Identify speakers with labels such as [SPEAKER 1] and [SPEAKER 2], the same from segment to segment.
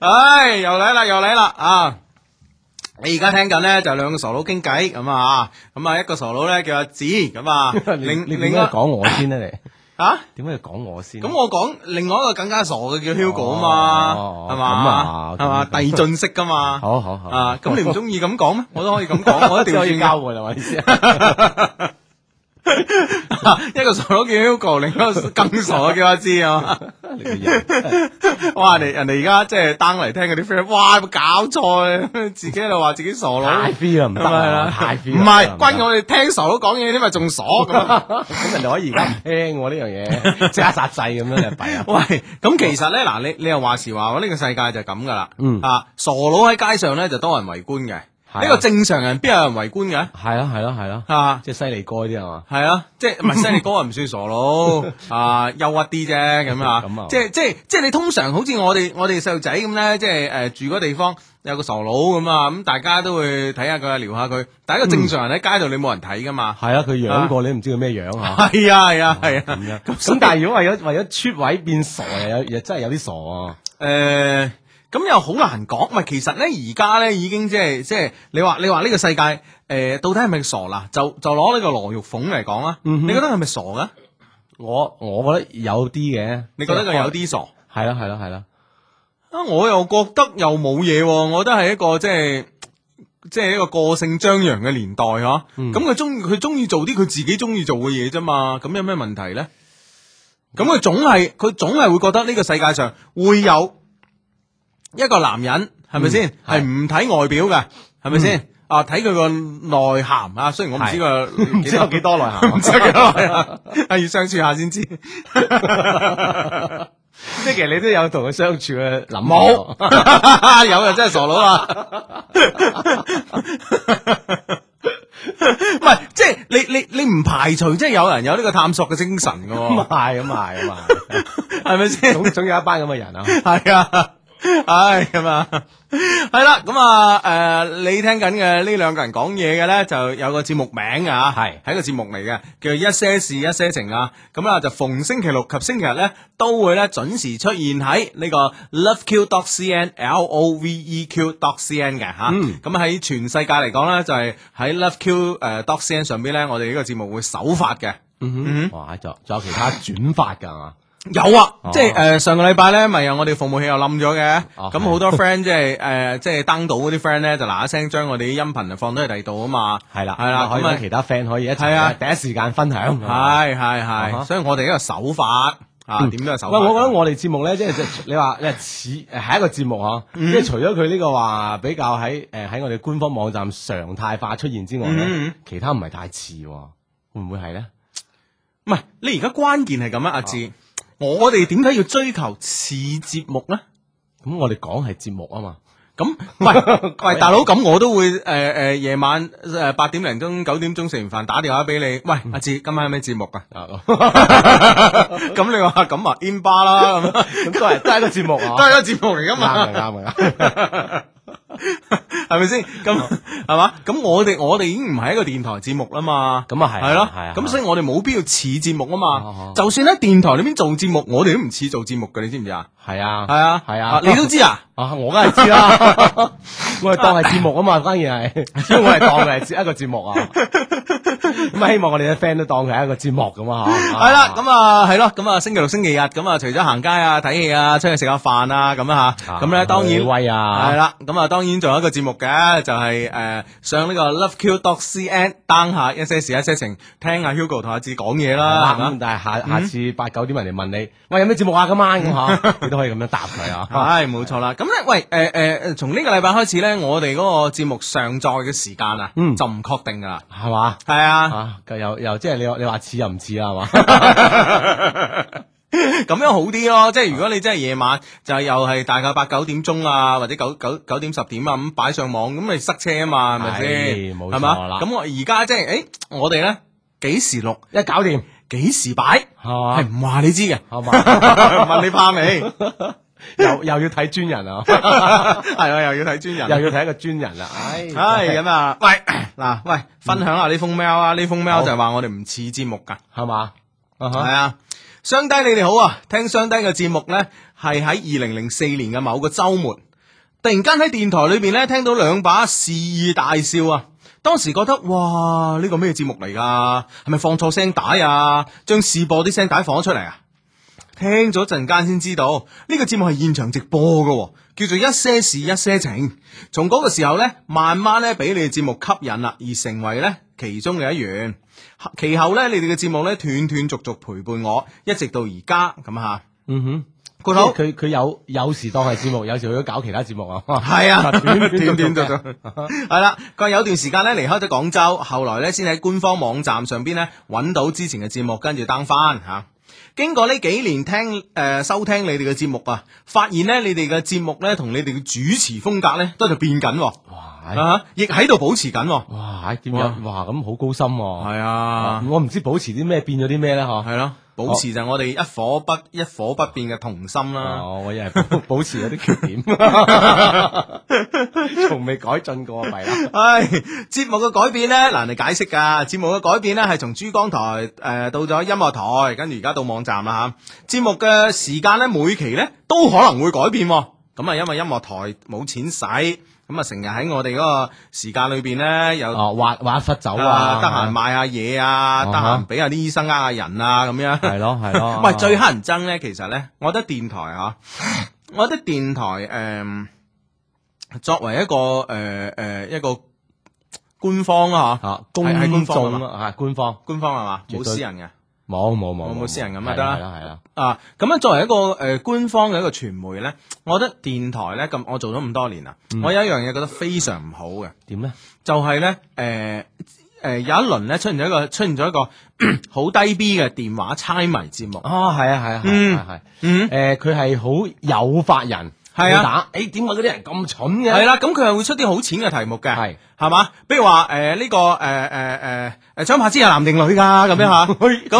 [SPEAKER 1] 唉，又嚟啦，又嚟啦啊！你而家聽緊咧就兩個傻佬傾偈咁啊，咁啊一個傻佬咧叫阿子咁啊，
[SPEAKER 2] 你
[SPEAKER 1] 另
[SPEAKER 2] 你
[SPEAKER 1] 另
[SPEAKER 2] 點
[SPEAKER 1] 一
[SPEAKER 2] 解講我先咧？你
[SPEAKER 1] 啊，
[SPEAKER 2] 點解要講我先？
[SPEAKER 1] 咁我講另外一個更加傻嘅叫 Hugo 啊
[SPEAKER 2] 哦
[SPEAKER 1] 嘛，係
[SPEAKER 2] 咁
[SPEAKER 1] 嘛
[SPEAKER 2] 啊，
[SPEAKER 1] 係嘛，
[SPEAKER 2] 咁
[SPEAKER 1] 遞進式噶嘛，
[SPEAKER 2] 好好好
[SPEAKER 1] 啊，咁你唔中意咁講咩？我都可以咁 講，啊我一定要
[SPEAKER 2] 可以
[SPEAKER 1] 轉
[SPEAKER 2] 交換係咪先？
[SPEAKER 1] 一個傻佬叫 Hugo，另一個更傻嘅叫阿芝啊！
[SPEAKER 2] 你個人
[SPEAKER 1] 哇，人哋人哋而家即係 down 嚟聽嗰啲 friend，哇，有冇搞錯啊！自己喺度話自己傻佬，
[SPEAKER 2] 太 free 啦，唔得啦，太 free
[SPEAKER 1] 唔
[SPEAKER 2] 啦
[SPEAKER 1] 啊係
[SPEAKER 2] 唔得
[SPEAKER 1] 關我哋聽傻佬講嘢，你咪仲傻咁啊！
[SPEAKER 2] 咁人哋可以而家唔聽我呢樣嘢，即刻殺制咁 樣，你弊啊！
[SPEAKER 1] 喂，咁其實咧，嗱，你你又話時話，我呢個世界就係咁噶啦。
[SPEAKER 2] 嗯
[SPEAKER 1] 啊，傻佬喺街上咧就多人圍觀嘅，
[SPEAKER 2] 啊
[SPEAKER 1] 呢個正常人邊有人圍觀嘅？
[SPEAKER 2] 係咯係咯係咯，
[SPEAKER 1] 啊，
[SPEAKER 2] 即係犀利哥啲係嘛？
[SPEAKER 1] 係啊，即係唔係犀利哥唔算傻佬 啊，憂鬱啲啫咁
[SPEAKER 2] 咁啊
[SPEAKER 1] 啊，即係即係即係你通常好似我哋我哋細路仔咁咧，即係誒、呃住嗰地方有個傻佬咁啊，咁大家都會睇下佢聊下佢，但係一個正常人喺街度你冇人睇噶嘛。
[SPEAKER 2] 係啦，啊佢樣過你都唔知佢咩樣嚇。
[SPEAKER 1] 係啊係啊啊 係啊，
[SPEAKER 2] 咁樣咁但係如果為咗為咗出位變傻，又有又真係有啲傻啊！
[SPEAKER 1] 誒，咁又好難講。唔係，其實咧而家咧已經即係即係你話你話呢個世界誒、到底係咪傻啦？就就攞呢個羅玉鳳嚟講啦，你覺得係咪傻嘅？
[SPEAKER 2] 我我覺得有啲嘅，
[SPEAKER 1] 你覺得佢有啲
[SPEAKER 2] 啲
[SPEAKER 1] 傻
[SPEAKER 2] 係啦係啦係啦，
[SPEAKER 1] 啊？我又覺得又冇嘢喎，我覺得係一個即係。即係一個個性張揚嘅年代嗬，咁佢中意佢中意做啲佢自己中意做嘅嘢啫嘛，咁有咩問題咧？咁佢總係佢總係會覺得呢個世界上會有一個男人係咪先嗯係唔睇外表嘅係咪先啊？睇佢個內涵啊，雖然 我唔知佢
[SPEAKER 2] 唔知有幾多內涵
[SPEAKER 1] 唔
[SPEAKER 2] 啊。
[SPEAKER 1] 知有幾耐啊， 係要相處下先知。
[SPEAKER 2] 即係其實你都有同佢相處嘅諗
[SPEAKER 1] 冇
[SPEAKER 2] 冇，
[SPEAKER 1] 啊有就真係傻佬啊啦。唔係，即係你你你唔排除即係有人有呢個探索嘅精神嘅
[SPEAKER 2] 咁啊
[SPEAKER 1] 喎，
[SPEAKER 2] 係咁係咁係，
[SPEAKER 1] 係咪先？
[SPEAKER 2] 總總有一班咁嘅人啊！
[SPEAKER 1] 係啊。唉，咁啊，係啦，咁啊，誒、你聽緊嘅呢兩個人講嘢嘅咧，就有個節目名啊，
[SPEAKER 2] 係
[SPEAKER 1] 係一個節目嚟嘅，叫做一些事一些情啊，咁啊，就逢星期六及星期日咧，都會咧準時出現喺呢個 loveq dot cn l o v e q dot cn 嘅吓，咁啊喺、全世界嚟講咧，就係、喺 loveq 誒、dot cn 上邊咧，我哋呢個節目會首發嘅。
[SPEAKER 2] 嗯哼，哇！仲仲有其他轉發㗎係嘛？
[SPEAKER 1] 有啊，
[SPEAKER 2] 哦
[SPEAKER 1] 即係誒、呃上個禮拜咧，咪有我哋服務器又冧咗嘅，
[SPEAKER 2] 哦
[SPEAKER 1] 咁好、多 friend 即係誒即係 down 到嗰啲 friend 咧，就嗱嗱聲將我哋啲音頻就放到去第二度啊嘛，
[SPEAKER 2] 係啦，
[SPEAKER 1] 係啦，
[SPEAKER 2] 可以
[SPEAKER 1] 咁啊
[SPEAKER 2] 同其他 friend 可以一
[SPEAKER 1] 係啊
[SPEAKER 2] 齊第一時間分享。
[SPEAKER 1] 係啊係係，
[SPEAKER 2] 哈
[SPEAKER 1] 所以我哋呢個手法啊，點都有手法。
[SPEAKER 2] 喂，我覺得我哋節目咧，即係即係你話你話似係一個節目嗬，
[SPEAKER 1] 嗯
[SPEAKER 2] 即係除咗佢呢個話比較喺誒喺我哋官方網站常態化出現之外
[SPEAKER 1] 嗯嗯
[SPEAKER 2] 咧，其他唔係太似喎，會唔會係咧？
[SPEAKER 1] 唔係你而家關鍵係咁啊，阿志，我哋點解要追求似節目咧？
[SPEAKER 2] 咁我哋講係節目啊嘛，
[SPEAKER 1] 咁喂喂，大佬咁我都會誒誒夜晚誒八點零鐘九點鐘食完飯打電話俾你，喂阿志，今晚有咩節目啊？ 咁你話咁啊 in bar 啦咁啊。
[SPEAKER 2] 咁都係都係一個節目
[SPEAKER 1] 都係
[SPEAKER 2] 啊，
[SPEAKER 1] 一個節目嚟噶嘛，
[SPEAKER 2] 啱嘅啱嘅 啱嘅，
[SPEAKER 1] 係咪先？咁係嘛？咁我哋我哋已經唔係一個電台節目啦嘛，
[SPEAKER 2] 咁啊係
[SPEAKER 1] 係咯
[SPEAKER 2] 係啊，
[SPEAKER 1] 咁所以我哋冇必要似節目啊嘛
[SPEAKER 2] 哦。
[SPEAKER 1] 就算喺電台裏邊做節目，我哋都唔似做節目嘅，你知唔知啊？
[SPEAKER 2] 係啊
[SPEAKER 1] 係啊，
[SPEAKER 2] 係啊，
[SPEAKER 1] 你都知啊？
[SPEAKER 2] 啊，我梗係 知啦，我係當係節目啊嘛，關鍵係，只要我係當佢係一個節目啊，咁啊希望我哋嘅 friend 都當佢係一個節目咁 啊嚇，
[SPEAKER 1] 係啦，咁啊，係咯，咁啊，星期六、星期日咁啊，除咗行街啊、睇戲啊、出去食下飯啊，咁啊吓，咁咧當
[SPEAKER 2] 去
[SPEAKER 1] 然。
[SPEAKER 2] 威啊，
[SPEAKER 1] 係啦，咁啊，當然仲有一個節目嘅，就係、呃上呢個 loveq.cn down 下一些事一些情，聽下 Hugo 同阿志講嘢啦，係嘛
[SPEAKER 2] 啊咁但係下下次
[SPEAKER 1] 嗯
[SPEAKER 2] 八九點人哋問你，喂有咩節目啊今晚咁吓，你都可以咁樣答 佢啊。
[SPEAKER 1] 系冇錯啦，咁咧喂，诶诶，呃從呢個禮拜開始咧，我哋嗰個節目上載嘅時間啊，
[SPEAKER 2] 嗯
[SPEAKER 1] 就唔確定噶啦，
[SPEAKER 2] 係嘛？
[SPEAKER 1] 係啊，
[SPEAKER 2] 啊，又又即係你話你話似又唔似啊啦，係嘛？
[SPEAKER 1] 咁樣好啲咯，即係如果你真係夜晚就又係大概八九點鐘啊，或者九九九點十點啊咁擺上網，咁你塞車啊嘛，係咪
[SPEAKER 2] 係
[SPEAKER 1] 先？
[SPEAKER 2] 冇
[SPEAKER 1] 係
[SPEAKER 2] 錯
[SPEAKER 1] 嘛？
[SPEAKER 2] 啦
[SPEAKER 1] 咁我而家即係诶，我哋咧幾時錄，
[SPEAKER 2] 一搞掂
[SPEAKER 1] 幾時擺，係
[SPEAKER 2] 係嘛？
[SPEAKER 1] 唔話你知 嘅，
[SPEAKER 2] 係嘛？
[SPEAKER 1] 問你怕未？
[SPEAKER 2] 又又要睇專人 啊，
[SPEAKER 1] 係啊，又要睇專人，
[SPEAKER 2] 又要睇一個專人啦。啊唉，
[SPEAKER 1] 唉，咁啊，喂，嗱，喂，分享下呢封 mail 啊，呢封 mail
[SPEAKER 2] 好
[SPEAKER 1] 就係話我哋唔似節目噶，
[SPEAKER 2] 係嘛？啊
[SPEAKER 1] 係
[SPEAKER 2] 哈
[SPEAKER 1] 啊，雙低你哋好啊，聽雙低嘅節目呢，係喺二零零四年嘅某個週末，突然間喺電台裏邊咧聽到兩把示意大笑啊！當時覺得哇，呢個咩節目嚟㗎？係咪放錯聲帶啊？將試播啲聲帶放咗出嚟啊？聽咗陣間先知道，呢、個節目係現場直播嘅、叫做一些事一些情。從嗰個時候呢，慢慢呢俾你哋節目吸引啦，而成為呢其中嘅一員。其後呢，你哋嘅節目呢斷斷續續陪伴我，一直到而家咁啊吓。
[SPEAKER 2] 嗯哼，
[SPEAKER 1] 括號
[SPEAKER 2] 即係佢佢有有時當係 節目，有時佢都搞其他節目啊。
[SPEAKER 1] 係啊，
[SPEAKER 2] 短短
[SPEAKER 1] 短短
[SPEAKER 2] 短
[SPEAKER 1] 短短，係啦。佢話有段時間咧離開咗廣州，後來咧先喺官方網站上邊咧揾到之前嘅節目，跟住 down 翻嚇。經過呢幾年聽誒、呃收聽你哋嘅節目啊，發現咧你哋嘅節目咧同你哋嘅主持風格咧都喺度變緊喎，
[SPEAKER 2] 哇
[SPEAKER 1] 啊，亦喺度保持緊喎。
[SPEAKER 2] 哇，點樣哇咁好高深喎！
[SPEAKER 1] 係啊，
[SPEAKER 2] 我唔知保持啲咩變咗啲咩咧嗬。
[SPEAKER 1] 哦係咯，保持就係我哋一火不一火不變嘅童心啦。
[SPEAKER 2] 哦，我又 係保保持咗啲缺點，從未改進過，弊啦。
[SPEAKER 1] 唉，節目嘅改變呢，難嚟解釋㗎。節目嘅改變呢，係從珠江台誒、呃到咗音樂台，跟住而家到網站啦嚇。節目嘅時間呢，每期呢都可能會改變喎。咁啊，因為音樂台冇錢使，咁啊成日喺我哋嗰個時間裏邊呢，又
[SPEAKER 2] 哦，挖挖忽走
[SPEAKER 1] 啊
[SPEAKER 2] 啊，
[SPEAKER 1] 得閒賣下嘢啊，得
[SPEAKER 2] 啊哈
[SPEAKER 1] 閒俾下啲醫生呃下人啊，咁樣。
[SPEAKER 2] 係咯係咯。啊
[SPEAKER 1] 喂，最乞人憎咧，其實咧，我覺得電台 啊，我覺得電台誒、作為一個誒誒、一個官方啦嚇，
[SPEAKER 2] 啊
[SPEAKER 1] 係係官
[SPEAKER 2] 公
[SPEAKER 1] 方啊
[SPEAKER 2] 眾
[SPEAKER 1] 嘛
[SPEAKER 2] 啊，官方
[SPEAKER 1] 官方係嘛，冇
[SPEAKER 2] 絕對
[SPEAKER 1] 私人嘅
[SPEAKER 2] 冇冇冇
[SPEAKER 1] 冇冇私人咁咪
[SPEAKER 2] 係
[SPEAKER 1] 得啦
[SPEAKER 2] 係啦係啦。
[SPEAKER 1] 啊。咁樣作為一個誒、官方嘅一個傳媒咧，我覺得電台咧咁，我做咗咁多年啦，
[SPEAKER 2] 嗯
[SPEAKER 1] 我有一樣嘢覺得非常唔好嘅，
[SPEAKER 2] 點咧？
[SPEAKER 1] 就係咧誒誒有一輪咧出現咗一個 出現咗一個好低 B 嘅電話猜謎節目，
[SPEAKER 2] 哦，係啊，係啊，係
[SPEAKER 1] 嗯
[SPEAKER 2] 啊係啊。
[SPEAKER 1] 嗯。
[SPEAKER 2] 誒，佢係好誘發人，
[SPEAKER 1] 係啊
[SPEAKER 2] 打。誒，點解嗰啲人咁蠢嘅？
[SPEAKER 1] 系啦，咁佢係啊會出啲好淺嘅題目嘅，
[SPEAKER 2] 係
[SPEAKER 1] 係嘛？比如話诶呢個诶诶诶诶張柏芝係男定女㗎 咁樣吓， 咁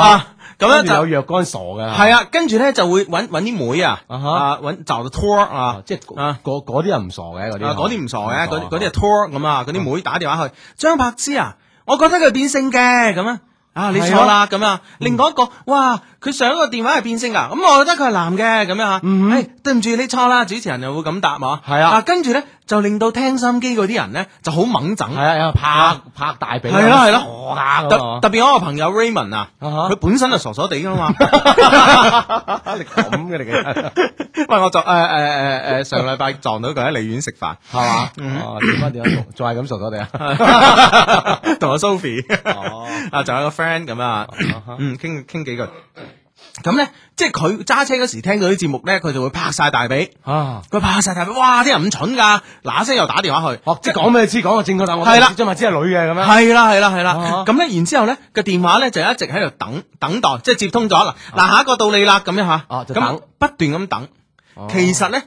[SPEAKER 1] 啊啊咁樣
[SPEAKER 2] 嗯跟住
[SPEAKER 1] 就
[SPEAKER 2] 有若干傻㗎。
[SPEAKER 1] 係啊，跟住咧就會揾揾啲妹啊，
[SPEAKER 2] 啊哈
[SPEAKER 1] 啊揾就 tour 啊
[SPEAKER 2] 啊，。即係嗰
[SPEAKER 1] 啊
[SPEAKER 2] 嗰嗰啲人唔傻嘅，嗰啲哦
[SPEAKER 1] 啊，嗰啲唔傻嘅，嗰啲嗰啲係
[SPEAKER 2] 係
[SPEAKER 1] tour 咁
[SPEAKER 2] 哦
[SPEAKER 1] 啊，嗰啲妹打電話去，張柏芝啊，我覺得佢係變性嘅咁啊。啊！你錯啦咁啊！
[SPEAKER 2] 嗯
[SPEAKER 1] 另外一個，哇！佢上一個電話係變性啊，咁我覺得佢係男嘅咁樣嚇。
[SPEAKER 2] 嗯哼
[SPEAKER 1] 哎對唔住，你錯啦！主持人又會咁答嘛。
[SPEAKER 2] 係啊
[SPEAKER 1] 跟住咧就令到聽心機嗰啲人咧就好猛整。
[SPEAKER 2] 係啊，有拍拍大髀，
[SPEAKER 1] 係啦係啦
[SPEAKER 2] 傻㗎咁
[SPEAKER 1] 特
[SPEAKER 2] 啊
[SPEAKER 1] 特別我個朋友 Raymond 啊，
[SPEAKER 2] 啊哈
[SPEAKER 1] 佢本身就傻傻地噶嘛。
[SPEAKER 2] 你咁 嘅你嘅
[SPEAKER 1] 喂，我就呃誒誒誒誒上禮拜撞到佢喺梨園食飯，
[SPEAKER 2] 係嘛？哦，點解點解仲係咁傻咗你 啊？
[SPEAKER 1] 同我 Sophie
[SPEAKER 2] 哦，
[SPEAKER 1] 啊，仲有個 friend 咁啊。嗯，傾傾幾句。咁咧，即係佢揸車嗰時聽到啲節目咧，佢就會拍晒大髀，
[SPEAKER 2] 啊，
[SPEAKER 1] 佢拍晒大髀，哇！啲人咁蠢㗎，嗱聲又打電話去，
[SPEAKER 2] 哦，即係講咩知講個正確答案，
[SPEAKER 1] 係啦
[SPEAKER 2] 張柏芝係女嘅咁樣。
[SPEAKER 1] 係啦係啦係
[SPEAKER 2] 啊
[SPEAKER 1] 啦。咁咧，然之後咧個電話咧就一直喺度等等待，即係接通咗啦。嗱，下一個到你啦，咁樣嚇。
[SPEAKER 2] 哦就
[SPEAKER 1] 咁
[SPEAKER 2] 等
[SPEAKER 1] 不斷咁等。
[SPEAKER 2] 哦
[SPEAKER 1] 其實咧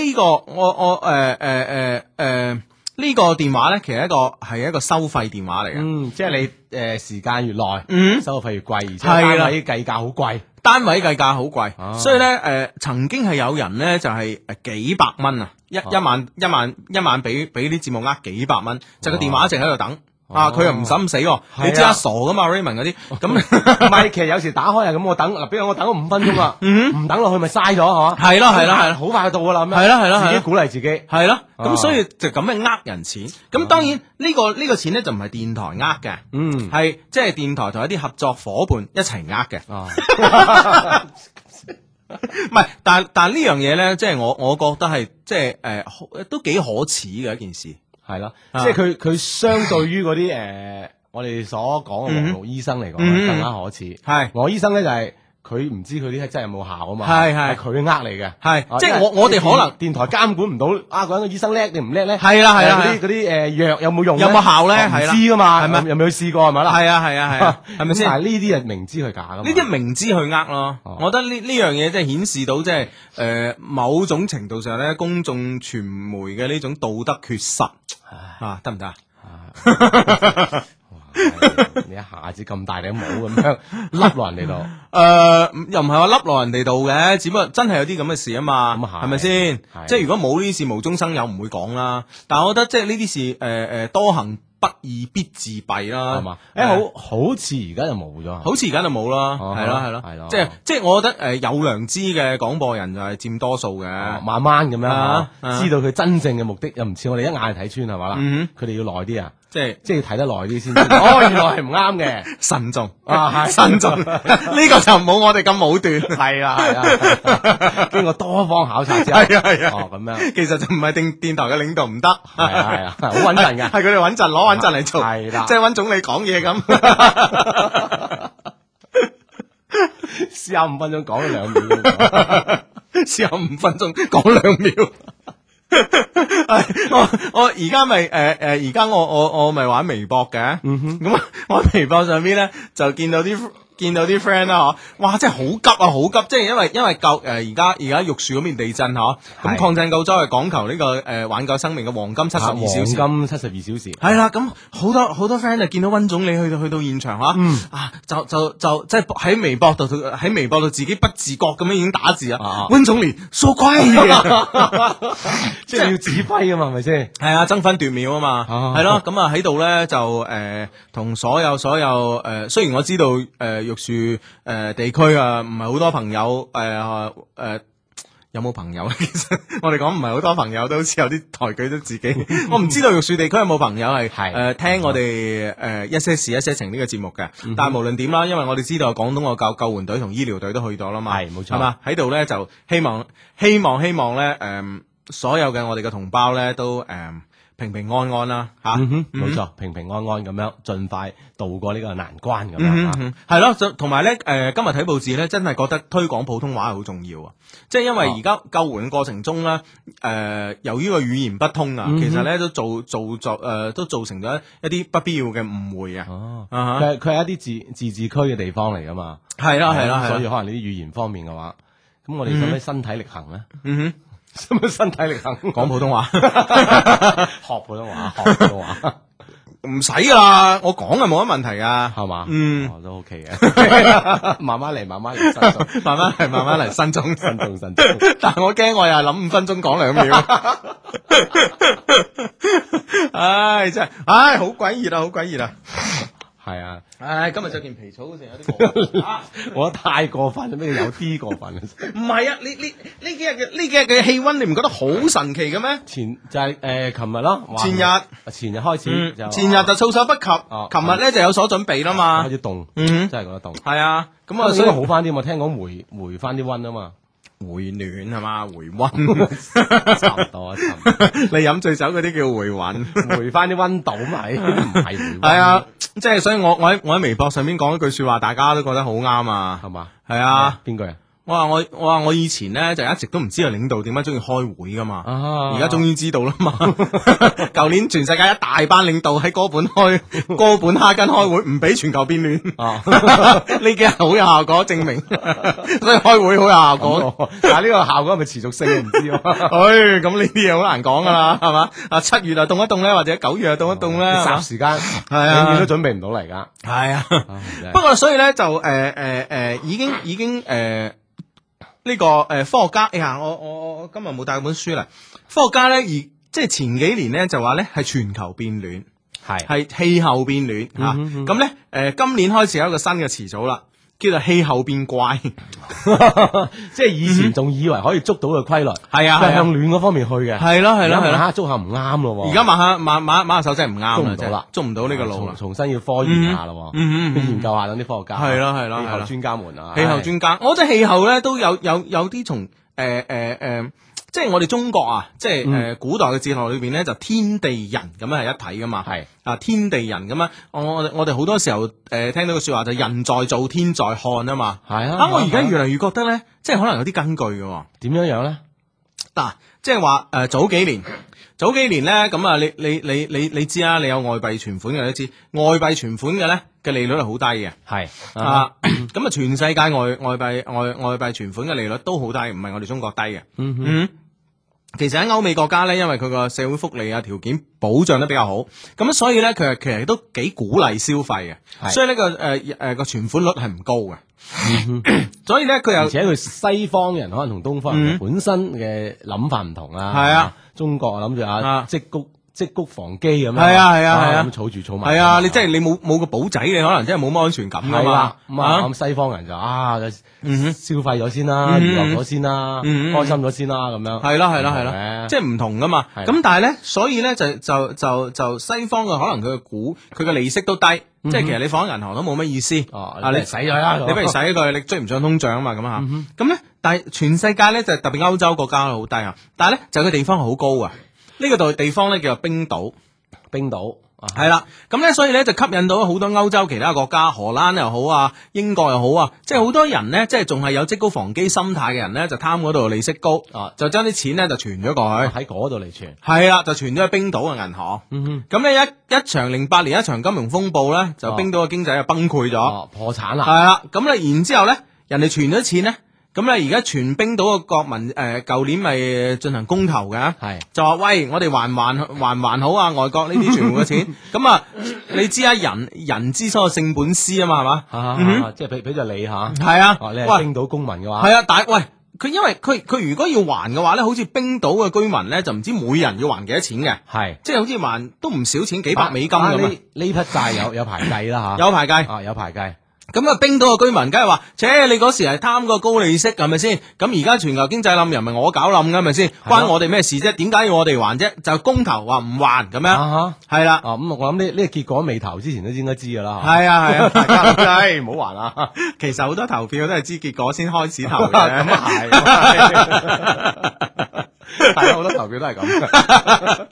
[SPEAKER 1] 呢個我我呃誒誒誒誒呃呢個電話咧，其實一個係一個收費電話嚟嘅。
[SPEAKER 2] 嗯，即係你誒時間越耐，
[SPEAKER 1] 嗯
[SPEAKER 2] 收費越貴，而且
[SPEAKER 1] 係啦
[SPEAKER 2] 單位計價好貴。
[SPEAKER 1] 單位計價好貴，
[SPEAKER 2] 啊
[SPEAKER 1] 所以咧誒、呃曾經係有人咧就係、誒幾百蚊啊，一
[SPEAKER 2] 哦
[SPEAKER 1] 一萬一萬一萬俾俾啲節目呃幾百蚊，就個電話一直喺度等。啊！佢又唔使咁死喎，
[SPEAKER 2] 哦係啊
[SPEAKER 1] 你知啦，傻噶嘛，Raymond 嗰啲咁
[SPEAKER 2] 唔係，其實有時打開係咁，我等嗱，比如我等咗五分鐘啦，唔等落去咪嘥咗嗬。
[SPEAKER 1] 係咯係咯係咯
[SPEAKER 2] 好快就到噶啦，咁樣
[SPEAKER 1] 係咯係咯係咯
[SPEAKER 2] 自己鼓勵自己。
[SPEAKER 1] 係咯，咁
[SPEAKER 2] 啊
[SPEAKER 1] 所以就咁樣呃人錢。咁當然呢個呢個錢咧就唔係電台呃嘅，
[SPEAKER 2] 嗯，
[SPEAKER 1] 係即係電台同一啲合作伙伴一齊呃嘅。
[SPEAKER 2] 啊，
[SPEAKER 1] 唔係，但但呢樣嘢咧，即係我我覺得係即係誒都幾可恥嘅一件事。
[SPEAKER 2] 係啦，即
[SPEAKER 1] 啊
[SPEAKER 2] 係佢佢相對於嗰啲誒，我哋所講嘅黃綠醫生嚟講，
[SPEAKER 1] 嗯
[SPEAKER 2] 更加可恥。
[SPEAKER 1] 係
[SPEAKER 2] 黃綠醫生咧就係佢唔知佢啲係真係有冇效啊嘛，
[SPEAKER 1] 係係
[SPEAKER 2] 佢呃你嘅。
[SPEAKER 1] 係
[SPEAKER 2] 啊，
[SPEAKER 1] 即係
[SPEAKER 2] 因為
[SPEAKER 1] 我我哋可能。
[SPEAKER 2] 電電台監管唔到啊，嗰個醫生叻定唔叻咧？
[SPEAKER 1] 係啦係啦
[SPEAKER 2] 誒嗰
[SPEAKER 1] 係啊
[SPEAKER 2] 啲嗰啲誒藥有冇用呢？
[SPEAKER 1] 有冇效呢
[SPEAKER 2] 哦唔
[SPEAKER 1] 係啦
[SPEAKER 2] 知噶嘛，
[SPEAKER 1] 係咪
[SPEAKER 2] 有冇去試過係咪啦？
[SPEAKER 1] 系啊系啊系啊，系咪先？
[SPEAKER 2] 咁但
[SPEAKER 1] 呢
[SPEAKER 2] 係呢啲係明知佢假噶嘛。
[SPEAKER 1] 啲明知去呃咯，
[SPEAKER 2] 哦
[SPEAKER 1] 我覺得呢呢樣嘢即係顯示到即係诶某種程度上咧，公眾傳媒嘅呢種道德缺失啊，得唔得啊？
[SPEAKER 2] 你一下子咁大頂帽咁樣笠落人哋度，
[SPEAKER 1] 诶、呃又唔係話笠落人哋度嘅，只不過真係有啲咁嘅事啊嘛，
[SPEAKER 2] 咁啊係
[SPEAKER 1] 係咪先
[SPEAKER 2] 係？
[SPEAKER 1] 呃即係如果冇呢啲事無中生有，唔會講啦。但係我覺得即係呢啲事，诶、诶、多行不義必自斃啦，
[SPEAKER 2] 係嘛？誒，好好似而家就冇咗，
[SPEAKER 1] 好似而家就冇啦，
[SPEAKER 2] 哦
[SPEAKER 1] 係啦係啦，
[SPEAKER 2] 係咯
[SPEAKER 1] 即係即係我覺得呃誒有良知嘅廣播人就係佔多數
[SPEAKER 2] 哦
[SPEAKER 1] 嘅，
[SPEAKER 2] 慢慢咁樣
[SPEAKER 1] 啊
[SPEAKER 2] 嚇知道佢真正嘅目的，又唔似我哋一眼睇穿係嘛啦。
[SPEAKER 1] 嗯
[SPEAKER 2] 佢哋要耐啲啊，
[SPEAKER 1] 即係
[SPEAKER 2] 即係要睇得耐啲先知。 哦，原來係唔啱嘅。
[SPEAKER 1] 慎 重
[SPEAKER 2] 啊係
[SPEAKER 1] 慎 重，呢個就冇我哋咁武斷，
[SPEAKER 2] 係啦，係啦，經過多方考察之後，
[SPEAKER 1] 啊 係啊係啊，
[SPEAKER 2] 哦咁樣，
[SPEAKER 1] 其實就唔係定電台嘅領導唔得，
[SPEAKER 2] 係啊係啊，好穩 陣嘅。
[SPEAKER 1] 係佢哋穩陣攞穩陣嚟做，
[SPEAKER 2] 係啦
[SPEAKER 1] 即係揾總理講嘢咁。
[SPEAKER 2] 試下五分鐘講咗兩秒都冇，
[SPEAKER 1] 試下五分鐘講兩秒。 哎我我而家咪誒誒，而家我我我咪玩微博嘅，
[SPEAKER 2] 嗯
[SPEAKER 1] 咁啊 我喺微博上邊咧就見到啲見到啲 friend 啦，嗬，哇！真係好急啊，好急！即係因為因為舊誒而家而家玉樹嗰邊地震嗬，咁
[SPEAKER 2] 係
[SPEAKER 1] 抗震救災係講求呢個誒挽救生命嘅黃金 七十二小時。
[SPEAKER 2] 啊黃金七十二小時，
[SPEAKER 1] 係啦，咁好多好多 friend 就見到温總你去到去到現場嚇，
[SPEAKER 2] 嗯
[SPEAKER 1] 啊就就就即係喺微博度喺微博度自己不自覺咁樣已經打字
[SPEAKER 2] 啊
[SPEAKER 1] 啊，温總你縮龜啊，
[SPEAKER 2] 即係要指揮啊嘛，係咪先？
[SPEAKER 1] 係啊，爭分奪秒啊嘛，
[SPEAKER 2] 啊
[SPEAKER 1] 係咯，咁啊喺度咧就誒同所有所有誒，雖然我知道誒玉樹誒地區啊唔係好多朋友誒誒。有冇朋友 咧？其實我哋講唔係好多朋友，都好似有啲抬舉咗自己。我唔知道玉樹地區有冇朋友係
[SPEAKER 2] 係
[SPEAKER 1] 誒聽我哋誒一些事一些情呢個節目嘅。但係無論點啦，因為我哋知道廣東嘅救救援隊同醫療隊都去咗啦嘛，
[SPEAKER 2] 係冇錯
[SPEAKER 1] 係嘛？喺度咧就希望希望希望咧誒，所有嘅我哋嘅同胞咧都誒平平安安啦嚇。
[SPEAKER 2] 嗯哼，冇錯，平平安安咁樣，盡快渡過呢個難關咁樣
[SPEAKER 1] 嗯
[SPEAKER 2] 啊。
[SPEAKER 1] 嗯係咯，就同埋咧，誒、今日睇報紙咧，真係覺得推廣普通話係好重要啊！即係因為而家救援過程中咧，誒、由於個語言不通啊，
[SPEAKER 2] 嗯哼
[SPEAKER 1] 其實咧都造造作誒、都造成咗一啲不必要嘅誤會啊！
[SPEAKER 2] 哦，
[SPEAKER 1] 啊哈，
[SPEAKER 2] 佢係佢係一啲自自治區嘅地方嚟噶嘛，啊
[SPEAKER 1] 係啦係啊啦嗯
[SPEAKER 2] 所
[SPEAKER 1] 係
[SPEAKER 2] 以
[SPEAKER 1] 啦，
[SPEAKER 2] 可能呢啲語言方面嘅話，咁我哋使唔使身體力 行咧？
[SPEAKER 1] 嗯
[SPEAKER 2] 使唔使身體力行
[SPEAKER 1] 哼，講
[SPEAKER 2] 講
[SPEAKER 1] 普通話
[SPEAKER 2] 學普通 話，學普通話
[SPEAKER 1] 唔使噶啦，我講係冇乜問題噶，
[SPEAKER 2] 係嘛？
[SPEAKER 1] 嗯
[SPEAKER 2] 哦，都 OK 嘅， 慢慢嚟，慢慢嚟，慎 重，
[SPEAKER 1] 慢慢嚟，慢慢嚟，新中
[SPEAKER 2] 慎重，慎重。
[SPEAKER 1] 但係我驚我又係諗五分鐘講兩 秒，唉真係，唉好鬼熱啊，好鬼熱啊！
[SPEAKER 2] 係啊，
[SPEAKER 1] 唉，今日着件皮草好似有啲啊
[SPEAKER 2] 我覺得太過分啦，咩有啲過分啦。
[SPEAKER 1] 唔係啊，呢呢呢幾日嘅呢幾日嘅氣温，你唔覺得好神奇嘅咩？
[SPEAKER 2] 前就係誒，琴日咯，
[SPEAKER 1] 前日
[SPEAKER 2] 日，前日開始就
[SPEAKER 1] 前嗯日就啊措手不及，
[SPEAKER 2] 哦
[SPEAKER 1] 琴日咧就有所準備啦嘛
[SPEAKER 2] 開。始凍，
[SPEAKER 1] 嗯
[SPEAKER 2] 真，係覺得凍。
[SPEAKER 1] 係啊，咁
[SPEAKER 2] 咁
[SPEAKER 1] 啊，
[SPEAKER 2] 啊，
[SPEAKER 1] 所
[SPEAKER 2] 所
[SPEAKER 1] 以
[SPEAKER 2] 以好翻啲嘛，聽講回回翻啲温 啊嘛，
[SPEAKER 1] 回暖係嘛，回温。
[SPEAKER 2] 差唔多啊，差唔多。
[SPEAKER 1] 你飲醉酒嗰啲叫回 温。
[SPEAKER 2] 回翻啲温度 嘛，係唔係回温？
[SPEAKER 1] 係，啊，即係所以我我喺我喺微博上面講一句説話，大家都覺得好啱啊。
[SPEAKER 2] 係嘛？
[SPEAKER 1] 係啊，
[SPEAKER 2] 邊句啊？
[SPEAKER 1] 我話我我話我以前咧就一直都唔知道領導點解中意開會噶嘛。
[SPEAKER 2] 啊
[SPEAKER 1] 而家終於知道啦嘛！ 舊年全世界一大班領導喺哥本開 哥本哈根開會，唔俾全球變亂。
[SPEAKER 2] 啊，
[SPEAKER 1] 呢幾日好有效果，證明 所以開會好有效果。
[SPEAKER 2] 講，哦但係呢個效果係咪持續性唔知啊？
[SPEAKER 1] 唉，咁呢啲嘢好難講噶啦，係嘛？啊，七月啊凍一凍咧，或者九月啊凍一凍咧，係
[SPEAKER 2] 霎
[SPEAKER 1] 嘛
[SPEAKER 2] 時間
[SPEAKER 1] 係
[SPEAKER 2] 永遠
[SPEAKER 1] 啊，
[SPEAKER 2] 都準備唔到嚟㗎。
[SPEAKER 1] 係啊。
[SPEAKER 2] 啊真係
[SPEAKER 1] 不過所以咧就誒誒誒，已經已經誒。呃呢、個誒、呃科學家，哎呀，我我我我今日冇帶本書嚟。科學家咧，而即係前幾年咧就話咧係全球變暖，
[SPEAKER 2] 係
[SPEAKER 1] 係氣候變暖
[SPEAKER 2] 嗯
[SPEAKER 1] 嚇。咁咧誒，今年開始有一個新嘅詞組啦，叫做氣候變怪。
[SPEAKER 2] 即係以前仲以為可以捉到嘅規律，
[SPEAKER 1] 係啊，係啊
[SPEAKER 2] 向暖嗰方面去嘅。
[SPEAKER 1] 係咯係咯係咯。
[SPEAKER 2] 而家晚黑捉下唔啱咯喎。
[SPEAKER 1] 而家馬下馬馬馬下手真係唔
[SPEAKER 2] 捉
[SPEAKER 1] 啱
[SPEAKER 2] 唔
[SPEAKER 1] 啦，真
[SPEAKER 2] 到
[SPEAKER 1] 係
[SPEAKER 2] 啦
[SPEAKER 1] 捉唔到呢個路啦
[SPEAKER 2] 重。重新要科研下咯喎，
[SPEAKER 1] 嗯嗯嗯
[SPEAKER 2] 研究下等啲科學家，
[SPEAKER 1] 係啦係啦
[SPEAKER 2] 氣
[SPEAKER 1] 係啦
[SPEAKER 2] 候專家們啊，
[SPEAKER 1] 氣候專家，我覺得氣候咧都有有有啲從誒誒誒，即係我哋中國啊，即
[SPEAKER 2] 嗯
[SPEAKER 1] 係誒、呃古代嘅哲學裏邊咧，就天地人咁樣係一體噶嘛。
[SPEAKER 2] 係
[SPEAKER 1] 啊，天地人咁樣，我我我哋好多時候誒、呃、聽到個説話就人在做天在看啊嘛。
[SPEAKER 2] 係啊
[SPEAKER 1] 啊，我而家越嚟越覺得咧，即係可能有啲根據嘅喎、
[SPEAKER 2] 點樣樣咧？
[SPEAKER 1] 嗱，即係話誒早幾年，早幾年咧咁啊，你你你你你知啊啦，你有外幣存款嘅你都知，外幣存款嘅咧嘅利率係好低嘅。
[SPEAKER 2] 係
[SPEAKER 1] 啊， 咁啊，全世界外外幣外外幣存款嘅利率都好低，唔係我哋中國低嘅。
[SPEAKER 2] 嗯哼
[SPEAKER 1] 嗯，其實喺歐美國家咧，因為佢個社會福利啊條件保障得比較好，咁所以咧佢係其實都幾鼓勵消費嘅，
[SPEAKER 2] 係
[SPEAKER 1] 所以呢個誒誒個存款率係唔高嘅，
[SPEAKER 2] 嗯
[SPEAKER 1] 所以咧佢
[SPEAKER 2] 而
[SPEAKER 1] 又
[SPEAKER 2] 且佢西方人可能同東方人
[SPEAKER 1] 嗯
[SPEAKER 2] 本身嘅諗法唔同啦。
[SPEAKER 1] 係啊，
[SPEAKER 2] 中國我諗住啊
[SPEAKER 1] 啊，
[SPEAKER 2] 積谷積谷防饑咁樣。
[SPEAKER 1] 係啊係啊係啊
[SPEAKER 2] 咁儲住儲埋。
[SPEAKER 1] 系啊，你真系你冇冇个簿仔，你可能真系冇乜安全感噶
[SPEAKER 2] 係
[SPEAKER 1] 嘛
[SPEAKER 2] 啦，。咁啊
[SPEAKER 1] 啊
[SPEAKER 2] 咁西方人就啊
[SPEAKER 1] 嗯哼
[SPEAKER 2] 消費咗先啦，
[SPEAKER 1] 嗯
[SPEAKER 2] 娛樂咗先啦，
[SPEAKER 1] 嗯嗯
[SPEAKER 2] 開心咗先啦，咁樣。
[SPEAKER 1] 系啦系啦系啦，
[SPEAKER 2] 嘅
[SPEAKER 1] 即系唔同噶嘛。
[SPEAKER 2] 啊係啦
[SPEAKER 1] 咁但系咧，所以咧就就就就西方嘅可能佢嘅股，佢嘅利息都低，即系其實你放喺銀行都冇乜意思。
[SPEAKER 2] 嗯哦，
[SPEAKER 1] 啊
[SPEAKER 2] 你
[SPEAKER 1] 你
[SPEAKER 2] 使咗啦，
[SPEAKER 1] 你不如使佢，你追唔上通脹啊嘛，咁
[SPEAKER 2] 嗯
[SPEAKER 1] 啊，咁咧，但係全世界咧就特別歐洲國家好低啊，但係咧就有個地方好高啊，呢個度地方咧叫做冰島，
[SPEAKER 2] 冰島啊，
[SPEAKER 1] 係啦，咁咧所以咧就吸引到好多歐洲其他國家，荷蘭又好啊，英國又好啊，即係好多人咧，即係仲係有積高防饑心態嘅人咧，就貪嗰度利息高，
[SPEAKER 2] 啊
[SPEAKER 1] 就將啲錢咧就存咗過去。
[SPEAKER 2] 喺嗰度嚟傳。
[SPEAKER 1] 係啦，就存咗去冰島嘅銀行。
[SPEAKER 2] 嗯哼，
[SPEAKER 1] 咁咧一一場零八年一場金融風暴咧，就
[SPEAKER 2] 哦
[SPEAKER 1] 冰島嘅經濟就崩潰咗。
[SPEAKER 2] 哦，破產啦。
[SPEAKER 1] 係啦，咁咧然之后咧，人哋存咗錢咧，咁咧而家全冰島嘅國民诶，旧、舊年咪進行公投嘅。
[SPEAKER 2] 係
[SPEAKER 1] 就話喂，我哋還還還還好啊！外國呢啲全部嘅 錢，咁啊，你知啊，人人之所有性本私啊嘛，係嘛？嗯
[SPEAKER 2] 啊，即係俾俾咗你嚇。
[SPEAKER 1] 係啊，
[SPEAKER 2] 哦，你係
[SPEAKER 1] 喂，
[SPEAKER 2] 冰島公民嘅話，
[SPEAKER 1] 係啊，但係喂，佢因為佢佢如果要還嘅話咧，好似冰島嘅居民咧，就唔知每人要還幾多錢嘅，
[SPEAKER 2] 係
[SPEAKER 1] 即係好似還都唔少錢，幾百美金
[SPEAKER 2] 啊
[SPEAKER 1] 咁
[SPEAKER 2] 呢
[SPEAKER 1] 啊
[SPEAKER 2] 呢筆債 有有排計啦嚇。
[SPEAKER 1] 有排計。
[SPEAKER 2] 啊有排計。
[SPEAKER 1] 咁啊，冰島嘅居民梗係話，切你嗰時係貪個高利息係咪先？咁而家全球經濟冧，又唔係我搞冧㗎係咪先？關我哋咩事啫？點解要我哋還啫？就公投話唔還咁樣，
[SPEAKER 2] 啊
[SPEAKER 1] 係啦
[SPEAKER 2] 哈，，啊咁我諗呢呢個結果未投之前都應該知噶啦嚇。
[SPEAKER 1] 係啊，係啊，大家都係
[SPEAKER 2] 唔好還啊！
[SPEAKER 1] 其實好多投票都係知結果先開始投
[SPEAKER 2] 咁啊
[SPEAKER 1] 嘅。
[SPEAKER 2] 係，係啊好多投票都係咁。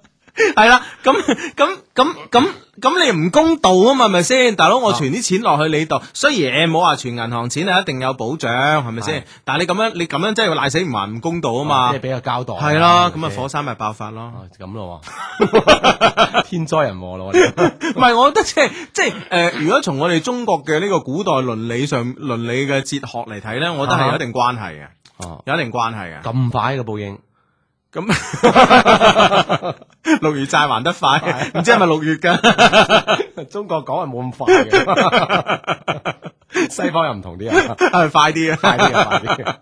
[SPEAKER 1] 係啦，咁咁咁咁咁你唔公道啊嘛，係咪先？大佬，我存啲錢落去你度，雖然冇話存銀行錢啊，一定有保障，係咪
[SPEAKER 2] 係哦
[SPEAKER 1] 先？但係你咁樣，你咁樣真係賴死唔還唔公道啊嘛
[SPEAKER 2] 即係。俾哦個交代。
[SPEAKER 1] 係啦，咁啊火山咪爆發咯。
[SPEAKER 2] 啊咁咯喎， 天災人禍咯，我哋
[SPEAKER 1] 唔係，我覺得即係即係誒、呃如果從我哋中國嘅呢個古代倫理上倫理嘅哲學嚟睇咧，我覺得係有一定關係嘅，
[SPEAKER 2] 哦
[SPEAKER 1] 有一定關係嘅。
[SPEAKER 2] 咁快嘅報應，
[SPEAKER 1] 咁 六月債還得快，唔知係咪六月㗎？
[SPEAKER 2] 中國講係冇咁快 嘅，西方又唔同啲啊，
[SPEAKER 1] 係咪快啲啊？
[SPEAKER 2] 快啲啊，快 啲啊，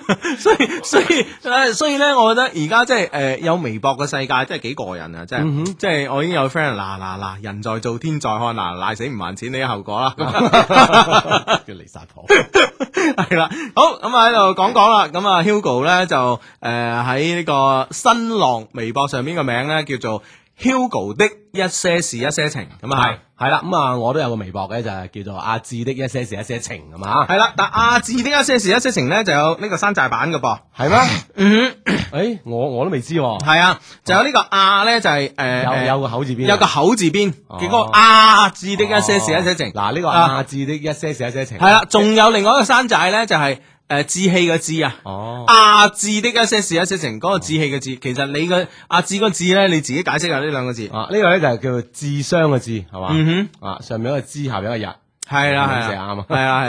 [SPEAKER 1] 所以所以呃所以咧，我覺得而家即係誒有微博嘅世界真係幾過癮啊！真係、即係我已經有 friend 嗱嗱嗱，人在做天在看嗱，賴死唔還錢你有後果啦。
[SPEAKER 2] 叫離晒譜。
[SPEAKER 1] 系啦，好咁啊喺度講講啦，咁啊 Hugo 咧就诶喺呢個新浪微博上邊個名咧叫做 Hugo 的一些事一些情，咁啊係
[SPEAKER 2] 系系啦，咁啊，我都有個微博嘅，就係叫做阿志的一些事一些情咁啊，
[SPEAKER 1] 係啦，但阿志的一些事一些情咧就有呢個山寨版嘅噃，
[SPEAKER 2] 係咩？
[SPEAKER 1] 嗯，
[SPEAKER 2] 诶，我我都未知喎，
[SPEAKER 1] 係啊，就有呢個啊咧就係诶
[SPEAKER 2] 有有個口字邊啊，
[SPEAKER 1] 有個口字邊
[SPEAKER 2] 哦
[SPEAKER 1] 嘅嗰個阿志的一些事一些情，
[SPEAKER 2] 哦嗱呢個
[SPEAKER 1] 啊
[SPEAKER 2] 阿志的一些事一些情，
[SPEAKER 1] 係啦，仲有另外一個山寨咧就係诶志氣嘅志啊。
[SPEAKER 2] 哦，
[SPEAKER 1] 阿志的一些事一些情，嗰、個志氣嘅志，其實你嘅阿志個志咧，你自己解釋下呢兩個字。
[SPEAKER 2] 啊呢個咧就係叫做智商嘅智係嘛，
[SPEAKER 1] 嗯
[SPEAKER 2] 啊上面一個知，下面一個日，
[SPEAKER 1] 哼，係啦
[SPEAKER 2] 咁
[SPEAKER 1] 係
[SPEAKER 2] 先
[SPEAKER 1] 啦，
[SPEAKER 2] 啱啊
[SPEAKER 1] 係啦係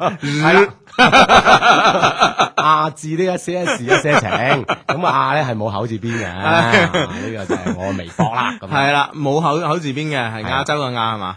[SPEAKER 1] 啦，嗯
[SPEAKER 2] 係啦。啊 阿志呢一些事一些情，咁啊阿咧係冇口字 邊嘅，啊呢個就係我微博啦，咁
[SPEAKER 1] 係
[SPEAKER 2] 啊
[SPEAKER 1] 啦，冇口口字邊嘅，係
[SPEAKER 2] 係啊
[SPEAKER 1] 亞洲嘅亞係 嘛？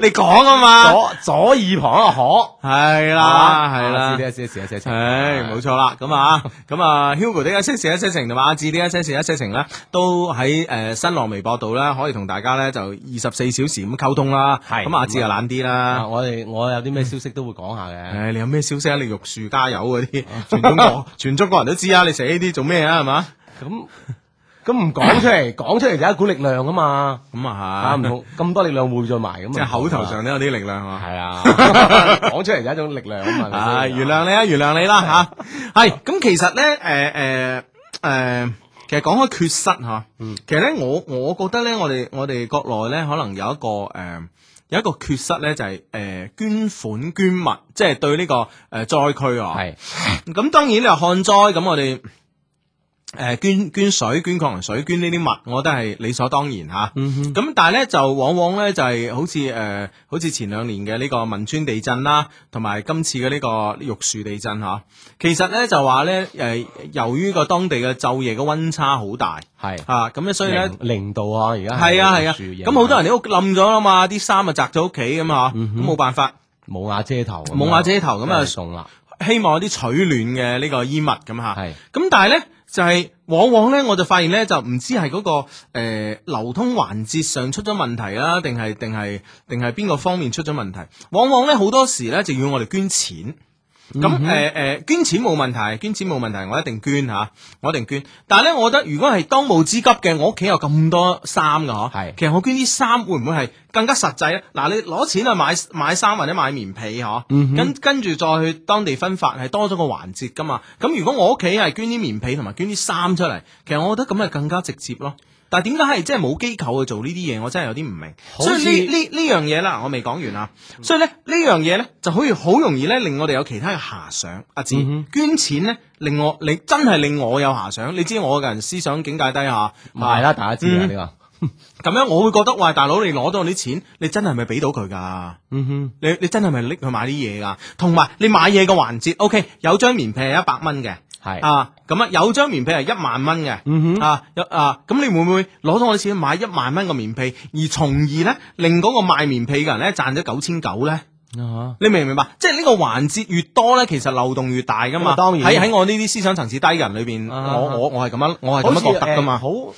[SPEAKER 1] 你講啊嘛，
[SPEAKER 2] 啊左左耳旁一個可。啊
[SPEAKER 1] 係啦係啦
[SPEAKER 2] 知。呢一些事一些情，
[SPEAKER 1] 唉，冇錯 啦，咁啊，咁啊，Hugo 的一些事一些情同埋阿志的一些事一些情咧，都喺诶新浪微博度咧，可以同大家咧就二十四小時咁溝通啦。
[SPEAKER 2] 係
[SPEAKER 1] 咁阿志又懶啲啦
[SPEAKER 2] 啊！。我哋我有啲
[SPEAKER 1] 嗯
[SPEAKER 2] 咩消息都會講下嘅。
[SPEAKER 1] 唉，你有咩消息啊？你玉樹加油嗰 啲，全中國全中國人都知啊！你寫呢啲做咩啊？係嘛？
[SPEAKER 2] 咁咁唔講 出嚟，講出嚟就一股力量啊嘛。
[SPEAKER 1] 咁
[SPEAKER 2] 啊，
[SPEAKER 1] 啊
[SPEAKER 2] 唔
[SPEAKER 1] 係，
[SPEAKER 2] 同咁多力量匯咗埋咁啊。
[SPEAKER 1] 即係口頭上都有啲力量啊！
[SPEAKER 2] 係啊，講出嚟就一種力量啊嘛。
[SPEAKER 1] 啊，
[SPEAKER 2] 係咪先
[SPEAKER 1] 原諒你啊，原諒你啦吓。係咁，其實咧，诶诶诶，其實講開缺失吓，
[SPEAKER 2] 嗯
[SPEAKER 1] 其實咧，我我覺得咧，我哋我哋國內咧，可能有一個诶。有一個缺失咧，就係、诶捐款捐物，即係對呢、個誒、災區啊，
[SPEAKER 2] 係
[SPEAKER 1] 咁當然你話旱災，咁我哋誒、呃捐捐水、捐礦泉水、捐呢啲物，我覺得係理所當然嚇。咁、但係咧就往往咧就係、好似誒、呃好似前兩年嘅呢個汶川地震啦，同埋今次嘅呢個玉樹地震嚇，其實咧就話咧誒，由於個當地嘅晝夜嘅温差好大
[SPEAKER 2] 係
[SPEAKER 1] 啊，咁咧所以咧。
[SPEAKER 2] 零零度啊，而家
[SPEAKER 1] 係啊係啊，
[SPEAKER 2] 住嘢
[SPEAKER 1] 咁好多人啲屋冧咗啦嘛，啲衫啊擲咗屋企咁啊，咁冇辦法，
[SPEAKER 2] 冇瓦遮頭咁樣，
[SPEAKER 1] 冇瓦遮頭咁啊
[SPEAKER 2] 真係送啦。
[SPEAKER 1] 誒、希望有啲取暖嘅呢個衣物咁吓。
[SPEAKER 2] 係
[SPEAKER 1] 咁但係咧就係、往往咧，我就發現咧，就唔知係嗰、個誒、呃、流通環節上出咗問題啦，定係定係定係邊個方面出咗問題？往往咧好多時咧就要我哋捐錢。
[SPEAKER 2] 嗯
[SPEAKER 1] 咁誒誒，捐錢冇問題，捐錢冇問題，我一定捐嚇，我一定捐。但係咧，我覺得如果係當務之急嘅，我屋企有咁多衫㗎嗬，
[SPEAKER 2] 係
[SPEAKER 1] 其實我捐啲衫會唔會係更加實際咧？嗱，你攞錢去買買衫或者買棉被嗬，
[SPEAKER 2] 嗯
[SPEAKER 1] 跟跟住再去當地分發係多咗個環節㗎嘛。咁如果我屋企係捐啲棉被同埋捐啲衫出嚟，其實我覺得咁係更加直接咯。但係點解係即係冇機構去做呢啲嘢？我真係有啲唔明。
[SPEAKER 2] 好
[SPEAKER 1] 所以
[SPEAKER 2] 似
[SPEAKER 1] 呢呢呢樣嘢啦，我未講完啊。所以咧呢樣嘢咧就好易好容易咧令我哋有其他嘅遐想。阿志、
[SPEAKER 2] 嗯
[SPEAKER 1] 捐錢咧令我你真係令我有遐想。你知我個人思想境界低下，
[SPEAKER 2] 唔係啦，大家知啊
[SPEAKER 1] 嗯
[SPEAKER 2] 呢個。
[SPEAKER 1] 咁樣我會覺得喂，大佬你攞到我啲錢，你真係咪俾到佢㗎？
[SPEAKER 2] 嗯哼，
[SPEAKER 1] 你你真係咪拎去買啲嘢㗎？同埋你買嘢嘅環節，OK，有張棉被係一百蚊嘅。
[SPEAKER 2] 係
[SPEAKER 1] 啊，咁啊有張棉被係一萬蚊嘅，
[SPEAKER 2] 嗯
[SPEAKER 1] 啊有啊，咁你會唔會攞到我啲錢買一萬蚊嘅棉被，而從而呢，令嗰個賣棉被嘅人呢賺咗九千九呢？
[SPEAKER 2] 啊
[SPEAKER 1] 你明唔明白？即係呢個環節越多呢，其實漏洞越大噶
[SPEAKER 2] 咁
[SPEAKER 1] 嘛。
[SPEAKER 2] 啊當然
[SPEAKER 1] 喺喺我呢啲思想層次低嘅人裏邊，
[SPEAKER 2] 啊哈
[SPEAKER 1] 我我我係咁樣，我
[SPEAKER 2] 哈
[SPEAKER 1] 係咁
[SPEAKER 2] 好似
[SPEAKER 1] 樣覺得噶
[SPEAKER 2] 呃
[SPEAKER 1] 嘛。
[SPEAKER 2] 好誒，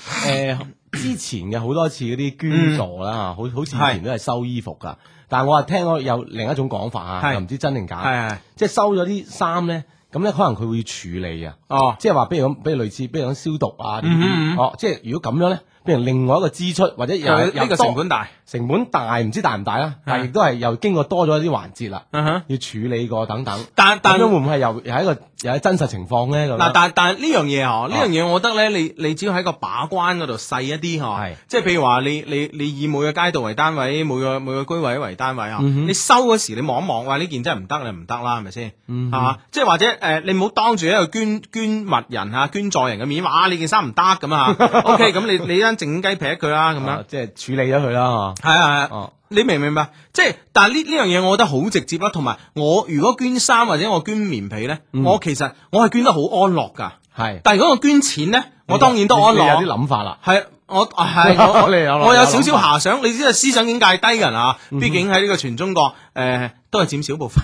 [SPEAKER 2] 之前嘅好多次嗰啲捐助
[SPEAKER 1] 嗯
[SPEAKER 2] 啦嚇，好好似以前都係收衣服㗎，但係我係聽過有另一種講法嚇，
[SPEAKER 1] 係
[SPEAKER 2] 又唔知真定假，
[SPEAKER 1] 係係
[SPEAKER 2] 即啊係收咗啲衫咧，咁咧可能佢會處理啊。
[SPEAKER 1] 哦，
[SPEAKER 2] 即係話，比如咁，比如類似，比如講消毒啊，
[SPEAKER 1] 嗯嗯嗯
[SPEAKER 2] 哦，即係如果咁樣咧，變成另外一個支出，或者又
[SPEAKER 1] 佢
[SPEAKER 2] 又
[SPEAKER 1] 呢個
[SPEAKER 2] 多
[SPEAKER 1] 成本大，
[SPEAKER 2] 成本大，唔知大唔大啦，但係亦都係又經過多咗一啲環節啦，
[SPEAKER 1] 嗯哼
[SPEAKER 2] 要處理過等等，
[SPEAKER 1] 但但
[SPEAKER 2] 啊咁樣會唔會係又又係一個又係真啊實情況咧？咁
[SPEAKER 1] 嗱，
[SPEAKER 2] 樣
[SPEAKER 1] 但但呢樣嘢嗬，呢樣嘢我覺得咧，你你只要喺個把關嗰度細一啲
[SPEAKER 2] 係
[SPEAKER 1] 嗬，即係譬如話你你你以每個街道為單位，每個每個居委為單
[SPEAKER 2] 嗯
[SPEAKER 1] 位啊，你收嗰時你望一望，哇呢件真係唔得，你唔得啦，係咪先？
[SPEAKER 2] 嗯
[SPEAKER 1] 係嘛，即係或者誒，你唔好當住一個捐捐物人嚇、捐助人嘅面，哇呢件衫唔得咁 啊，OK，咁你你一陣整雞劈佢啦，咁樣
[SPEAKER 2] 啊。即係處理咗佢啦，
[SPEAKER 1] 係啊係啊
[SPEAKER 2] 哦，
[SPEAKER 1] 你明唔明白？即係但係呢呢樣嘢，我覺得好直接啦。同埋我如果捐衫或者我捐棉被咧，
[SPEAKER 2] 嗯
[SPEAKER 1] 我其實我係捐得好安樂㗎。
[SPEAKER 2] 嚇，係。
[SPEAKER 1] 但係如果我捐錢咧，我當然都安
[SPEAKER 2] 你你有
[SPEAKER 1] 樂。
[SPEAKER 2] 啲諗法啦，
[SPEAKER 1] 係我係 我
[SPEAKER 2] 你有諗
[SPEAKER 1] 我我有
[SPEAKER 2] 有
[SPEAKER 1] 少
[SPEAKER 2] 諗嗯
[SPEAKER 1] 少
[SPEAKER 2] 法
[SPEAKER 1] 遐想，你知道思想境界低嘅人啊，畢竟喺呢個全中國誒都係佔少部分。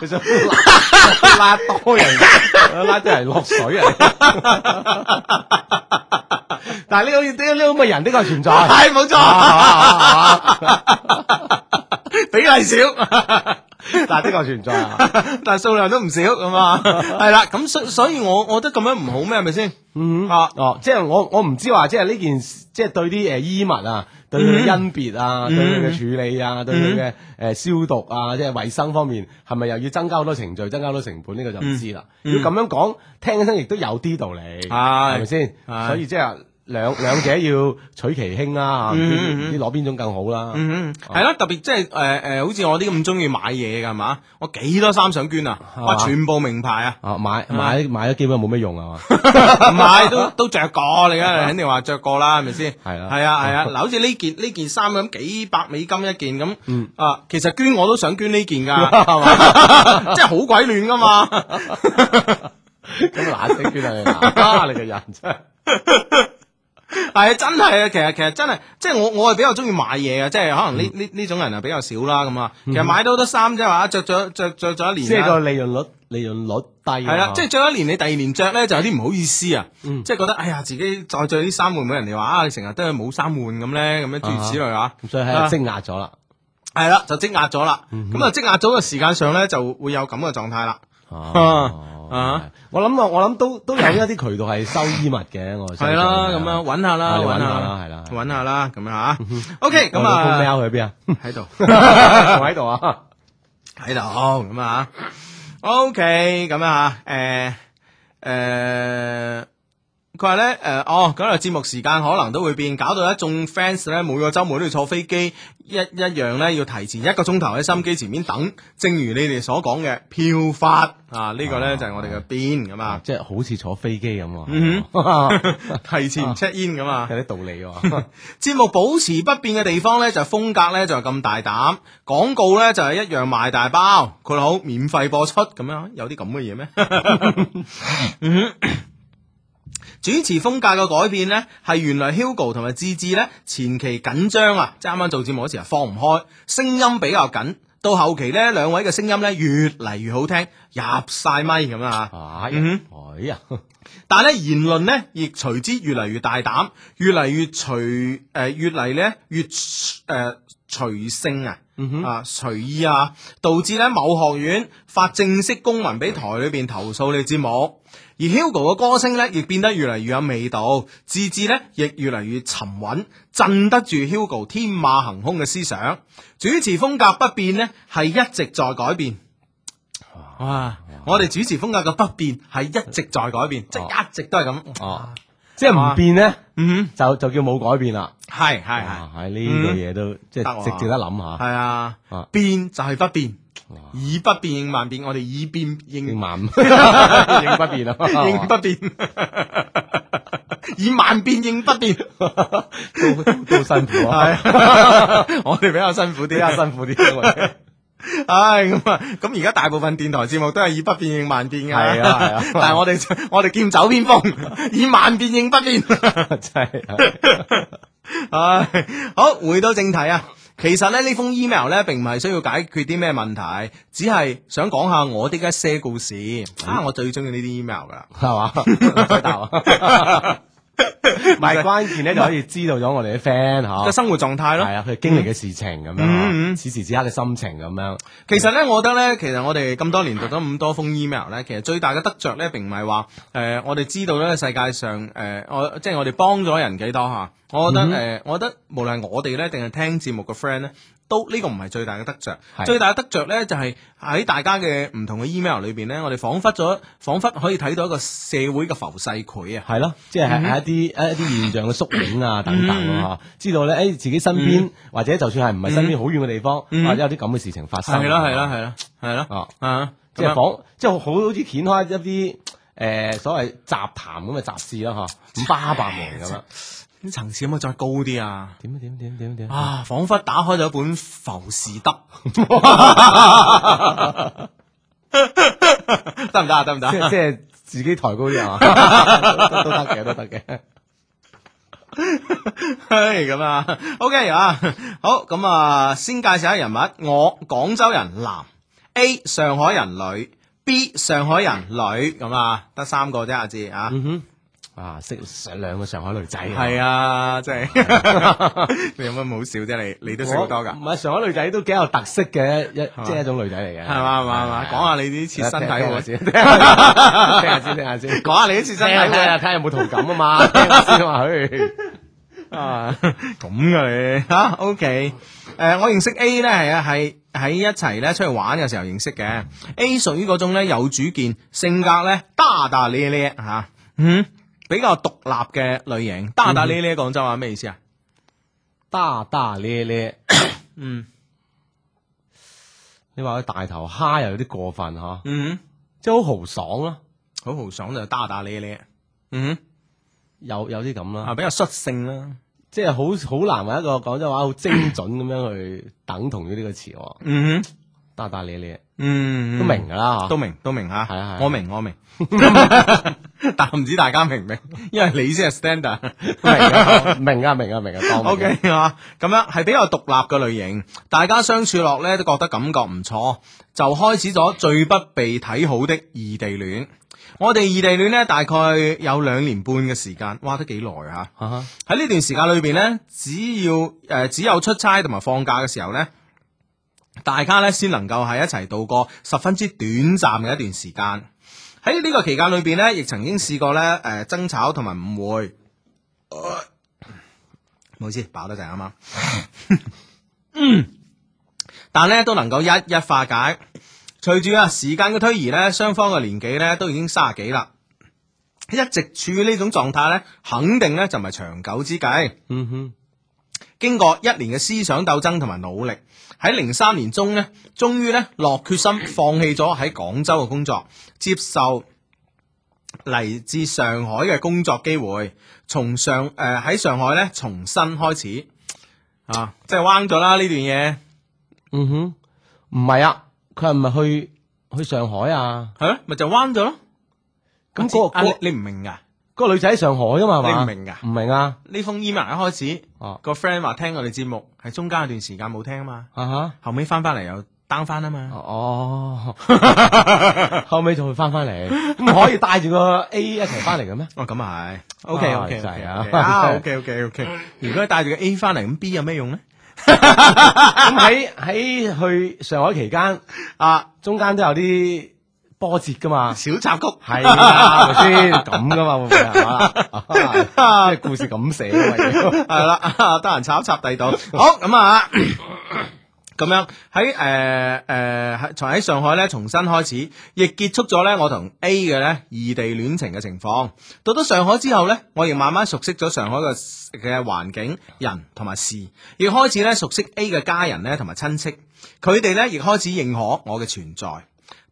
[SPEAKER 2] 你想 拉多人，拉多人落水啊！但係呢個呢呢咁嘅人的確存在，啊
[SPEAKER 1] 係冇錯，
[SPEAKER 2] 啊啊
[SPEAKER 1] 比例少，
[SPEAKER 2] 但係的確存在啊。
[SPEAKER 1] 但係數量都唔少咁 啊。係啦，咁所所以我我覺得咁樣唔好咩？係咪先？啊，
[SPEAKER 2] 哦，即係我我唔知話，即係呢件事即係對啲誒衣物啊，對佢嘅恩別啊，對佢嘅處理啊，對佢嘅誒消毒啊，即係衞生方面，係咪又要增加好多程序，增加好多成本？呢個就唔知啦。如果咁樣講，聽起身亦都有啲道理，係咪先？
[SPEAKER 1] 係
[SPEAKER 2] 所以即係兩兩者要取其輕啦，嚇啊唔知唔知攞邊種更好啦。
[SPEAKER 1] 嗯，
[SPEAKER 2] 哦
[SPEAKER 1] 係啦，特別即係誒誒，好似我啲咁中意買嘢㗎係嘛，我幾多衫想捐啊，哇，
[SPEAKER 2] 係嘛
[SPEAKER 1] 全部名牌啊！
[SPEAKER 2] 啊，買買買咗基本冇咩用啊 嘛。
[SPEAKER 1] 唔係都都着過你啊，肯定話着過啦，係咪先？
[SPEAKER 2] 係啦
[SPEAKER 1] 係啊，係啊。嗱，好似呢件呢件衫咁，幾百美金一件咁，
[SPEAKER 2] 嗯
[SPEAKER 1] 啊，其實捐我都想捐呢件㗎， 係嘛？即係好鬼亂㗎嘛。
[SPEAKER 2] 咁懶死捐啊 你啊！你個人真係
[SPEAKER 1] 係啊，真係啊，其實其實真係，即係我我係比較中意買嘢嘅，即係可能
[SPEAKER 2] 嗯
[SPEAKER 1] 呢呢呢種人啊比較少啦咁啊。其實買到好多衫即係話啊着咗着着咗一
[SPEAKER 2] 即
[SPEAKER 1] 年
[SPEAKER 2] 係
[SPEAKER 1] 啦
[SPEAKER 2] 個利潤率利潤率低啊。嗯
[SPEAKER 1] 係啦，即係着一年，你第二年着咧就有啲唔好意思啊，即係覺得哎呀，自己再着啲衫會唔會人哋話啊，你成日都係冇衫換咁咧，咁樣諸如此類啊。
[SPEAKER 2] 咁所以係積壓咗啦。
[SPEAKER 1] 係啦，就積壓咗啦。
[SPEAKER 2] 嗯
[SPEAKER 1] 咁啊，積壓咗嘅時間上咧，就會有咁嘅狀態啦。
[SPEAKER 2] 哦
[SPEAKER 1] 啊
[SPEAKER 2] 我諗啊，我諗都都有一啲渠道係收衣物嘅， 我
[SPEAKER 1] 係啦，咁樣揾下啦，
[SPEAKER 2] 啊你
[SPEAKER 1] 揾下
[SPEAKER 2] 揾下啦係嗯啦係
[SPEAKER 1] 揾下啦，咁樣吓。OK，咁
[SPEAKER 2] 咁啊，封
[SPEAKER 1] 啊，
[SPEAKER 2] 喵 去邊啊？
[SPEAKER 1] 喺度，
[SPEAKER 2] 仲喺度啊？
[SPEAKER 1] 喺度，咁啊，OK，咁啊，誒誒。佢話咧，誒、哦，咁啊，節目時間可能都會變，搞到一眾 fans 咧，每個週末都要坐飛機，一一樣咧要提前一個鐘頭喺心機前面等，正如你哋所講嘅票發啊，呢、個咧就係我哋嘅邊咁啊
[SPEAKER 2] 啊，，即係好似坐飛機咁
[SPEAKER 1] 嗯
[SPEAKER 2] 啊，
[SPEAKER 1] 提前 check in 咁啊
[SPEAKER 2] 有。啲道 理喎。
[SPEAKER 1] 節目保持不變嘅地方呢，就係風格呢，就係咁大膽，廣告呢，就係一樣賣大包，佢好免費播出咁樣，有啲咁嘅嘢咩？嗯主持風格嘅改變呢，係原來 Hugo 同埋志志呢，前期緊張啊，即係啱啱做節目嗰時啊放唔開，聲音比較緊。到後期咧，兩位嘅聲音咧越嚟越好聽，入晒咪咁啊！
[SPEAKER 2] 哎呀
[SPEAKER 1] 嗯，
[SPEAKER 2] 哎呀，
[SPEAKER 1] 但係咧言論咧亦隨之越嚟越大膽，越嚟越隨誒、呃越嚟咧越誒、呃、隨性啊！啊，隨意啊，導致咧某學院發正式公文俾台裏邊投訴你節目，而 Hugo 嘅歌聲咧亦變得越嚟越有味道，字字咧亦越嚟越沉穩，鎮得住 Hugo 天馬行空嘅思想。主持風格不變呢，係一直在改變。
[SPEAKER 2] 啊
[SPEAKER 1] 哇！我哋主持風格嘅不變係一直在改變，即係一直都係咁。
[SPEAKER 2] 哦，即系唔變咧，
[SPEAKER 1] 嗯，
[SPEAKER 2] 就就叫冇改變啦。
[SPEAKER 1] 係係係。
[SPEAKER 2] 哇係呢句嘢都即
[SPEAKER 1] 得喎
[SPEAKER 2] 係值值得諗
[SPEAKER 1] 系
[SPEAKER 2] 下。
[SPEAKER 1] 啊
[SPEAKER 2] 啊，
[SPEAKER 1] 變就係不變
[SPEAKER 2] 哇，
[SPEAKER 1] 以不變應萬變，我哋以變
[SPEAKER 2] 應
[SPEAKER 1] 應
[SPEAKER 2] 萬應不變啊，
[SPEAKER 1] 應不變， 以萬變應不變，
[SPEAKER 2] 都 都都辛苦 啊，
[SPEAKER 1] 我哋比較辛苦
[SPEAKER 2] 比
[SPEAKER 1] 啲
[SPEAKER 2] 較
[SPEAKER 1] 啊。
[SPEAKER 2] 辛苦啲我哋。
[SPEAKER 1] 唉，咁啊，咁而家大部分電台節目都係以不變應萬變嘅，
[SPEAKER 2] 係啊係啊
[SPEAKER 1] 但係我哋我哋劍走偏鋒，以萬變應不變。
[SPEAKER 2] 真係
[SPEAKER 1] 唉，好，回到正題啊。其實咧呢封 email 咧並唔係需要解決啲咩問題，只係想講下我的一些故事。啊，我最中意呢啲 email 噶。
[SPEAKER 2] 係嘛？唔使答啊！ 唔係關鍵咧，就可以知道咗我哋啲 friend
[SPEAKER 1] 嘅
[SPEAKER 2] 嚇，
[SPEAKER 1] 生活狀態
[SPEAKER 2] 係
[SPEAKER 1] 咯。
[SPEAKER 2] 啊，佢經歷嘅事情咁
[SPEAKER 1] 嗯嗯
[SPEAKER 2] 樣，此時此刻嘅心情咁樣。
[SPEAKER 1] 其實咧，我覺得咧，其實我哋咁多年讀咗咁多封 email 咧，其實最大嘅得着咧，並唔係話誒，我哋知道咧世界上誒、呃我即係我哋幫咗人幾多嚇。我覺得誒、呃我覺得無論係我哋咧，定係聽節目嘅 friend 咧。都呢、個唔係最大嘅得着，
[SPEAKER 2] 係
[SPEAKER 1] 最大嘅得着呢，就係、喺大家嘅唔同嘅 email 裏邊呢，我哋彷彿咗，彷彿可以睇到一個社會嘅浮世繪啊！
[SPEAKER 2] 係咯，即係係一啲一啲現象嘅縮影
[SPEAKER 1] 嗯
[SPEAKER 2] 啊等等啊，知道咧，誒自己身邊或者就算係唔係身
[SPEAKER 1] 嗯
[SPEAKER 2] 邊好遠嘅地方，啊有啲咁嘅事情發生。
[SPEAKER 1] 係啦，係啦，，係啦，係啦，
[SPEAKER 2] 啊，
[SPEAKER 1] 啊，
[SPEAKER 2] 即係仿，即係好好似掀開一啲誒所謂雜談咁嘅雜誌啦，嚇，五花八門咁樣。
[SPEAKER 1] 啲層次可唔可以再高啲啊？
[SPEAKER 2] 點啊點點點點啊！
[SPEAKER 1] 啊，仿佛打開咗一本浮士德， 得唔得啊？得唔
[SPEAKER 2] 即係
[SPEAKER 1] 得？
[SPEAKER 2] 即係自己抬高 啲啊，都都得嘅，都得嘅。
[SPEAKER 1] 唉，咁啊，OK 啊，好咁啊，先介紹下人物，我廣州人男，A 上海人女，B 上海人女，咁啊，得三個啫，阿志啊。
[SPEAKER 2] 嗯哼，啊，識上兩個上海女仔啊，
[SPEAKER 1] 係啊，真係 你有乜唔好笑啫？你你都
[SPEAKER 2] 我
[SPEAKER 1] 識好多噶，
[SPEAKER 2] 唔係上海女仔都幾有特色嘅一
[SPEAKER 1] 嘛
[SPEAKER 2] 即係一種女仔嚟嘅，
[SPEAKER 1] 係嘛係嘛係嘛？
[SPEAKER 2] 係啊
[SPEAKER 1] 講下你啲切身體會
[SPEAKER 2] 聽先，聽 下先，聽下先。
[SPEAKER 1] 講下你啲切
[SPEAKER 2] 聽
[SPEAKER 1] 身體
[SPEAKER 2] 下聽
[SPEAKER 1] 會
[SPEAKER 2] 下睇下有冇同感 啊嘛，聽下先話佢
[SPEAKER 1] 啊，咁嘅 你吓，OK，誒、我認識 A 咧係啊係喺一齊咧出去玩嘅時候認識嘅。A 屬於嗰種咧有主見、性格咧大大咧咧嚇，嗯，比較獨立嘅類型。大大咧咧廣州話咩意思啊？
[SPEAKER 2] 大大咧咧，
[SPEAKER 1] 嗯
[SPEAKER 2] 你話佢大頭蝦又有啲過分嗬，
[SPEAKER 1] 嗯，
[SPEAKER 2] 即係好豪爽啊咯，
[SPEAKER 1] 好豪爽就大大咧咧，嗯，
[SPEAKER 2] 有有啲咁啦
[SPEAKER 1] 啊，比較率性啦，
[SPEAKER 2] 即係好好難揾一個廣州話好精準咁樣去等同於呢個詞喎，
[SPEAKER 1] 嗯
[SPEAKER 2] 大大咧咧
[SPEAKER 1] 嗯
[SPEAKER 2] 都明㗎啦
[SPEAKER 1] 都
[SPEAKER 2] 嚇，
[SPEAKER 1] 明都明吓，
[SPEAKER 2] 係啊係啊
[SPEAKER 1] 我明我 明，但唔知大家明唔明？因為你先係 standard。
[SPEAKER 2] 都明啊明啊明啊明啊，當
[SPEAKER 1] O
[SPEAKER 2] 明啊
[SPEAKER 1] K 啊，咁樣係比較獨立嘅類型，大家相處落呢，都覺得感覺唔錯，就開始咗最不被睇好的異地戀。我哋異地戀呢，大概有兩年半嘅時間，哇，都幾耐吓。
[SPEAKER 2] 啊哈
[SPEAKER 1] 喺呢段時間裏邊呢，只要誒、呃只有出差同埋放假嘅時候呢，大家呢先能夠喺一齊度過十分之短暫嘅一段時間。喺呢個期間裏邊呢，亦曾經試過呢誒、呃爭吵同埋誤會。冇、意思，飽得滯啱啱。嗯，但呢都能夠一一化解。隨住啊時間嘅推移呢，雙方嘅年紀呢都已經三十幾啦。一直處於呢種狀態呢，肯定呢就唔係長久之計。
[SPEAKER 2] 嗯哼。
[SPEAKER 1] 經過一年嘅思想鬥爭同埋努力，喺零三年中呢，終於呢落決心放棄咗喺廣州嘅工作，接受嚟自上海嘅工作機會，從上誒喺、上海呢重新開始啊，即係彎咗啦呢段嘢，
[SPEAKER 2] 嗯哼，唔係啊，佢係咪去去上海啊？
[SPEAKER 1] 係咯，咪就彎咗咯。
[SPEAKER 2] 咁
[SPEAKER 1] 我知
[SPEAKER 2] 嗰個
[SPEAKER 1] 啊
[SPEAKER 2] 嗰個
[SPEAKER 1] 你你唔明㗎？
[SPEAKER 2] 嗰個女仔喺上海噶嘛，係嘛？
[SPEAKER 1] 你唔明㗎
[SPEAKER 2] 唔明啊？
[SPEAKER 1] 呢封 email 一開始
[SPEAKER 2] 哦
[SPEAKER 1] 個 friend 話聽我哋節目，係中間有段時間冇聽啊嘛，
[SPEAKER 2] 啊哈，
[SPEAKER 1] 後尾翻翻嚟又 down 翻啊嘛。
[SPEAKER 2] 哦，後尾就會翻翻嚟， 咁可以帶住個 A 一齊翻嚟嘅咩？
[SPEAKER 1] 哦，咁啊係，OK
[SPEAKER 2] 啊
[SPEAKER 1] OK
[SPEAKER 2] 真係
[SPEAKER 1] OK
[SPEAKER 2] 啊
[SPEAKER 1] 啊，OK OK OK。如果帶住個 A 翻嚟，咁 B 有咩用咧？
[SPEAKER 2] 咁喺喺去上海期間，
[SPEAKER 1] 啊，
[SPEAKER 2] 中間都有啲波折噶嘛。
[SPEAKER 1] 小插曲
[SPEAKER 2] 係啊，係咪先咁噶嘛？會唔會係 嘛？啊即係故事咁 寫嘅喂。
[SPEAKER 1] 系啦，得閒插一插第二度。好咁啊， 咁樣喺诶诶喺從喺上海咧重新開始，亦結束咗咧我同 A 嘅咧異地戀情嘅情況。到咗上海之後咧，我亦慢慢熟悉咗上海嘅嘅環境、人同埋事，亦開始咧熟悉 A 嘅家人咧同埋親戚，佢哋咧亦開始認可我嘅存在。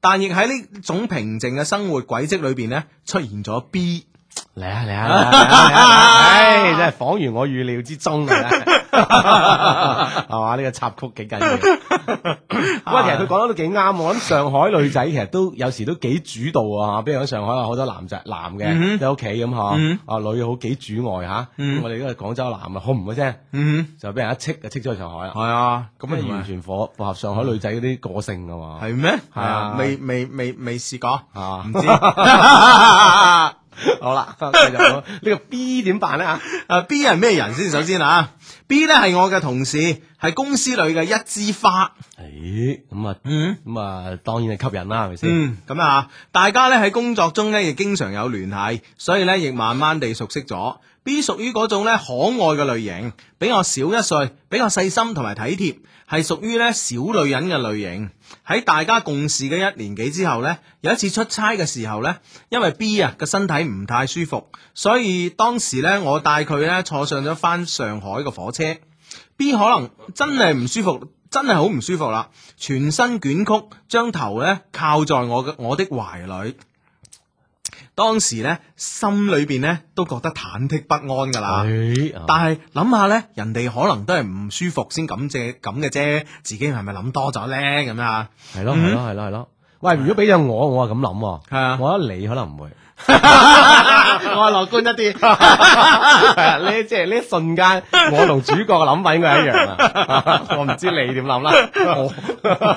[SPEAKER 1] 但亦喺呢種平靜嘅生活軌跡裏邊咧，出現咗 B。
[SPEAKER 2] 嚟啊嚟啊嚟啊嚟啊嚟啊！唉，真係仿如我預料之中啊！ 係嘛？呢個插曲幾緊 要。喂，其實佢講得都幾啱，我諗上海女仔其實都有時都幾主導啊，比如喺上海有好多男仔男嘅喺屋企咁嗬，啊女好幾主外嚇，咁我哋呢個廣州男啊，轟唔一聲
[SPEAKER 1] 嗯，
[SPEAKER 2] 就俾人一斥就斥咗去上海啦，
[SPEAKER 1] 係啊，
[SPEAKER 2] 咁啊完全符合符合上海女仔嗰啲個性噶嘛，
[SPEAKER 1] 系咩？系
[SPEAKER 2] 啊
[SPEAKER 1] 未未未未试过，
[SPEAKER 2] 係嘛
[SPEAKER 1] 唔知。 啊
[SPEAKER 2] 好啦，繼續講呢個 B 點辦 咧啊？
[SPEAKER 1] B 系咩人先？首先啊，B 咧系我嘅同事，系公司裏嘅一枝花。
[SPEAKER 2] 咦，哎咁啊，
[SPEAKER 1] 嗯
[SPEAKER 2] 咁啊，當然係吸引啦，係咪先？
[SPEAKER 1] 嗯，咁啊，大家咧喺工作中咧亦經常有聯繫，所以咧亦慢慢地熟悉咗。B 屬於嗰種咧可愛嘅類型，比我小一歲，比較細心同埋體貼，係屬於咧小女人嘅類型。喺大家共事嘅一年幾之後呢，有一次出差嘅時候呢，因為 B 啊個身體唔太舒服，所以當時呢，我帶佢呢坐上咗翻上海嘅火車。B 可能真係唔舒服，真係好唔舒服啦，全身捲曲，將頭呢靠在我嘅我的懷裏。當時呢，心裏邊呢都覺得忐忑不安㗎啦。
[SPEAKER 2] 咦啊
[SPEAKER 1] 但係諗下呢，人哋可能都係唔舒服先咁借咁嘅啫，自己係咪諗多咗呢？咁樣啊？
[SPEAKER 2] 係咯，係咯，係咯，係咯。喂，如果俾咗我，我係咁諗
[SPEAKER 1] 係啊
[SPEAKER 2] 喎，我覺得你可能唔會。
[SPEAKER 1] 我樂觀一啲，
[SPEAKER 2] 呢即係呢一瞬 間，我同主角嘅諗法應該係一樣啊！ 我唔知你點 諗啦。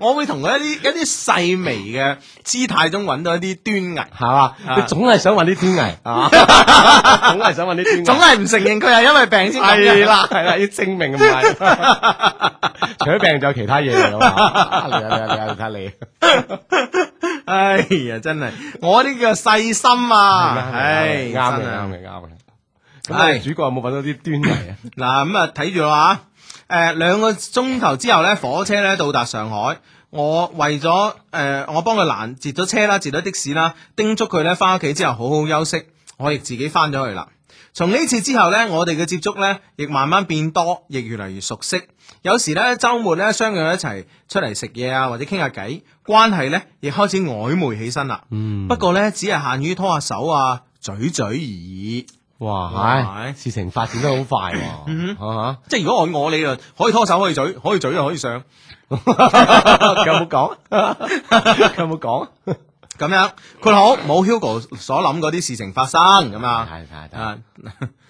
[SPEAKER 1] 我會同佢一啲一啲細微嘅姿態中揾到一啲端
[SPEAKER 2] 係嘛？你總係想揾啲端倪， 啊總係想揾啲
[SPEAKER 1] 倪，總
[SPEAKER 2] 端
[SPEAKER 1] 係
[SPEAKER 2] 倪。
[SPEAKER 1] 唔承認佢係因為病先咁嘅
[SPEAKER 2] 係啦，係啦，要證明唔係。 除咗病，仲有其他嘢嚟㗎嘛？ 啊你啊，你啊，你睇下你。
[SPEAKER 1] 哎呀，真係我呢個細心啊，唉，
[SPEAKER 2] 啱嘅，啱
[SPEAKER 1] 真係
[SPEAKER 2] 嘅，啱嘅。咁你
[SPEAKER 1] 係
[SPEAKER 2] 主角有冇揾到啲端倪啊？
[SPEAKER 1] 嗱咁啊，睇住啦吓，誒、兩個鐘頭之後咧，火車咧到達上海。我為咗誒、我幫佢攔截咗車啦，截咗的士啦，叮囑佢咧翻屋企之後好好休息。我亦自己翻咗去啦。從呢次之後呢，我哋嘅接觸呢亦慢慢變多，亦越嚟越熟悉。有時呢，週末呢，相約一齊出嚟食嘢啊，或者傾下偈，關係呢亦開始曖昧起身啦。
[SPEAKER 2] 嗯
[SPEAKER 1] 不過呢，只係限於拖下手啊、嘴嘴而已。
[SPEAKER 2] 哇，
[SPEAKER 1] 哇
[SPEAKER 2] 唉事情發展得好快喎，啊
[SPEAKER 1] 即係如果按我理論，可以拖手，可以嘴，可以嘴又可以上。
[SPEAKER 2] 哈佢 有冇講？ 佢有冇講？
[SPEAKER 1] 咁樣，佢好冇 Hugo 所諗嗰啲事情發生咁啊
[SPEAKER 2] 係係係，
[SPEAKER 1] 啊！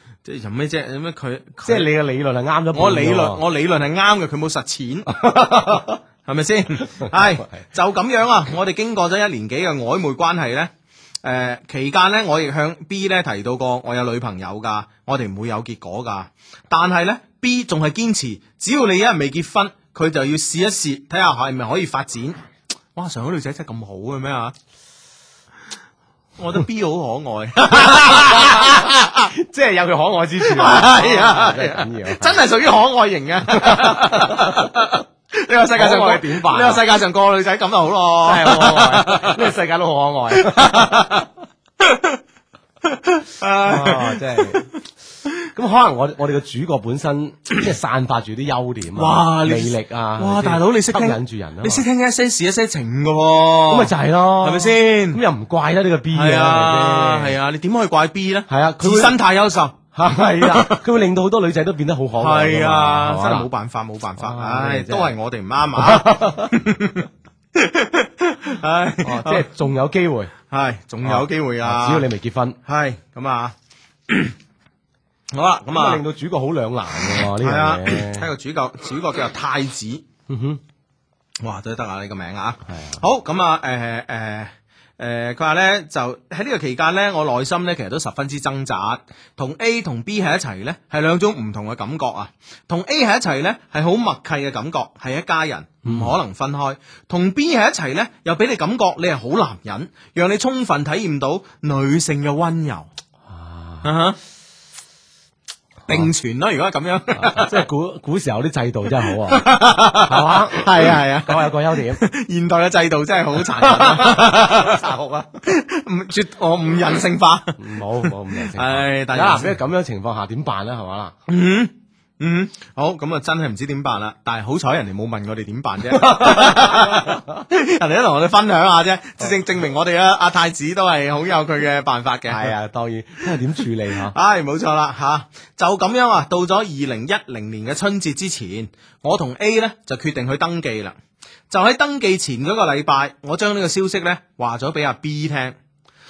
[SPEAKER 1] 即係有咩啫？有咩佢
[SPEAKER 2] 即係
[SPEAKER 1] 佢
[SPEAKER 2] 你嘅理論係啱咗半嘅喎。
[SPEAKER 1] 我理論，我理論係啱嘅，佢冇實踐， 係咪先？係就咁樣啊！我哋經過咗一年幾嘅曖昧關係呢，誒、期間呢，我亦向 B 呢提到過我有女朋友㗎，我哋唔會有結果㗎。但係呢 b 仲係堅持，只要你一日未結婚，佢就要試一試，睇下係咪可以發展。哇！上海女仔真係咁好嘅咩啊？我覺得 B 好可愛。
[SPEAKER 2] 即係有佢可愛之 處啊！
[SPEAKER 1] 係啊
[SPEAKER 2] 真係緊要。
[SPEAKER 1] 真係屬於可愛型 嘅。呢個世界上
[SPEAKER 2] 可
[SPEAKER 1] 個
[SPEAKER 2] 愛典範
[SPEAKER 1] 呢個世界上個女仔咁就好咯。
[SPEAKER 2] 真係好可愛，呢個世界都好可 愛。
[SPEAKER 1] 哦
[SPEAKER 2] 啊，真係。咁可能我我哋嘅主角本 身即係散發住啲優點啊，
[SPEAKER 1] 哇你
[SPEAKER 2] 魅力
[SPEAKER 1] 哇
[SPEAKER 2] 啊，係咪先
[SPEAKER 1] 大佬你識
[SPEAKER 2] 吸
[SPEAKER 1] 聽
[SPEAKER 2] 引住人啊嘛，
[SPEAKER 1] 你識聽一些事一些情嘅
[SPEAKER 2] 咁
[SPEAKER 1] 喎，
[SPEAKER 2] 咪就係咯，
[SPEAKER 1] 係咪？先？
[SPEAKER 2] 咁又唔怪得呢個 B
[SPEAKER 1] 係啊，係
[SPEAKER 2] 啊，
[SPEAKER 1] 啊，你點可以怪 B 咧？
[SPEAKER 2] 係啊佢會
[SPEAKER 1] 自身太優秀。
[SPEAKER 2] 係啊，佢會令到好多女仔都變得好可愛
[SPEAKER 1] 係
[SPEAKER 2] 㗎嘛。
[SPEAKER 1] 啊，真係冇
[SPEAKER 2] 辦
[SPEAKER 1] 辦法，冇辦法，
[SPEAKER 2] 哇
[SPEAKER 1] 唉，都
[SPEAKER 2] 真係
[SPEAKER 1] 係我哋唔啱啊。 唉，
[SPEAKER 2] 法，哦即係仲有機會，
[SPEAKER 1] 係仲有機會啊！
[SPEAKER 2] 只要你未結婚，
[SPEAKER 1] 係咁 啊，好啦，咁
[SPEAKER 2] 咁啊
[SPEAKER 1] 啊
[SPEAKER 2] 啊令。到主角好兩難嘅喎
[SPEAKER 1] 系啊，
[SPEAKER 2] 呢樣
[SPEAKER 1] 睇
[SPEAKER 2] 嘢。
[SPEAKER 1] 個主角，主角叫做太子，
[SPEAKER 2] 嗯哼，
[SPEAKER 1] 哇，都得啊！呢個名啊，
[SPEAKER 2] 係啊
[SPEAKER 1] 好咁啊，誒誒誒，佢話咧就喺呢個期間咧，我內心咧其實都十分之掙扎，同 A 同 B 喺一齊咧係兩種唔同嘅感覺啊，同 A 喺一齊咧係好默契嘅感覺，係一家人。唔可能分開，同 B 喺一齊咧，又俾你感覺你係好男人，讓你充分體驗到女性嘅温柔。
[SPEAKER 2] 啊，
[SPEAKER 1] 啊哈定存咯，如果係咁樣，
[SPEAKER 2] 啊即係古古時候啲制度真係好 啊，係嘛？
[SPEAKER 1] 係啊係啊
[SPEAKER 2] 各有各優點，
[SPEAKER 1] 現代嘅制度真係好殘忍啊，殘酷啊！唔絕我唔人性化。
[SPEAKER 2] 唔好唔好咁樣。
[SPEAKER 1] 唉，大
[SPEAKER 2] 啊
[SPEAKER 1] 家，
[SPEAKER 2] 喺咁樣情況下點辦咧？係嘛啦？
[SPEAKER 1] 嗯嗯，好咁啊，真係唔知點辦啦。但係好彩人哋冇問我哋點辦啫，人哋都同我哋分享下啫，證證明我哋啊阿太子都係好有佢嘅辦法嘅。
[SPEAKER 2] 係啊，當然，因為點處理嚇？
[SPEAKER 1] 唉，冇錯啦吓，就咁樣啊。到咗二零一零年嘅春節之前，我同 A 呢就決定去登記啦。就喺登記前嗰個禮拜，我將呢個消息呢話咗俾阿 B 聽。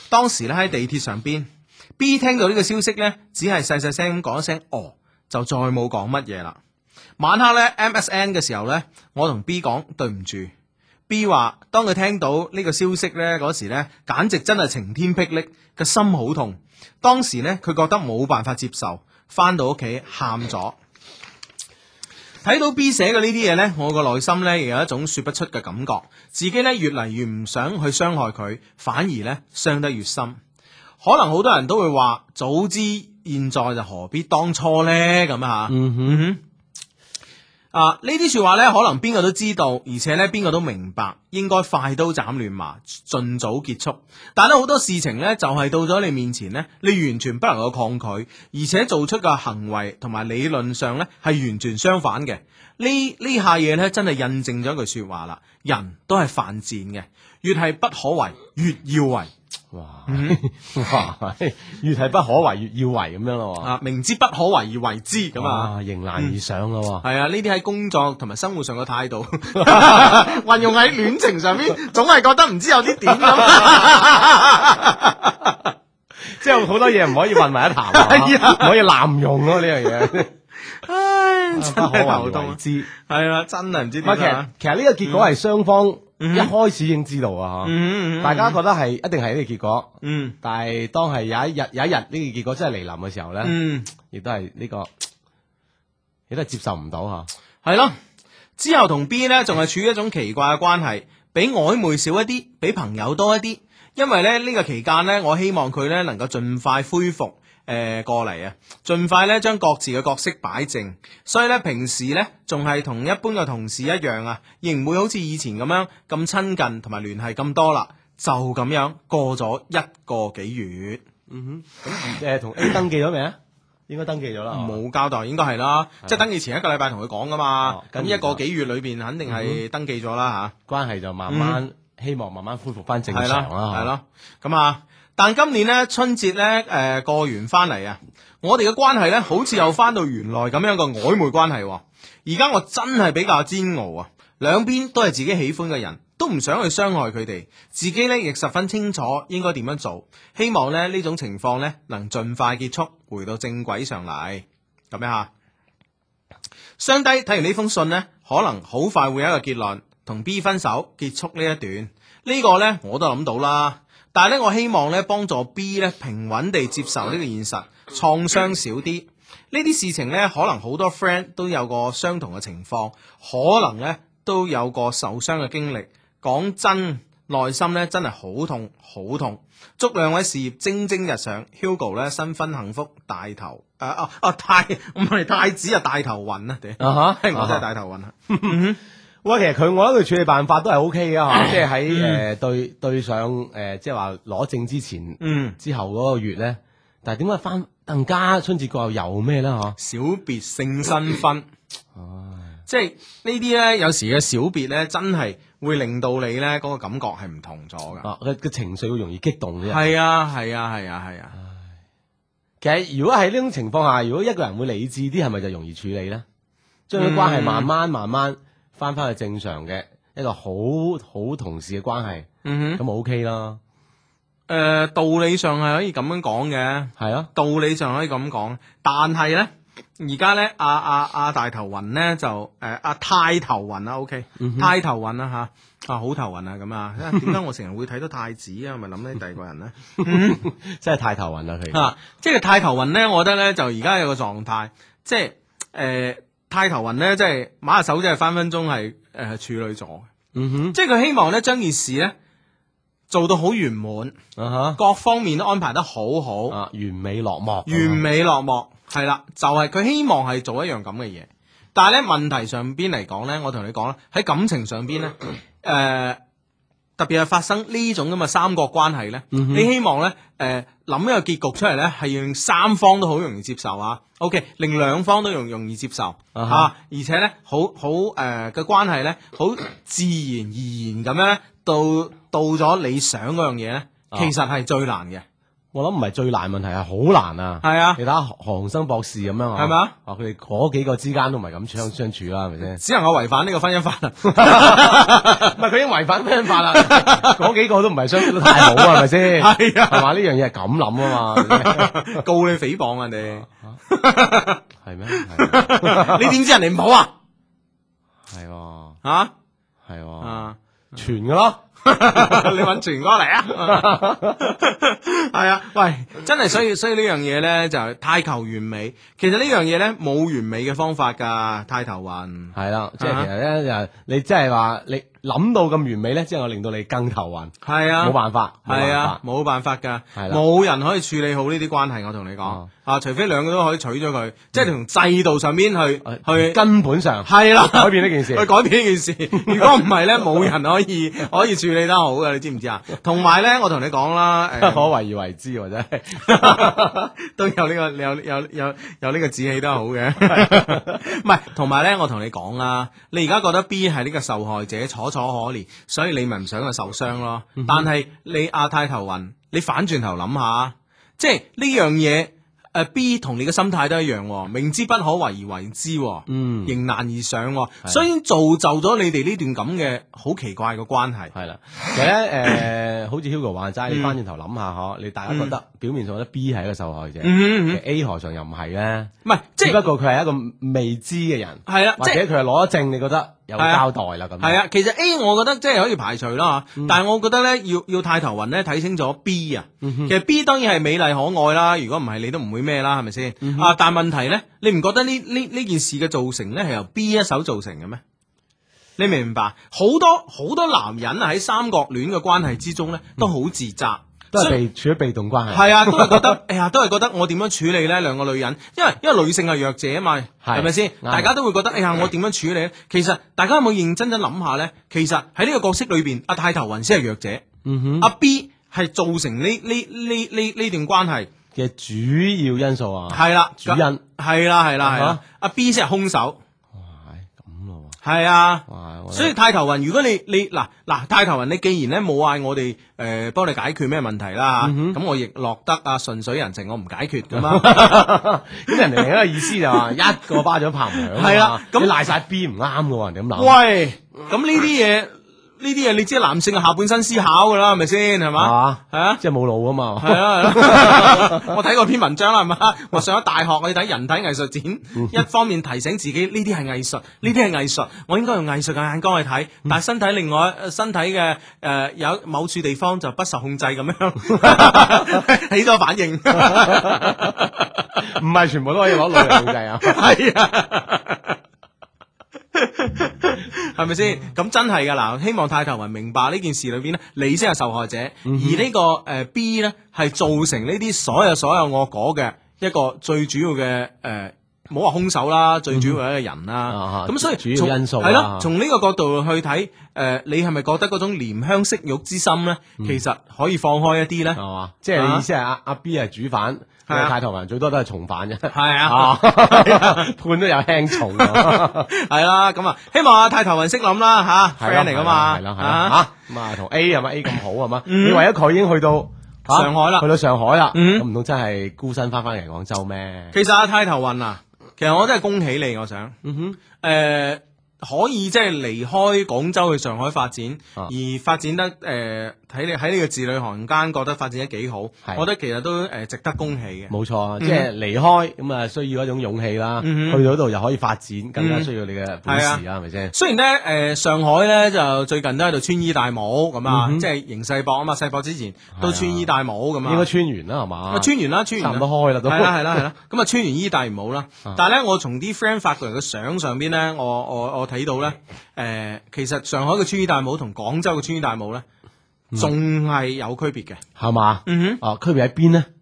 [SPEAKER 1] 當時呢喺地鐵上邊，B 聽到呢個消息呢，只係細細聲咁講一聲哦，就再冇講乜嘢啦。晚黑呢 MSN 嘅時候呢，我同 B 講對唔住。B 話：當佢聽到呢個消息呢，嗰時呢，簡直真係晴天霹靂，個心好痛。當時呢，佢覺得冇辦法接受，翻到屋企喊咗。睇到 B 寫嘅呢啲嘢呢，我個內心呢，亦有一種說不出嘅感覺，自己呢，越嚟越唔想去傷害佢，反而呢，傷得越深。可能好多人都會話：早知現在就何必當初呢？咁啊。
[SPEAKER 2] 嗯哼，
[SPEAKER 1] 啊！呢啲说話呢，可能邊個都知道，而且呢，邊個都明白，應該快刀斬亂麻，盡早結束。但係好多事情呢，就係、到咗你面前呢，你完全不能夠抗拒，而且做出嘅行為同埋理論上呢，係完全相反嘅。呢呢下嘢呢，真係印證咗一句说話啦，人都係犯賤嘅，越係不可為，越要為。
[SPEAKER 2] 哇，
[SPEAKER 1] 嗯
[SPEAKER 2] 哇，越係不可為，越要為咁樣咯喎。
[SPEAKER 1] 啊，明知不可為而為之咁啊。
[SPEAKER 2] 哇，迎難而上咯喎。
[SPEAKER 1] 系啊，呢啲喺工作同埋生活上嘅態 度，運用喺戀情上面，總係覺得唔知有啲點咁。
[SPEAKER 2] 即係好多嘢唔可以混埋一談，啊
[SPEAKER 1] 哎
[SPEAKER 2] 唔可以濫用咯呢樣嘢，
[SPEAKER 1] 唉，真
[SPEAKER 2] 不
[SPEAKER 1] 係
[SPEAKER 2] 可
[SPEAKER 1] 頭
[SPEAKER 2] 為
[SPEAKER 1] 痛
[SPEAKER 2] 為
[SPEAKER 1] 啊！
[SPEAKER 2] 之。
[SPEAKER 1] 係啊，真係唔知
[SPEAKER 2] 唔
[SPEAKER 1] 點
[SPEAKER 2] 係其實
[SPEAKER 1] 啊。嗯
[SPEAKER 2] 其實呢個結果係雙方一開始已經知道啊，嚇
[SPEAKER 1] 嗯嗯嗯
[SPEAKER 2] 大家覺得係一定係呢個結果，
[SPEAKER 1] 嗯
[SPEAKER 2] 但係當係有一日有一日呢個結果真係嚟臨嘅時候咧，
[SPEAKER 1] 嗯，
[SPEAKER 2] 亦都係呢個亦都係接受唔到嚇。
[SPEAKER 1] 係咯。之後同 B 呢，仲係處於一種奇怪嘅關係，比曖昧少一啲，比朋友多一啲。因為咧呢、呢個期間呢，我希望佢呢能夠盡快恢復誒、呃、過嚟啊，盡快呢將各自嘅角色擺正。所以呢，平時呢仲係同一般嘅同事一樣啊，亦唔會好似以前咁樣咁親近同埋聯繫咁多啦。就咁樣過咗一個幾月，
[SPEAKER 2] 誒，同 A 登記咗未啊？應該登記咗啦。係嘛
[SPEAKER 1] 冇交代，應該係啦，即係登記前一個禮拜同佢講噶嘛
[SPEAKER 2] 哦。
[SPEAKER 1] 咁、
[SPEAKER 2] 跟住嗯
[SPEAKER 1] 一個幾月裏邊肯定係登記咗啦嚇。
[SPEAKER 2] 關係就慢慢希望慢慢恢復翻正
[SPEAKER 1] 嗯係
[SPEAKER 2] 常
[SPEAKER 1] 係
[SPEAKER 2] 啊啦。
[SPEAKER 1] 咯，咁啊，但今年咧春節咧，誒、過完翻嚟啊，我哋嘅關係咧，好似又翻到原來咁樣個曖昧關係喎。而家我真係比較煎熬啊，兩邊都係自己喜歡嘅人，都唔想去傷害佢哋，自己咧亦十分清楚應該點樣做，希望咧呢種情況咧能盡快結束，回到正軌上嚟，咁樣嚇。相低睇完呢封信呢，可能好快會有一個結論，同 B 分手，結束呢一段。呢個呢，我都諗到啦，但係呢，我希望呢，幫助 B 呢，平穩地接受呢個現實，創傷少啲。呢啲事情呢，可能好多 friend 都有個相同嘅情況，可能呢，都有個受傷嘅經歷。講真，內心呢，真係好痛，好痛。祝兩位事業蒸蒸日上，Hugo 呢，新婚幸福，大頭誒啊啊太唔係太子啊大頭暈啊，屌
[SPEAKER 2] 啊哈，
[SPEAKER 1] 我真係大頭暈啊！
[SPEAKER 2] 喂，其實佢我覺得佢處理辦法都係 O K 嘅
[SPEAKER 1] 嗯
[SPEAKER 2] 嚇，即係喺誒對對上誒、呃即係話攞證之前
[SPEAKER 1] 嗯，
[SPEAKER 2] 之後嗰個月咧，但係點解翻更加春節過後又咩咧嚇？
[SPEAKER 1] 小別勝新婚，即係呢啲咧，有時嘅小別咧，真係會令到你咧嗰個感覺係唔同咗噶。
[SPEAKER 2] 啊，佢嘅情緒會容易激動嘅。
[SPEAKER 1] 係啊，係啊，係啊，係啊。
[SPEAKER 2] 其實如果喺呢種情況下，如果一個人會理智啲，係咪就容易處理咧？將啲
[SPEAKER 1] 嗯
[SPEAKER 2] 關係慢慢慢慢翻翻去正常嘅一個好好同事嘅關係，
[SPEAKER 1] 嗯哼，
[SPEAKER 2] 咁 O K 啦，
[SPEAKER 1] 誒、道理上係可以咁樣講嘅，
[SPEAKER 2] 係咯，
[SPEAKER 1] 道理上可以咁講，但係咧，而家咧，阿阿阿大頭雲咧就誒阿太頭雲啊，OK，太頭雲啦吓，啊好頭雲啊咁啊，啊點解我成日會睇到太子啊？咪諗起第二個人咧？
[SPEAKER 2] 真係太頭暈啦佢。
[SPEAKER 1] 啊，即係太頭雲咧，我覺得咧就而家有個狀態，即係誒、呃太頭雲咧，即係馬下手，即係分分鐘係誒、呃、處女座嘅，
[SPEAKER 2] 嗯
[SPEAKER 1] 即係佢希望咧將件事咧做到好圓滿，
[SPEAKER 2] 哼，啊
[SPEAKER 1] 各方面都安排得好
[SPEAKER 2] 哈，
[SPEAKER 1] 好，
[SPEAKER 2] 啊完美落幕。
[SPEAKER 1] 完美落幕，係啦，就係、佢希望係做一樣咁嘅嘢，但係咧問題上邊嚟講咧，我同你講啦，喺感情上邊 咧，誒、特別係發生呢種咁嘅三角關係咧，
[SPEAKER 2] 嗯
[SPEAKER 1] 你希望咧，誒、諗一個結局出嚟咧，係讓三方都好容易接受啊，OK，令兩方都容容易接受
[SPEAKER 2] 啊
[SPEAKER 1] 啊
[SPEAKER 2] 哈
[SPEAKER 1] 而且咧，好好誒嘅、關係咧，好自然而然咁樣咧，到到咗你想嗰樣嘢咧，
[SPEAKER 2] 啊
[SPEAKER 1] 其實係最難嘅，
[SPEAKER 2] 我諗唔係最難問題，係好難啊。
[SPEAKER 1] 係啊
[SPEAKER 2] 你睇下韓生博士咁樣啊，
[SPEAKER 1] 係咪啊？
[SPEAKER 2] 啊，佢哋嗰幾個之間都唔係咁相相處啦，係咪先？
[SPEAKER 1] 只能夠違反呢個婚姻法啦。
[SPEAKER 2] 唔係佢已經違反咩法啦？ 嗰幾個都唔係相處得太好啊，係咪先？
[SPEAKER 1] 係啊
[SPEAKER 2] 係嘛？呢樣嘢係咁諗啊 嘛，
[SPEAKER 1] 告你诽谤啊 你！
[SPEAKER 2] 係咩？係
[SPEAKER 1] 你點知人哋唔好 啊？
[SPEAKER 2] 係喎，
[SPEAKER 1] 啊
[SPEAKER 2] 係 喎，
[SPEAKER 1] 啊！
[SPEAKER 2] 傳嘅咯。
[SPEAKER 1] 你揾全哥嚟啊！ 係啊，喂，真係所以所以呢樣嘢咧就係太求完美。其實呢樣嘢咧冇完美嘅方法㗎，太頭暈。
[SPEAKER 2] 係啦，即係
[SPEAKER 1] 啊
[SPEAKER 2] 其實咧就係你即係話你諗到咁完美咧，即係我令到你更頭暈，
[SPEAKER 1] 係啊，
[SPEAKER 2] 冇辦法，冇
[SPEAKER 1] 係
[SPEAKER 2] 辦
[SPEAKER 1] 啊
[SPEAKER 2] 法，，
[SPEAKER 1] 冇辦法㗎，
[SPEAKER 2] 係啦
[SPEAKER 1] 冇人可以處理好呢啲關係。我同你講
[SPEAKER 2] 哦嗯
[SPEAKER 1] 啊，除非兩個都可以娶咗佢，即係從制度上邊去
[SPEAKER 2] 誒
[SPEAKER 1] 去
[SPEAKER 2] 根本 上
[SPEAKER 1] 係啦。
[SPEAKER 2] 改變呢 件事
[SPEAKER 1] 去。改變呢件事。如果唔係咧，冇人可以 可以處理得好嘅，你知唔知啊？同埋咧，我同你講啦， 誒、
[SPEAKER 2] 可為而為之喎，真係。
[SPEAKER 1] 都有呢、個有有有有呢個志氣都係好嘅，唔係同埋咧，我同你講啦，你而家覺得 B 係呢個受害者楚楚可憐，所以你咪唔想佢受傷咯。但係你阿太頭暈，你反轉頭諗下，即係呢樣嘢。誒 B 同你嘅心態都一樣喎，明知不可為而為之喎，
[SPEAKER 2] 嗯
[SPEAKER 1] 迎難而上喎，所以造就咗你哋呢段咁嘅好奇怪嘅關係。
[SPEAKER 2] 係啦，其實咧誒，好似 Hugo 話
[SPEAKER 1] 嗯
[SPEAKER 2] 齋，你翻轉頭諗下嗬，你大家覺得表面上覺得 B 係一個受害者
[SPEAKER 1] 嗯嗯嗯
[SPEAKER 2] 其實，A 何嘗又唔係咧？
[SPEAKER 1] 唔係即
[SPEAKER 2] 只
[SPEAKER 1] 係
[SPEAKER 2] 不過佢係一個未知嘅人，
[SPEAKER 1] 係啦，
[SPEAKER 2] 或
[SPEAKER 1] 即
[SPEAKER 2] 者啊
[SPEAKER 1] 係。
[SPEAKER 2] 佢係攞咗證，你覺得有
[SPEAKER 1] 係啊
[SPEAKER 2] 交代啦咁。
[SPEAKER 1] 系，啊，其實 A 我覺得即係可以排除啦，
[SPEAKER 2] 嗯
[SPEAKER 1] 但係我覺得咧要要太頭暈咧睇清楚 B 啊，
[SPEAKER 2] 嗯
[SPEAKER 1] 其實 B 當然係美麗可愛啦，如果唔係你都唔會咩啦，係咪先？
[SPEAKER 2] 嗯
[SPEAKER 1] 啊，但問題咧，你唔覺得呢呢呢件事嘅造成咧係由 B 一手造成嘅咩？你明唔明白？好多好多男人啊喺三角戀嘅關係之中咧都好自責，
[SPEAKER 2] 都係
[SPEAKER 1] 所以
[SPEAKER 2] 被處於被動關係。
[SPEAKER 1] 係啊，都係覺得， 哎呀，都係覺得我點樣處理呢？兩個女人，因為因為女性係弱者啊嘛，係咪先？
[SPEAKER 2] 啱
[SPEAKER 1] 大家都會覺得，哎呀，我點樣處理呢？其實大家有冇認真真諗下呢？其實喺呢個角色裏邊，阿太頭雲先係弱者，
[SPEAKER 2] 嗯哼，
[SPEAKER 1] 阿 B 係造成呢呢呢呢呢段關係，
[SPEAKER 2] 嘅主要因素啊，
[SPEAKER 1] 係啦，
[SPEAKER 2] 主因。哇，
[SPEAKER 1] 係啦係啦係
[SPEAKER 2] 啊
[SPEAKER 1] 啦，阿 B 先係兇手，
[SPEAKER 2] 咁咯
[SPEAKER 1] 係啊
[SPEAKER 2] 喎，。哇！我
[SPEAKER 1] 所以太頭雲，如果你你嗱嗱太頭雲，你既然咧冇嗌我哋誒幫你解決咩問題啦
[SPEAKER 2] 嗯
[SPEAKER 1] 嚇咁、我亦落得啊順水人情，我唔解決咁 啊。
[SPEAKER 2] 咁人哋另一個意思就話一個巴掌拍唔響啊嘛，
[SPEAKER 1] 係啦咁
[SPEAKER 2] 你賴晒 B 唔啱嘅喎，人哋咁諗。
[SPEAKER 1] 喂，咁呢啲嘢，呢啲嘢你知男性係下半身思考噶啦，係咪先？係嘛？
[SPEAKER 2] 啊，
[SPEAKER 1] 係啊。
[SPEAKER 2] 即係冇腦啊嘛。
[SPEAKER 1] 係啊，係啊我睇過篇文章啦，係嘛？我上咗大學，我要睇人體藝術展，一方面提醒自己呢啲係藝術，呢啲係藝術，我應該用藝術嘅眼光去睇，但係身體另外呃身體嘅誒有某處地方就不受控制咁樣起咗反應。。
[SPEAKER 2] 唔係全部都可以攞腦嚟控制啊
[SPEAKER 1] 系啊。系咪先？咁真係噶嗱，希望太頭雲明白呢件事裏邊咧，你先係受害者，
[SPEAKER 2] 嗯
[SPEAKER 1] 而呢、個誒、呃 B 咧係造成呢啲所有所有惡果嘅一個最主要嘅誒，唔好話兇手啦，最主要係一個人啦
[SPEAKER 2] 啊。
[SPEAKER 1] 咁、所以
[SPEAKER 2] 主要因素
[SPEAKER 1] 係
[SPEAKER 2] 啦
[SPEAKER 1] 咯，從呢個角度去睇，誒、你係咪覺得嗰種憐香惜玉之心咧，
[SPEAKER 2] 嗯
[SPEAKER 1] 其實可以放開一啲咧？
[SPEAKER 2] 係嘛？即係你意思係阿阿 B 係主犯，
[SPEAKER 1] 啊係啊
[SPEAKER 2] 太頭人最多都係從 犯啫。
[SPEAKER 1] 係
[SPEAKER 2] 啊， 判都有輕重啊，
[SPEAKER 1] 系啦，咁啊，希望阿太頭雲識諗啦吓
[SPEAKER 2] 係啦
[SPEAKER 1] ，friend 嚟噶嘛，
[SPEAKER 2] 係啦
[SPEAKER 1] 啊
[SPEAKER 2] 係
[SPEAKER 1] 嗯
[SPEAKER 2] 啦嚇咁啊，同 A 係咪 A 咁好啊嘛？你為咗佢已經去到嚇
[SPEAKER 1] 上海啦
[SPEAKER 2] 去到上海啦，
[SPEAKER 1] 嗯
[SPEAKER 2] 咁唔通真係孤身翻返嚟廣州咩？
[SPEAKER 1] 其實阿太頭運啊，其實我真係恭喜你，我想，誒、
[SPEAKER 2] 嗯哼，
[SPEAKER 1] 可以即係離開廣州去上海發展，
[SPEAKER 2] 啊
[SPEAKER 1] 而發展得誒睇、你喺你嘅字裏行間覺得發展得幾好，
[SPEAKER 2] 係
[SPEAKER 1] 我覺得其實都誒、呃值得恭喜嘅。
[SPEAKER 2] 冇錯啊，
[SPEAKER 1] 嗯
[SPEAKER 2] 即係離開咁啊，需要一種勇氣啦。
[SPEAKER 1] 嗯
[SPEAKER 2] 去到嗰度又可以發展，更加
[SPEAKER 1] 嗯啊
[SPEAKER 2] 需要你嘅本事啊啦，係咪先？
[SPEAKER 1] 雖然咧，誒、上海咧就最近都喺度穿衣戴帽咁啊，
[SPEAKER 2] 嗯哼
[SPEAKER 1] 即係迎世博啊嘛，世博之前
[SPEAKER 2] 係
[SPEAKER 1] 都
[SPEAKER 2] 啊
[SPEAKER 1] 穿衣戴帽咁啊，
[SPEAKER 2] 應該穿完啦，係嘛
[SPEAKER 1] 啊？穿完啦，穿
[SPEAKER 2] 差
[SPEAKER 1] 完
[SPEAKER 2] 唔
[SPEAKER 1] 啦
[SPEAKER 2] 多開啦，都
[SPEAKER 1] 係啦係啦係啦，咁啊穿完衣戴唔好啦
[SPEAKER 2] 啊。
[SPEAKER 1] 但係咧，我從啲 friend 發過嚟嘅相上邊咧，我我我睇到咧，誒、
[SPEAKER 2] 嗯
[SPEAKER 1] 其實上海嘅穿衣戴帽同廣州嘅穿衣戴帽咧，
[SPEAKER 2] 嗯
[SPEAKER 1] 仲係有區別嘅。
[SPEAKER 2] 係嘛？
[SPEAKER 1] 嗯
[SPEAKER 2] 啊，區別喺邊咧？
[SPEAKER 1] 哼，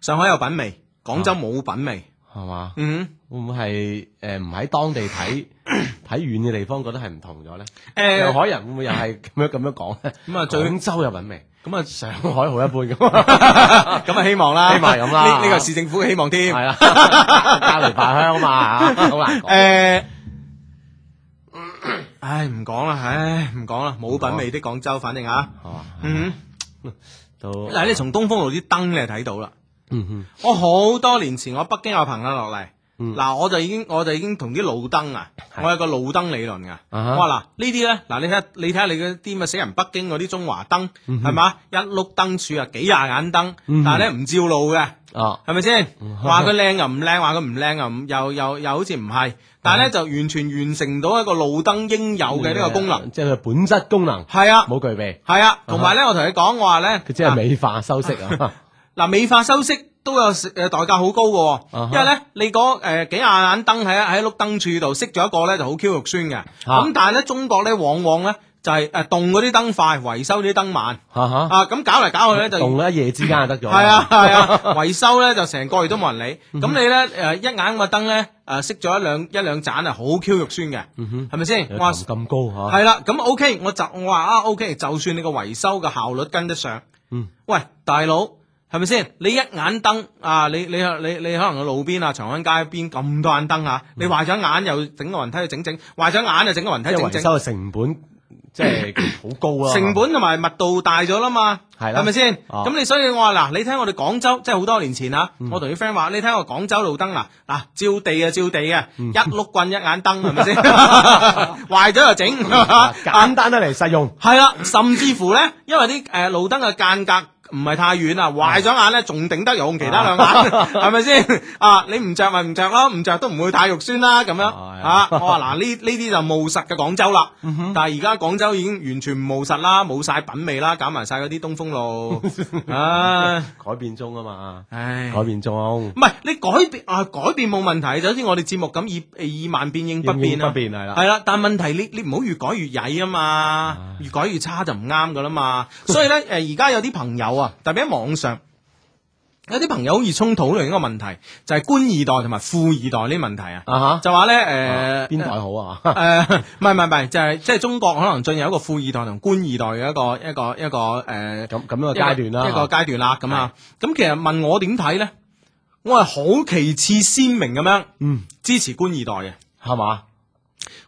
[SPEAKER 1] 上海有品味，廣
[SPEAKER 2] 啊
[SPEAKER 1] 州冇品味。
[SPEAKER 2] 係嘛？
[SPEAKER 1] 嗯
[SPEAKER 2] 會唔會係誒唔喺當地 睇睇遠嘅地方，覺得係唔同咗咧？
[SPEAKER 1] 嗯哼，
[SPEAKER 2] 上
[SPEAKER 1] 誒
[SPEAKER 2] 海人會唔會又係咁樣咁樣講咧？
[SPEAKER 1] 咁啊最
[SPEAKER 2] 廣州有品味，
[SPEAKER 1] 咁啊
[SPEAKER 2] 上海好一般咁，
[SPEAKER 1] 咁啊希望啦，
[SPEAKER 2] 希望係咁啦
[SPEAKER 1] 呢呢個係市政府嘅希望
[SPEAKER 2] 係
[SPEAKER 1] 添。
[SPEAKER 2] 啦，隔離飯 香啊嘛，好難講。
[SPEAKER 1] 誒。唉，唔講啦，唉，唔講啦，冇品味的廣州，反正吓，
[SPEAKER 2] 係嘛
[SPEAKER 1] 嗯
[SPEAKER 2] 都
[SPEAKER 1] 哼，嗱，你從東風路啲燈你係睇到啦，
[SPEAKER 2] 嗯哼
[SPEAKER 1] 我好多年前我北京有朋友落嚟，
[SPEAKER 2] 嗯
[SPEAKER 1] 嗱、我就已經我就已經同啲路燈啊，我有個路燈理論噶，
[SPEAKER 2] 啊哈
[SPEAKER 1] 我話嗱呢啲咧，嗱你睇下你睇下你嗰啲咪死人北京嗰啲中華燈係嘛、一碌燈柱啊幾廿眼燈，
[SPEAKER 2] 嗯嗯哼
[SPEAKER 1] 但係咧唔照路嘅。
[SPEAKER 2] 啊
[SPEAKER 1] 係咪先
[SPEAKER 2] 嗯？
[SPEAKER 1] 話佢靚又唔靚，話佢唔靚又唔又又又好似唔係，但係
[SPEAKER 2] 嗯
[SPEAKER 1] 咧就完全完成到一個路燈應有嘅呢個功能。，
[SPEAKER 2] 即係佢本質功能
[SPEAKER 1] 係啊，
[SPEAKER 2] 冇具備，
[SPEAKER 1] 係啊，同埋咧我同你講，我話咧
[SPEAKER 2] 佢只係美化修飾啊。
[SPEAKER 1] 嗱，美化修飾都有誒代價好高嘅
[SPEAKER 2] 啊哈
[SPEAKER 1] 喎，因為咧你嗰誒幾廿眼燈喺喺碌燈柱度熄咗一個咧就好 Q 肉酸嘅，咁但係咧中國咧往往咧就係誒動嗰啲燈快，維修啲燈慢
[SPEAKER 2] 吓吓，
[SPEAKER 1] 啊，咁搞嚟搞去咧就
[SPEAKER 2] 動咗一夜之間就得咗。
[SPEAKER 1] 係啊， 係啊，維修咧就成個月都冇人理，咁你咧誒一眼個燈咧誒熄咗一兩一兩盞啊，好 Q 肉酸嘅，係咪先？
[SPEAKER 2] 嗯有
[SPEAKER 1] 我話
[SPEAKER 2] 琴咁高啊吓，
[SPEAKER 1] 係啦，咁 OK，我就我話啊 OK，就算你個維修嘅效率跟得上，
[SPEAKER 2] 嗯，
[SPEAKER 1] 喂大佬係咪先？你一眼燈啊，你你你你可能個路邊啊，長安街邊咁多眼燈啊，
[SPEAKER 2] 嗯
[SPEAKER 1] 你壞咗眼又整個雲梯去整整，壞咗眼就整個雲
[SPEAKER 2] 即係
[SPEAKER 1] 梯整
[SPEAKER 2] 維
[SPEAKER 1] 整
[SPEAKER 2] 修。嘅成本 即係好高啦。
[SPEAKER 1] 成本同埋密度大咗啦嘛，
[SPEAKER 2] 係啦
[SPEAKER 1] 係咪先？
[SPEAKER 2] 啊嗯
[SPEAKER 1] 咁你所以我話嗱，你睇我哋廣州，即係好多年前啊，我同啲 friend 話，你睇我廣州路燈嗱嗱照地啊照地啊，
[SPEAKER 2] 嗯
[SPEAKER 1] 一碌棍一眼燈係咪 先？壞咗又整，
[SPEAKER 2] 啊
[SPEAKER 1] 係
[SPEAKER 2] 簡單得嚟實用。
[SPEAKER 1] 啦，啊甚至乎咧，因為啲誒路燈嘅間隔。唔係太遠啊，壞咗眼咧，仲頂得用其他兩眼， 係咪先？啊，你唔着咪唔着咯，唔着都唔會太肉酸啦，咁樣
[SPEAKER 2] 係
[SPEAKER 1] 啊。嗯我話嗱，呢呢啲就務實嘅廣州啦。但係而家廣州已經完全唔務實啦，冇晒品味啦，搞埋晒嗰啲東風 路，啊，
[SPEAKER 2] 改變中啊嘛，
[SPEAKER 1] 唉。
[SPEAKER 2] 改變中，
[SPEAKER 1] 唔係你改變啊，改變冇問題，就好似我哋節目咁，以以萬變應不變
[SPEAKER 2] 不
[SPEAKER 1] 啊，
[SPEAKER 2] 變係啦。
[SPEAKER 1] 係啦。但問題你你唔好越改越曳啊嘛，越改越差就唔啱噶啦嘛。所以咧， 誒而家有啲朋友啊，特別喺網上，有啲朋友好熱衷討論一個問題，就係、官二代同埋富二代呢問題啊，
[SPEAKER 2] 啊
[SPEAKER 1] 就話咧誒。
[SPEAKER 2] 吓，邊代好啊？
[SPEAKER 1] 誒，唔係唔係唔係，就係即係中國可能進入一個富二代同官二代嘅一個一個一個誒
[SPEAKER 2] 咁咁樣嘅階段啦，
[SPEAKER 1] 一個階段啦咁啊。咁其實問我點睇咧，我係好旗幟鮮明咁樣
[SPEAKER 2] 嗯，
[SPEAKER 1] 支持官二代嘅。
[SPEAKER 2] 係嘛？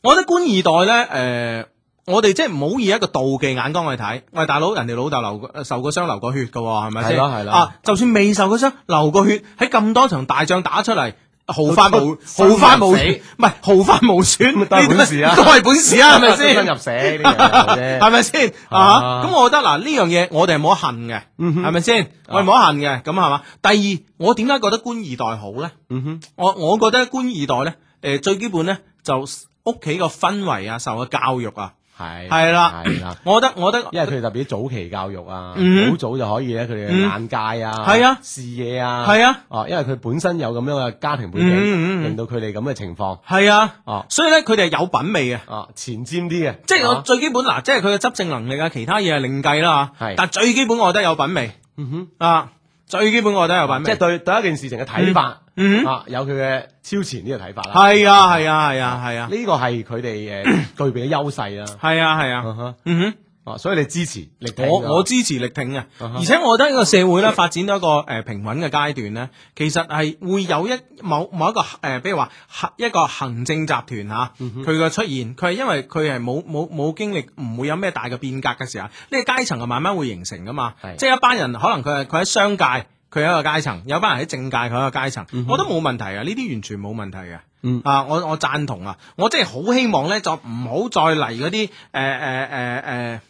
[SPEAKER 1] 我覺得官二代咧，誒、我哋即係唔好以一個妒忌眼光去睇。喂，大佬，人哋老豆流過受過傷、流過血噶，係咪先？
[SPEAKER 2] 係咯係咯
[SPEAKER 1] 啊，就算未受過傷、流過血，喺咁多場大仗打出嚟。毫髮無
[SPEAKER 2] 都
[SPEAKER 1] 毫髮無
[SPEAKER 2] 身人
[SPEAKER 1] 唔係毫髮無損，
[SPEAKER 2] 都係本事啊
[SPEAKER 1] 呢啲都係本事 啊，係咪
[SPEAKER 2] 出
[SPEAKER 1] 先
[SPEAKER 2] 生？入社呢樣 嘢啫。
[SPEAKER 1] 係咪先啊？咁我覺得嗱呢樣嘢我哋係冇得恨嘅，
[SPEAKER 2] 嗯
[SPEAKER 1] 係咪先？我哋冇得恨嘅，咁係嘛？第二，我點解覺得官二代好咧？
[SPEAKER 2] 嗯哼，
[SPEAKER 1] 我我覺得官二代咧，诶最基本咧就屋企個氛圍啊，受嘅教育啊，
[SPEAKER 2] 係
[SPEAKER 1] 係啦
[SPEAKER 2] 係啦。
[SPEAKER 1] 我覺得我覺得
[SPEAKER 2] 因為佢哋特別早期教育啊，
[SPEAKER 1] 嗯
[SPEAKER 2] 好早就可以咧，佢哋嘅眼界啊，
[SPEAKER 1] 係啊
[SPEAKER 2] 視野啊，
[SPEAKER 1] 係啊
[SPEAKER 2] 哦，因為佢本身有咁樣嘅家庭背景，
[SPEAKER 1] 嗯嗯嗯
[SPEAKER 2] 令到佢哋咁嘅情況，
[SPEAKER 1] 係啊，
[SPEAKER 2] 哦，
[SPEAKER 1] 所以咧佢哋係有品味嘅。
[SPEAKER 2] 啊，前瞻啲嘅，
[SPEAKER 1] 即係我
[SPEAKER 2] 啊
[SPEAKER 1] 最基本嗱，即係佢嘅執政能力啊，其他嘢係另計啦吓
[SPEAKER 2] 係
[SPEAKER 1] 但最基本我覺得有品味
[SPEAKER 2] 嗯哼，
[SPEAKER 1] 啊，最基本我覺得有品
[SPEAKER 2] 啊即係
[SPEAKER 1] 味。
[SPEAKER 2] 對對一件事情嘅睇法，
[SPEAKER 1] 嗯哼，
[SPEAKER 2] 啊，有佢嘅超前啲嘅睇法啦，
[SPEAKER 1] 係啊係啊係啊係啊
[SPEAKER 2] 呢個係 佢哋誒具備嘅優勢啦，
[SPEAKER 1] 係啊係
[SPEAKER 2] 啊
[SPEAKER 1] 啊，
[SPEAKER 2] 哈
[SPEAKER 1] 嗯哼。
[SPEAKER 2] 啊，所以你支持力挺
[SPEAKER 1] 我
[SPEAKER 2] 啊
[SPEAKER 1] 我支持力挺嘅，
[SPEAKER 2] 哈
[SPEAKER 1] 而且我覺得呢個社會咧發展到一個誒、呃平穩嘅階段咧，其實係會有一某某一個誒、呃比如話行一個行政集團嚇，
[SPEAKER 2] 嗯
[SPEAKER 1] 佢嘅、出現，佢係因為佢係冇冇冇經歷，唔會有咩啊大嘅變革嘅時候，呢、個階層係慢慢會形成噶嘛
[SPEAKER 2] 係，
[SPEAKER 1] 即係一班人可能佢係佢喺商界。佢有一個階層，有班人喺政界佢有一個階層，我覺得冇問題嘅，呢啲完全冇問題嘅。
[SPEAKER 2] 嗯
[SPEAKER 1] 啊，我我贊同啊，我真係好希望咧，就唔好再嚟嗰啲誒呃誒誒誒，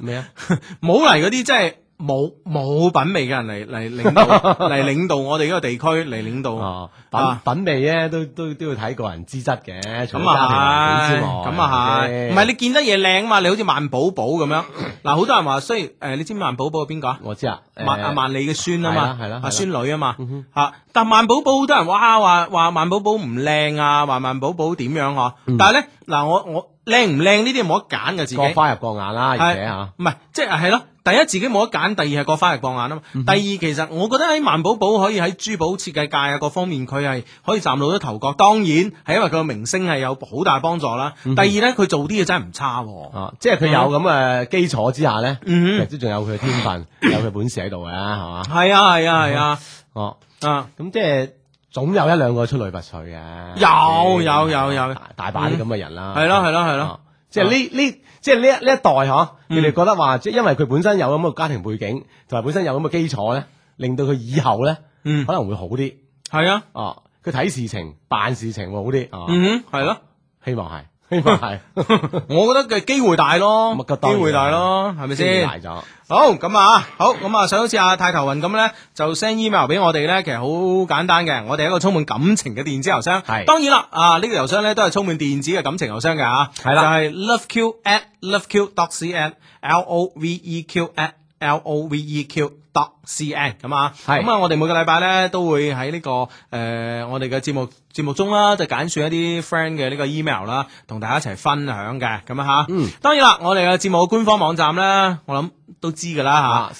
[SPEAKER 2] 咩 啊？
[SPEAKER 1] 唔好嚟嗰啲即係冇冇品味嘅人嚟嚟 領導嚟領導我哋呢個地區嚟領導。
[SPEAKER 2] 哦，
[SPEAKER 1] 啊
[SPEAKER 2] 品品味咧都都都要睇個人資質嘅，除咗
[SPEAKER 1] 咁
[SPEAKER 2] 家
[SPEAKER 1] 啊
[SPEAKER 2] 庭
[SPEAKER 1] 係，
[SPEAKER 2] 環境之外
[SPEAKER 1] 咁啊係，唔係，你見得嘢靚嘛？你好似萬寶寶咁樣。嗱，好多人話，雖然誒，你知唔知萬寶寶係邊個啊？
[SPEAKER 2] 我知啊，誒
[SPEAKER 1] 萬啊萬里嘅孫啊嘛，
[SPEAKER 2] 係啦係啦係啦
[SPEAKER 1] 啊孫女啊嘛
[SPEAKER 2] 嗯哼，
[SPEAKER 1] 吓，但萬寶寶好多人哇話話萬寶寶唔靚啊，話萬寶寶點樣嗬？但係咧嗱，我我靚唔靚呢啲冇得揀嘅自己，
[SPEAKER 2] 嗯各花入各眼啦，而且
[SPEAKER 1] 係
[SPEAKER 2] 嚇，
[SPEAKER 1] 唔係即係係咯。第一自己冇得揀，第二係各花入各眼啊嘛。
[SPEAKER 2] 嗯
[SPEAKER 1] 第二其實我覺得喺萬寶寶可以喺珠寶設計界啊各方面佢係可以嶄露咗頭角，當然係因為佢個明星係有好大幫助啦。
[SPEAKER 2] 嗯
[SPEAKER 1] 第二咧佢做啲嘢真係唔差喎。
[SPEAKER 2] 啊，即係佢有咁嘅基礎之下咧，
[SPEAKER 1] 嗯
[SPEAKER 2] 其實都仲有佢嘅天 分，有佢本事喺度嘅，係嘛？
[SPEAKER 1] 係啊係啊係啊
[SPEAKER 2] 哦，
[SPEAKER 1] 啊！
[SPEAKER 2] 咁即係總有一兩個出類拔萃嘅，
[SPEAKER 1] 有有有有嗯
[SPEAKER 2] 大大把啲咁嘅人啦，
[SPEAKER 1] 係咯係咯係咯嗯
[SPEAKER 2] 啊，即係呢呢，即係呢一呢一代嗬，你哋覺得話，即係因為佢本身有咁嘅家庭背景，同埋本身有咁嘅基礎咧，令到佢以後咧，
[SPEAKER 1] 嗯
[SPEAKER 2] 可能會好啲，
[SPEAKER 1] 係啊，
[SPEAKER 2] 哦，佢睇事情、辦事情會好啲，啊，
[SPEAKER 1] 嗯哼，係咯。
[SPEAKER 2] 希望係， 希望係，
[SPEAKER 1] 我覺得嘅機會大咯，
[SPEAKER 2] 咁啊當
[SPEAKER 1] 機
[SPEAKER 2] 然
[SPEAKER 1] 會大咯， 係咪
[SPEAKER 2] 大
[SPEAKER 1] 先？
[SPEAKER 2] 咗，
[SPEAKER 1] 好咁啊，好咁啊，想好似阿太頭雲咁咧，就 send email 俾我哋咧，其實好簡單嘅，我哋係一個充滿感情嘅電子郵箱。
[SPEAKER 2] 係
[SPEAKER 1] 當然啦，啊呢個郵箱咧都係充滿電子嘅感情郵箱嘅嚇，
[SPEAKER 2] 係啦
[SPEAKER 1] 就係 loveq at loveq dot cn，l o v e q at l o v e q dot cn 咁啊，
[SPEAKER 2] 係
[SPEAKER 1] 咁啊，我哋每個禮拜咧都會喺呢、個誒、呃我哋嘅節目節目中啦，就揀選一啲 friend 嘅呢個 email 啦，同大家一齊分享嘅咁啊嚇。
[SPEAKER 2] 嗯，
[SPEAKER 1] 當然啦，我哋嘅節目嘅官方網站咧，我諗都知㗎啦嚇。
[SPEAKER 2] 啊，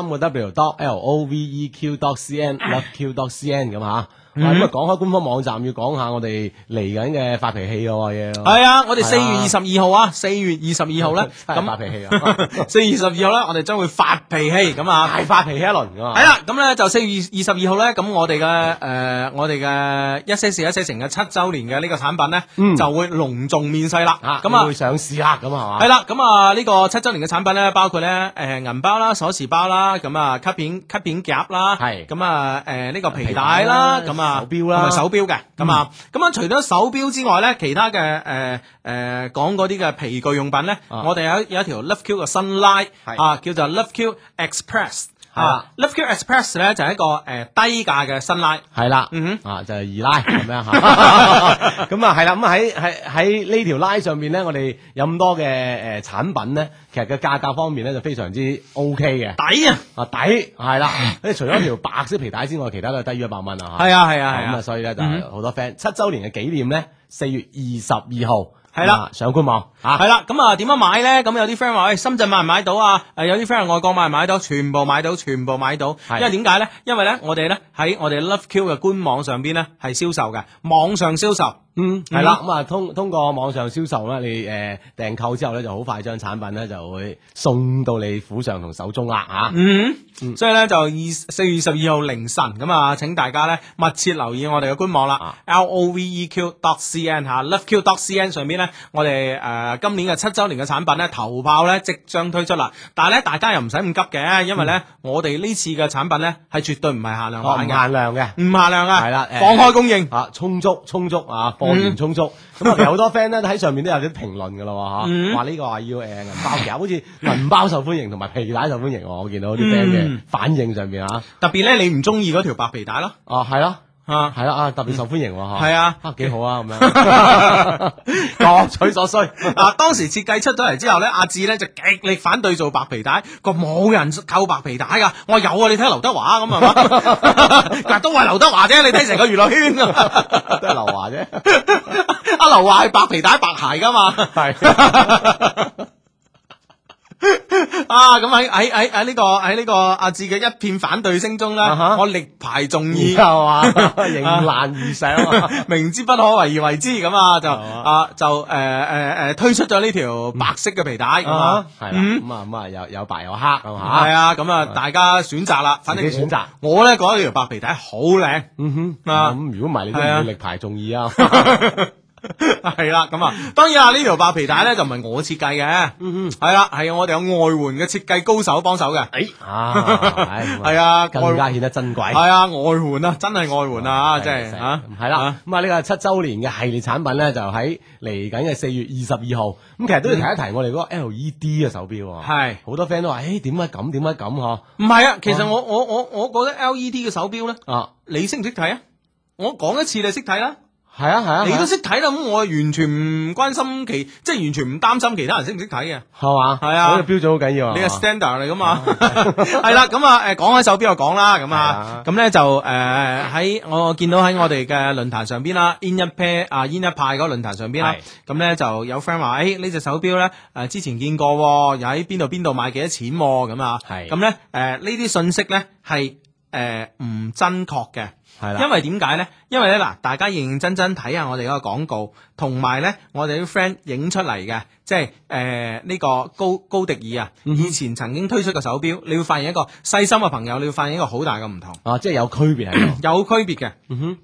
[SPEAKER 2] 三個 W dot L O V E Q dot C
[SPEAKER 1] 嗯
[SPEAKER 2] N love Q dot C N 咁吓，哇咁啊講開官方網站，要講下我哋嚟緊嘅發脾氣嘅嘢咯。
[SPEAKER 1] 系啊，我哋四月
[SPEAKER 2] 係啊
[SPEAKER 1] 二十二號啊，四月二十二號 咧，
[SPEAKER 2] 真係發
[SPEAKER 1] 咁
[SPEAKER 2] 脾氣啊，
[SPEAKER 1] 四月二十二號咧，我哋將會發脾氣咁啊，
[SPEAKER 2] 大發脾氣一輪噶
[SPEAKER 1] 系
[SPEAKER 2] 嘛。
[SPEAKER 1] 啦，咁咧就四月二十二號咧，咁我哋嘅诶，我哋嘅一些事一些情嘅七周年嘅呢個產品咧，
[SPEAKER 2] 嗯
[SPEAKER 1] 就會隆重面世啦，
[SPEAKER 2] 啊，
[SPEAKER 1] 咁
[SPEAKER 2] 咁啊會
[SPEAKER 1] 啊。
[SPEAKER 2] 上市啦，咁係嘛？
[SPEAKER 1] 係啦，咁啊呢個七周年嘅產品咧，包括咧誒銀包啦、鎖匙包啦，咁啊卡片卡片夾啦，
[SPEAKER 2] 係
[SPEAKER 1] 咁啊誒呢個皮帶啦，
[SPEAKER 2] 皮帶啦
[SPEAKER 1] 咁啊
[SPEAKER 2] 手錶啦嗯
[SPEAKER 1] 同埋手錶嘅，咁啊咁啊除咗手錶之外咧，其他嘅誒誒講嗰啲嘅皮具用品咧，
[SPEAKER 2] 啊
[SPEAKER 1] 我哋有有一條 Love Q 嘅新 line
[SPEAKER 2] 係
[SPEAKER 1] 啊，叫做 Love Q Express
[SPEAKER 2] 係啦
[SPEAKER 1] 啊，Love Q Express 咧就係一個誒低價嘅新 line。
[SPEAKER 2] 係啦
[SPEAKER 1] 嗯，
[SPEAKER 2] 啊就 係二奶咁樣嚇，咁啊係啦，咁啊喺喺喺呢條拉上面咧，我哋有咁多嘅誒產品咧，其實嘅價格方面咧就非常之 O K 嘅，
[SPEAKER 1] 抵啊！
[SPEAKER 2] 啊抵 係啦，即係除咗條白色皮帶之外，其他都係低於一百蚊啊嚇。
[SPEAKER 1] 係啊係啊
[SPEAKER 2] 咁
[SPEAKER 1] 係
[SPEAKER 2] 啊，
[SPEAKER 1] 啊！
[SPEAKER 2] 所以咧就
[SPEAKER 1] 嗯
[SPEAKER 2] 係好多 friend 七周年嘅紀念咧，四月二十二號
[SPEAKER 1] 係啦
[SPEAKER 2] 啊上官網啊
[SPEAKER 1] 系，啦，咁啊點樣買咧？咁有啲 friend 話：，喂，深圳買唔買到啊？誒，有啲 friend 話外國買唔買到？全部買到，全部買到。因
[SPEAKER 2] 係
[SPEAKER 1] 為點解咧？因為咧，我哋咧喺我哋 Love Q 嘅官網上邊咧係銷售嘅，網上銷售。
[SPEAKER 2] 嗯係啦，咁啊通通過網上銷售咧，你誒訂購之後咧就好快將產品咧就會送到你府上同手中啦啊
[SPEAKER 1] 嗯，所以咧就二四月十二號凌晨咁啊，請大家咧密切留意我哋嘅官網啦
[SPEAKER 2] 啊
[SPEAKER 1] ，L O V E Q dot C N 吓，Love Q dot C N 上邊咧，我哋誒、呃今年嘅七周年嘅產品咧頭炮咧即將推出啦，但係咧大家又唔使咁急嘅，因為咧、
[SPEAKER 2] 嗯
[SPEAKER 1] 我哋呢次嘅產品咧係絕對唔係限量
[SPEAKER 2] 嚇，
[SPEAKER 1] 版嗯
[SPEAKER 2] 唔
[SPEAKER 1] 嘅。
[SPEAKER 2] 哦限量嘅。
[SPEAKER 1] 唔下量啊，
[SPEAKER 2] 係啦誒
[SPEAKER 1] 放開供應。
[SPEAKER 2] 啊，充足充足啊，
[SPEAKER 1] 嗯
[SPEAKER 2] 貨源充足， 咁我啊哋好多 friend 咧喺上面都有啲評論噶咯
[SPEAKER 1] 嗯
[SPEAKER 2] 喎嚇，話呢個話要誒銀包夾，好似銀包受歡迎同埋皮帶受歡迎喎，我見到啲 friend
[SPEAKER 1] 嗯
[SPEAKER 2] 嘅反應上面啊，
[SPEAKER 1] 特別咧，你唔中意嗰條白皮帶咯，
[SPEAKER 2] 哦係啦。
[SPEAKER 1] 啊，
[SPEAKER 2] 系啦啊，特別受歡迎喎，
[SPEAKER 1] 係啊
[SPEAKER 2] 啊幾好啊 咁樣， 各取所需，
[SPEAKER 1] 嗱，啊當時設計出咗嚟之後咧，阿志咧就極力反對做白皮帶，個冇人購白皮帶噶。我話有啊，你睇劉德華咁啊嘛， 佢話都係劉德華啫，你睇成個娛樂圈 啊，
[SPEAKER 2] 都係劉華啫，
[SPEAKER 1] 阿劉華係白皮帶白鞋噶嘛。
[SPEAKER 2] 係
[SPEAKER 1] 啊，咁喺喺喺喺呢個喺呢個阿志嘅一片反對聲中咧
[SPEAKER 2] 啊哈
[SPEAKER 1] 我力排眾
[SPEAKER 2] 而
[SPEAKER 1] 議。
[SPEAKER 2] 家話啊迎難而上啊，
[SPEAKER 1] 明知不可為而為之咁啊，就
[SPEAKER 2] 係嘛
[SPEAKER 1] 啊就誒誒誒推出咗呢條白色嘅皮帶咁 啊
[SPEAKER 2] 啊，係啦，
[SPEAKER 1] 嗯
[SPEAKER 2] 咁啊咁啊有有白有黑咁
[SPEAKER 1] 系
[SPEAKER 2] 嚇，
[SPEAKER 1] 啊，咁啊，大家選擇啦，反正
[SPEAKER 2] 自己選擇
[SPEAKER 1] 我。我咧覺得呢條白皮帶好靚，
[SPEAKER 2] 嗯哼，
[SPEAKER 1] 啊
[SPEAKER 2] 咁如果唔係你都
[SPEAKER 1] 係啊
[SPEAKER 2] 唔會力排眾議啊，
[SPEAKER 1] 系啦，咁啊，當然啊，呢條白皮帶咧就唔係我設計嘅，
[SPEAKER 2] 嗯
[SPEAKER 1] 係啦，係啊我哋有外援嘅設計高手幫手嘅，
[SPEAKER 2] 哼，啊，
[SPEAKER 1] 係啊，
[SPEAKER 2] 哎更
[SPEAKER 1] 外
[SPEAKER 2] 加顯得珍貴。
[SPEAKER 1] 係啊，外援啊，真係外援啊，真係啊，
[SPEAKER 2] 系啦，咁啊呢個七周年嘅系列產品咧，就喺嚟緊嘅四月二十二號。咁其實都要提一提我哋嗰個 LED 嘅手錶喎，
[SPEAKER 1] 嗯係
[SPEAKER 2] 好多 friend 都話：，诶，點解咁？點解咁？嗬，
[SPEAKER 1] 唔係啊？其實
[SPEAKER 2] 哦
[SPEAKER 1] 我我我我覺得 LED 嘅手錶咧，
[SPEAKER 2] 啊，
[SPEAKER 1] 你識唔識睇啊？我講一次你識睇啦，
[SPEAKER 2] 係啊，係啊，
[SPEAKER 1] 你
[SPEAKER 2] 係
[SPEAKER 1] 都
[SPEAKER 2] 啊
[SPEAKER 1] 識睇啦，咁我完全唔關心其，即係完全唔擔心其他人識唔識睇嘅。
[SPEAKER 2] 係嘛，
[SPEAKER 1] 係啊
[SPEAKER 2] 呢個標準好緊要啊。哦
[SPEAKER 1] 你係 standard 嚟噶嘛？ 係啦，咁啊，誒講開手錶就講啦，咁啊
[SPEAKER 2] 係啊，
[SPEAKER 1] 咁咧就誒喺我見到喺我哋嘅論壇上邊啦，in 一 pair 啊，in 一派嗰個論壇上邊啦
[SPEAKER 2] 係，
[SPEAKER 1] 咁咧就有 friend 話，誒呢隻手錶咧誒之前見過喎，又喺邊度邊度買幾多錢喎，咁啊，
[SPEAKER 2] 係
[SPEAKER 1] 咁咧誒呢啲信息咧係誒唔真確嘅。
[SPEAKER 2] 係啦
[SPEAKER 1] 因，為點解呢？因為咧嗱，大家認認真真睇下我哋嗰個廣告，同埋呢，我哋啲 friend 影出嚟嘅，即係誒呢個高高迪爾啊，
[SPEAKER 2] 嗯
[SPEAKER 1] 以前曾經推出嘅手錶，你會發現一個細心嘅朋友，你會發現一個好大嘅唔同，
[SPEAKER 2] 啊，即係有區別喺 度。
[SPEAKER 1] 有區別嘅。
[SPEAKER 2] 嗯哼，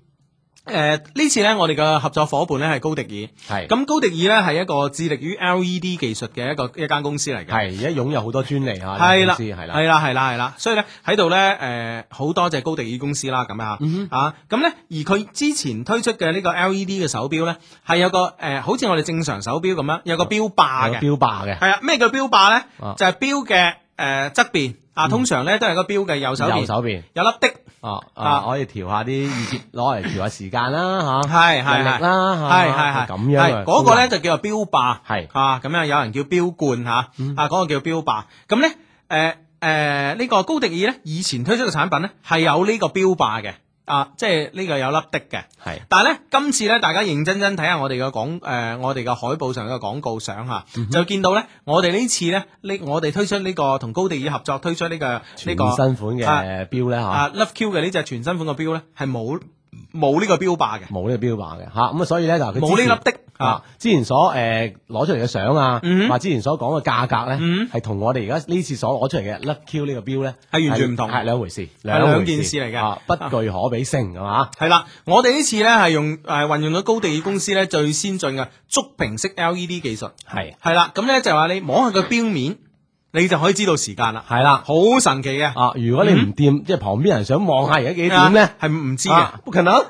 [SPEAKER 1] 誒、呢次呢，我哋嘅合作伙伴呢係高迪爾，
[SPEAKER 2] 係
[SPEAKER 1] 咁高迪爾呢係一個致力於 LED 技術嘅一個一間公司嚟嘅。
[SPEAKER 2] 係而家擁有好多專利啊，
[SPEAKER 1] 係啦，
[SPEAKER 2] 係啦，
[SPEAKER 1] 係啦，係啦，係啦，所以咧喺度咧，诶、好多謝高迪爾公司啦，咁啊，啊，咁咧，而佢之前推出嘅呢個 LED 嘅手錶咧，係有個诶、誒好似我哋正常手錶咁樣，有個標霸嘅，
[SPEAKER 2] 有標霸嘅，
[SPEAKER 1] 係啊，咩叫標霸咧？
[SPEAKER 2] 啊嗯
[SPEAKER 1] 就係錶嘅诶側邊啊，通常咧都係個錶嘅右手
[SPEAKER 2] 右
[SPEAKER 1] 邊
[SPEAKER 2] 手邊。
[SPEAKER 1] 有粒的，
[SPEAKER 2] 哦，
[SPEAKER 1] 啊
[SPEAKER 2] 啊，可以調下啲意見，攞嚟調下時間啦，吓，
[SPEAKER 1] 係係
[SPEAKER 2] 人
[SPEAKER 1] 係
[SPEAKER 2] 力啦，嚇
[SPEAKER 1] 係係係
[SPEAKER 2] 咁樣
[SPEAKER 1] 係
[SPEAKER 2] 啊
[SPEAKER 1] 嗰個咧就叫做標霸，
[SPEAKER 2] 係
[SPEAKER 1] 啊，咁樣有人叫標冠吓，啊，
[SPEAKER 2] 嗯
[SPEAKER 1] 嗰個叫標霸，咁咧诶诶呢個高迪爾咧以前推出嘅產品咧係有呢個標霸嘅，啊，即係呢個有粒的嘅。
[SPEAKER 2] 係
[SPEAKER 1] 但系咧，今次咧，大家認真真睇下我哋嘅廣誒，我哋嘅海報上嘅廣告相嚇，
[SPEAKER 2] 嗯
[SPEAKER 1] 就見到咧，我哋呢次咧，呢我哋推出呢、個同高地爾合作推出呢、個呢
[SPEAKER 2] 全
[SPEAKER 1] 個
[SPEAKER 2] 新款
[SPEAKER 1] 啊
[SPEAKER 2] 嘅錶咧吓，
[SPEAKER 1] 啊 Love Q 嘅呢只全新款嘅錶咧，係冇冇呢個標霸嘅，
[SPEAKER 2] 冇呢個標霸嘅吓，咁啊所以咧就佢之
[SPEAKER 1] 冇呢
[SPEAKER 2] 前
[SPEAKER 1] 粒的啊
[SPEAKER 2] 啊，之前所誒攞出嚟嘅相啊
[SPEAKER 1] 嗯，
[SPEAKER 2] 或之前所講嘅價格咧
[SPEAKER 1] 嗯，
[SPEAKER 2] 係同我哋而家呢次所攞出嚟嘅 Love Q 呢個錶咧
[SPEAKER 1] 係完全唔同
[SPEAKER 2] 係兩回事，
[SPEAKER 1] 兩
[SPEAKER 2] 回
[SPEAKER 1] 件事嚟嘅
[SPEAKER 2] 啊不具可比性係嘛，
[SPEAKER 1] 係啦，我哋呢次咧係用誒、呃運用咗高地爾公司咧最先進嘅觸屏式 LED 技術，
[SPEAKER 2] 係
[SPEAKER 1] 係啦，咁咧就話你摸下個錶面，你就可以知道時間啦，
[SPEAKER 2] 係啦，
[SPEAKER 1] 好神奇嘅，
[SPEAKER 2] 啊如果你唔掂，即係旁邊人想望下而家幾點咧？
[SPEAKER 1] 係唔嗯知嘅。
[SPEAKER 2] 啊不 可能，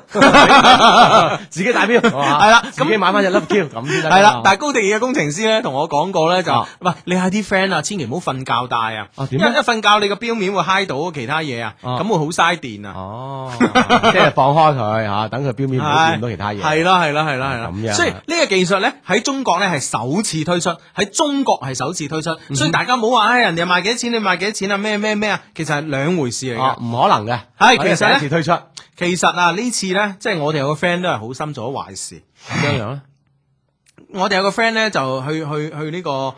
[SPEAKER 2] 自己帶錶係
[SPEAKER 1] 啦
[SPEAKER 2] 自己買翻只 Love Q 咁先得㗎嘛。
[SPEAKER 1] 系啦，但系高地嘅工程師咧同我講過咧就
[SPEAKER 2] 啊，
[SPEAKER 1] 喂，你係啲 friend 啊，千祈唔好瞓覺戴啊，
[SPEAKER 2] 啊
[SPEAKER 1] 因
[SPEAKER 2] 點
[SPEAKER 1] 為
[SPEAKER 2] 咧
[SPEAKER 1] 一瞓覺你個表面會嗨到其他嘢啊，
[SPEAKER 2] 啊
[SPEAKER 1] 咁會好嘥電啊。
[SPEAKER 2] 哦，即係放開佢吓，等佢表面唔好掂到其他嘢。
[SPEAKER 1] 係啦係啦係啦係啦，
[SPEAKER 2] 咁樣啊
[SPEAKER 1] 所以呢個技術咧喺中國咧係首次推出，喺中國係首次推
[SPEAKER 2] 嗯
[SPEAKER 1] 出，所以大家唔好話唉人哋賣幾多錢，你賣幾多錢啊咩咩咩啊，其實係兩回事嚟
[SPEAKER 2] 啊
[SPEAKER 1] 嘅。
[SPEAKER 2] 唔可能嘅，
[SPEAKER 1] 係
[SPEAKER 2] 我哋
[SPEAKER 1] 其實呢
[SPEAKER 2] 第一次推出咁
[SPEAKER 1] 其實啊呢次咧，即係我哋有個 friend 都係好心做咗壞事。
[SPEAKER 2] 樣樣咧，
[SPEAKER 1] 我哋有個 friend 咧就去去去呢、個誒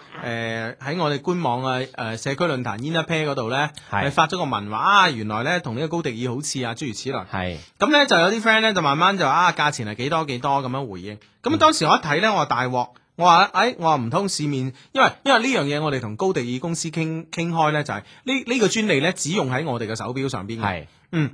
[SPEAKER 1] 喺、我哋官網嘅誒、呃社區論壇 i n a p a i r 嗰度咧，
[SPEAKER 2] 係
[SPEAKER 1] 係發咗個文話啊，原來咧同呢個高迪爾好似啊，諸如此類。
[SPEAKER 2] 係
[SPEAKER 1] 咁咧就有啲 friend 咧就慢慢就啊價錢係幾多幾多咁樣回應。
[SPEAKER 2] 嗯
[SPEAKER 1] 咁當時我一睇咧，我話大鑊。我話誒、哎我話唔通市面，因為因為呢樣嘢我哋同高迪爾公司傾傾開咧，就係呢呢個專利咧只用喺我哋嘅手錶上邊嘅。
[SPEAKER 2] 係
[SPEAKER 1] 嗯，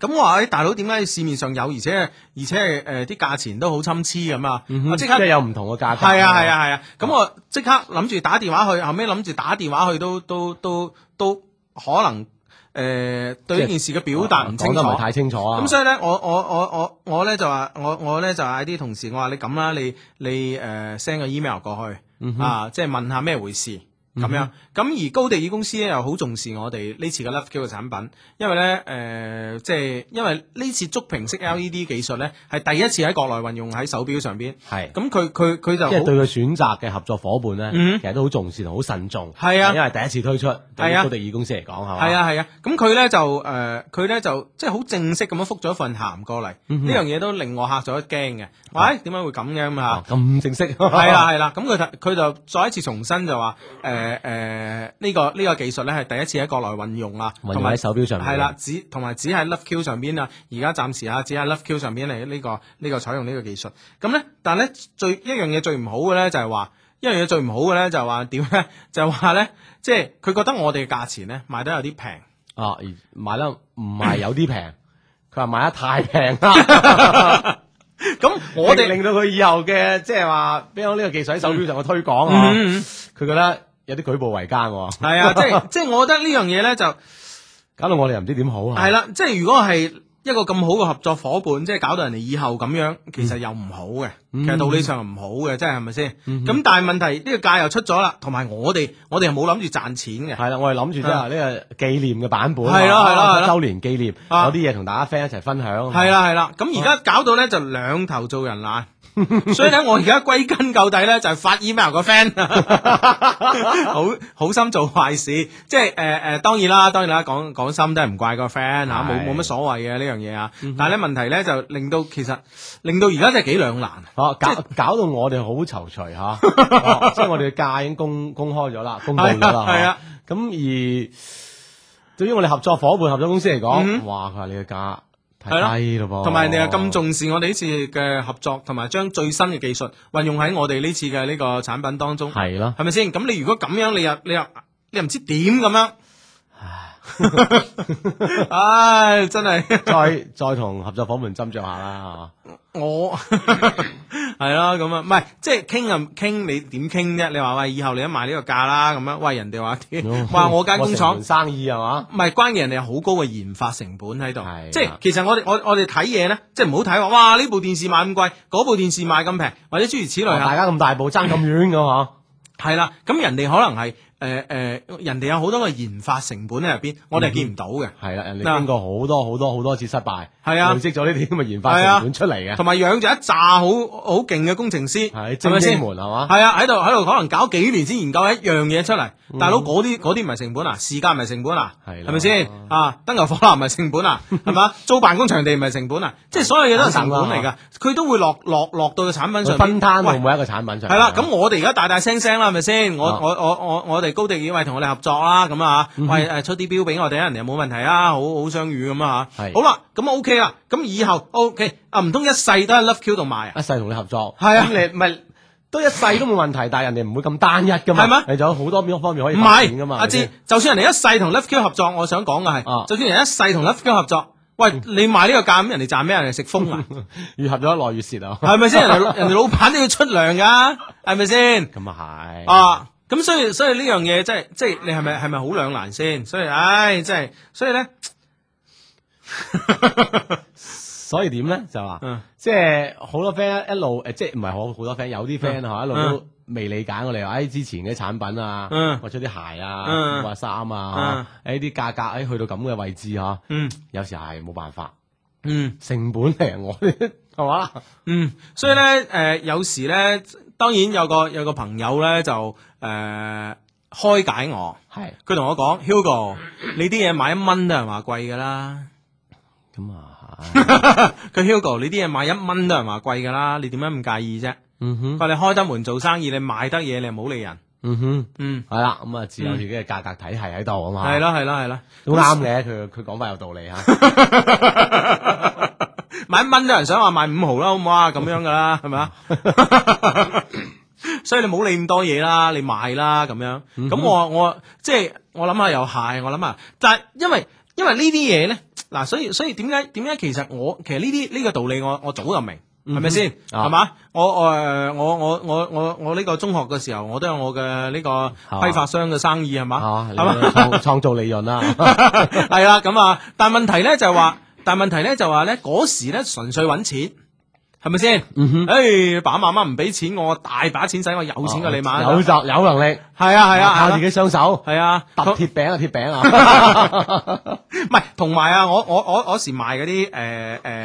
[SPEAKER 1] 咁我話誒大佬點解市面上有，而且而且誒啲、價錢都好參差咁啊！我即
[SPEAKER 2] 嗯即
[SPEAKER 1] 刻
[SPEAKER 2] 係有唔同嘅價格。
[SPEAKER 1] 係啊係，啊係啊！咁我即刻諗住打電話去，後尾諗住打電話去都都都都可能誒對呢件事嘅表達唔清
[SPEAKER 2] 講得
[SPEAKER 1] 楚
[SPEAKER 2] 唔。係太清楚啊。
[SPEAKER 1] 咁所以咧，我我我我我咧就話，我我咧就嗌啲同事，我話你咁啦，你你誒 send 個 email 過去、
[SPEAKER 2] 嗯
[SPEAKER 1] 啊，即係問下咩回事。咁樣，咁而高地爾公司咧又好重視我哋呢次嘅 Love Q 嘅產品，因為咧誒、呃即係因為呢次觸屏式 LED 技術咧係第一次喺國內運用喺手錶上邊，
[SPEAKER 2] 係
[SPEAKER 1] 咁佢佢佢就
[SPEAKER 2] 即係
[SPEAKER 1] 好
[SPEAKER 2] 對佢選擇嘅合作伙伴
[SPEAKER 1] 嗯
[SPEAKER 2] 咧，其實都好重視同好慎重。
[SPEAKER 1] 係啊
[SPEAKER 2] 因為第一次推出，對
[SPEAKER 1] 係啊
[SPEAKER 2] 於高迪爾公司嚟講係嘛。
[SPEAKER 1] 系，啊系啊，咁佢咧就誒，呃佢、咧就即係好正式咁樣覆咗份函過嚟，呢、
[SPEAKER 2] 嗯
[SPEAKER 1] 樣嘢都令我嚇咗一驚嘅。
[SPEAKER 2] 啊
[SPEAKER 1] 喂，點解會咁嘅咁啊
[SPEAKER 2] 哦？咁正式
[SPEAKER 1] 係啊
[SPEAKER 2] 係
[SPEAKER 1] 啦係啦，咁佢就佢就再一次重申就話誒誒呢個呢、個技術咧係第一次喺國內運用啊，
[SPEAKER 2] 運
[SPEAKER 1] 同
[SPEAKER 2] 用
[SPEAKER 1] 埋
[SPEAKER 2] 喺手錶上面
[SPEAKER 1] 係啦，只同埋只喺 Love Q 上邊啊，而家暫時啊，只喺 Love Q 上邊嚟呢個呢、個採用呢個技術。咁咧，但係咧最一樣嘢最唔好嘅咧就係話，一樣嘢最唔好嘅咧就係話點咧？ 就係話咧，即係佢覺得我哋嘅價錢咧賣得有啲平。
[SPEAKER 2] 啊， 而買得唔係有啲平，佢話買得太平啦。
[SPEAKER 1] 咁 我哋
[SPEAKER 2] 令令到佢以後嘅即係話，比如呢個技術喺手錶上嘅推廣啊，
[SPEAKER 1] 嗯嗯嗯
[SPEAKER 2] 佢覺得有啲舉步維艱喎，
[SPEAKER 1] 系 啊，即系即系，我覺得呢樣嘢咧就
[SPEAKER 2] 搞到我哋又唔知點好啊。
[SPEAKER 1] 係啦，即係如果係一個咁好嘅合作伙伴，即係搞到人哋以後咁樣，其實又唔好嘅，
[SPEAKER 2] 嗯
[SPEAKER 1] 其實道理上唔好嘅，即係係咪先？咁、
[SPEAKER 2] 嗯
[SPEAKER 1] 但係問題呢、個價又出咗啦，同埋我哋我哋又冇諗住賺錢嘅，
[SPEAKER 2] 係啦，我哋諗住即係呢個紀念嘅版本啊，
[SPEAKER 1] 係啦係啦係啦
[SPEAKER 2] 周年紀念，有
[SPEAKER 1] 啊
[SPEAKER 2] 啲嘢同大家 friend 一齊分享。
[SPEAKER 1] 係啦係啦，咁而
[SPEAKER 2] 哦
[SPEAKER 1] 家搞到咧就兩頭做人難。 所以咧，我而家歸根究底咧，就係發 email 個 friend，好好心做壞事，即係誒誒，當然啦，當然啦，講講心都係唔怪個 friend 嚇，冇
[SPEAKER 2] 係嗯
[SPEAKER 1] 冇乜所謂嘅呢樣嘢啊。但係咧問題咧就令到其實令到而家真係幾兩難。
[SPEAKER 2] 哦，搞搞到我哋好躊 躇吓，哦即係我哋嘅價已經公公開咗啦，公佈咗 啦，
[SPEAKER 1] 係啊
[SPEAKER 2] 嚇。咁而對於我哋合作伙伴、合作公司嚟
[SPEAKER 1] 嗯
[SPEAKER 2] 講，哇！佢話你嘅價
[SPEAKER 1] 係咯
[SPEAKER 2] 太低咯噃，
[SPEAKER 1] 同埋你又咁重視我哋呢次嘅合作，同埋將最新嘅技術運用喺我哋呢次嘅呢個產品當中，
[SPEAKER 2] 係咯，
[SPEAKER 1] 係咪先？咁你如果咁樣，你又你又你又唔知點咁樣，唉，真係
[SPEAKER 2] 再再同合作伙伴斟酌下 啦，哦
[SPEAKER 1] 我 係啦咁啊，唔係即係傾啊傾，你點傾啫？你話喂，以後你都賣呢個價啦，咁樣喂人哋話
[SPEAKER 2] 係嘛？
[SPEAKER 1] 話我間工廠
[SPEAKER 2] 哦成盤。生意係啊嘛？
[SPEAKER 1] 唔係關鍵，人哋有好高嘅研發成本喺度
[SPEAKER 2] 係，
[SPEAKER 1] 即係
[SPEAKER 2] 啊
[SPEAKER 1] 其實我哋我我哋睇嘢咧，即係唔好睇話，哇呢部電視賣咁貴，嗰部電視賣咁平，或者諸如此類啊
[SPEAKER 2] 哦大
[SPEAKER 1] 嚇，
[SPEAKER 2] 家咁大步爭咁哦遠㗎
[SPEAKER 1] 係啦，咁人哋可能係誒誒，人哋有好多嘅研發成本喺入邊，我
[SPEAKER 2] 嗯
[SPEAKER 1] 哋係見唔到嘅，
[SPEAKER 2] 嗬，係啦，人
[SPEAKER 1] 嗱
[SPEAKER 2] 哋經過好多好多好多次失敗，
[SPEAKER 1] 係啊
[SPEAKER 2] 累積咗呢啲咁嘅研
[SPEAKER 1] 係
[SPEAKER 2] 發
[SPEAKER 1] 啊
[SPEAKER 2] 成本出嚟嘅，
[SPEAKER 1] 同埋養住一紮好好勁嘅工程師，
[SPEAKER 2] 係
[SPEAKER 1] 係咪
[SPEAKER 2] 精英
[SPEAKER 1] 先？
[SPEAKER 2] 們係嘛？
[SPEAKER 1] 係啊，喺度喺度可能搞幾年先研究一樣嘢出嚟，大佬嗰啲嗰啲唔係成本啊，時間唔係成本啊，
[SPEAKER 2] 嗯係啦
[SPEAKER 1] 係咪先啊？燈油火蠟唔係成本 啊，係嘛？租辦公場地唔係成本啊，即係所有嘢都係成本嚟㗎，佢都會落落落到個產品上面
[SPEAKER 2] 啊分攤到
[SPEAKER 1] 喂
[SPEAKER 2] 每一個產品上。
[SPEAKER 1] 係啦，咁我哋而家大大聲聲啦，係咪先？我
[SPEAKER 2] 啊嗯
[SPEAKER 1] 我我我我哋高地以為同我哋合作啦，咁啊，喂誒出啲標俾我哋啊，人哋冇問題啊，好好相遇咁啊，
[SPEAKER 2] 係
[SPEAKER 1] 好啦，咁 OK 啦，咁以後 OK 啊，唔通一世都喺 Love Q 度賣啊？
[SPEAKER 2] 一世同你合作，
[SPEAKER 1] 係啊
[SPEAKER 2] 咁你咪都一世都冇問題，但係人哋唔會咁單一噶嘛，
[SPEAKER 1] 係咩
[SPEAKER 2] 你仲有好多邊方面可以
[SPEAKER 1] 唔
[SPEAKER 2] 發展噶
[SPEAKER 1] 係，
[SPEAKER 2] 嘛，
[SPEAKER 1] 阿
[SPEAKER 2] 係咪
[SPEAKER 1] 志
[SPEAKER 2] 先，
[SPEAKER 1] 就算人哋一世同 Love Q 合作，我想講嘅係，
[SPEAKER 2] 啊嗯
[SPEAKER 1] 就算人哋一世同 Love Q 合作，喂，你賣呢個價咁，人哋賺咩？人哋食風 啊，
[SPEAKER 2] 越合咗耐越蝕啊，
[SPEAKER 1] 係咪先？人哋人哋老闆都要出糧㗎，係咪 先？
[SPEAKER 2] 咁啊係，
[SPEAKER 1] 啊，咁所以所以呢樣嘢真係，即係你係咪係咪好兩難先？所以唉，真係，所以咧，
[SPEAKER 2] 所以點咧就話
[SPEAKER 1] 嗯，
[SPEAKER 2] 即係好多 friend 一路呃誒，即係唔係好好多 friend，有啲 friend 嚇一路都未理解我哋話，誒哎之前嘅產品
[SPEAKER 1] 嗯
[SPEAKER 2] 啊，或者啲鞋啊，
[SPEAKER 1] 嗯
[SPEAKER 2] 或者衫啊，誒啲價格誒去到咁嘅位置嚇，
[SPEAKER 1] 嗯
[SPEAKER 2] 有時係冇辦法，
[SPEAKER 1] 嗯
[SPEAKER 2] 成本嚟啊我 哋係嘛，
[SPEAKER 1] 嗯，所以咧，誒、有時咧，當然有個有個朋友咧就誒、開解我，
[SPEAKER 2] 係
[SPEAKER 1] 佢同我講，Hugo，你啲嘢買一蚊都人話貴㗎啦。
[SPEAKER 2] 咁啊係，
[SPEAKER 1] 佢 Hugo，你啲嘢賣一蚊都人話貴㗎啦，你點解唔介意啫？
[SPEAKER 2] 嗯
[SPEAKER 1] 佢
[SPEAKER 2] 哼，
[SPEAKER 1] 話你開得門做生意，你賣得嘢你又冇理人。
[SPEAKER 2] 嗯哼。
[SPEAKER 1] 嗯，
[SPEAKER 2] 系啦，咁啊自有自己嘅價格體系喺度啊嘛，
[SPEAKER 1] 係，啦係啦係啦，
[SPEAKER 2] 都啱嘅，佢佢講法有道理 吓，
[SPEAKER 1] 買一蚊都有人想話賣五毫啦，好唔好啊？咁樣㗎 啦，係咪啊？ 所以你冇理咁多嘢啦，你賣啦咁樣。
[SPEAKER 2] 嗯
[SPEAKER 1] 咁我我即係我諗下又係，我諗下，但係因為因為呢啲嘢咧，嗱，所以所以點解點解其實我其實呢啲呢個道理我我早就明。係咪先？
[SPEAKER 2] 啊
[SPEAKER 1] 係嘛？我我誒我我我我我呢個中學嘅時候，我都有我嘅呢個
[SPEAKER 2] 嘛
[SPEAKER 1] 批發商嘅生意係嘛？
[SPEAKER 2] 啊 啊，你
[SPEAKER 1] 係嘛？
[SPEAKER 2] 創創造利潤啦，
[SPEAKER 1] 系啦，咁啊，但問題咧就係話，但問題咧就話咧，嗰時咧純粹揾錢，係咪先？ 嗯哼，爸爸媽媽唔俾錢我，我大把錢使，我有錢嘅你買，
[SPEAKER 2] 哦有就有能力，
[SPEAKER 1] 係啊係啊，
[SPEAKER 2] 靠
[SPEAKER 1] 係
[SPEAKER 2] 自
[SPEAKER 1] 啊
[SPEAKER 2] 己雙手
[SPEAKER 1] 係啊，
[SPEAKER 2] 揼
[SPEAKER 1] 同
[SPEAKER 2] 鐵餅啊鐵餅 啊，
[SPEAKER 1] 唔係同埋啊，我我我嗰時賣嗰啲誒誒，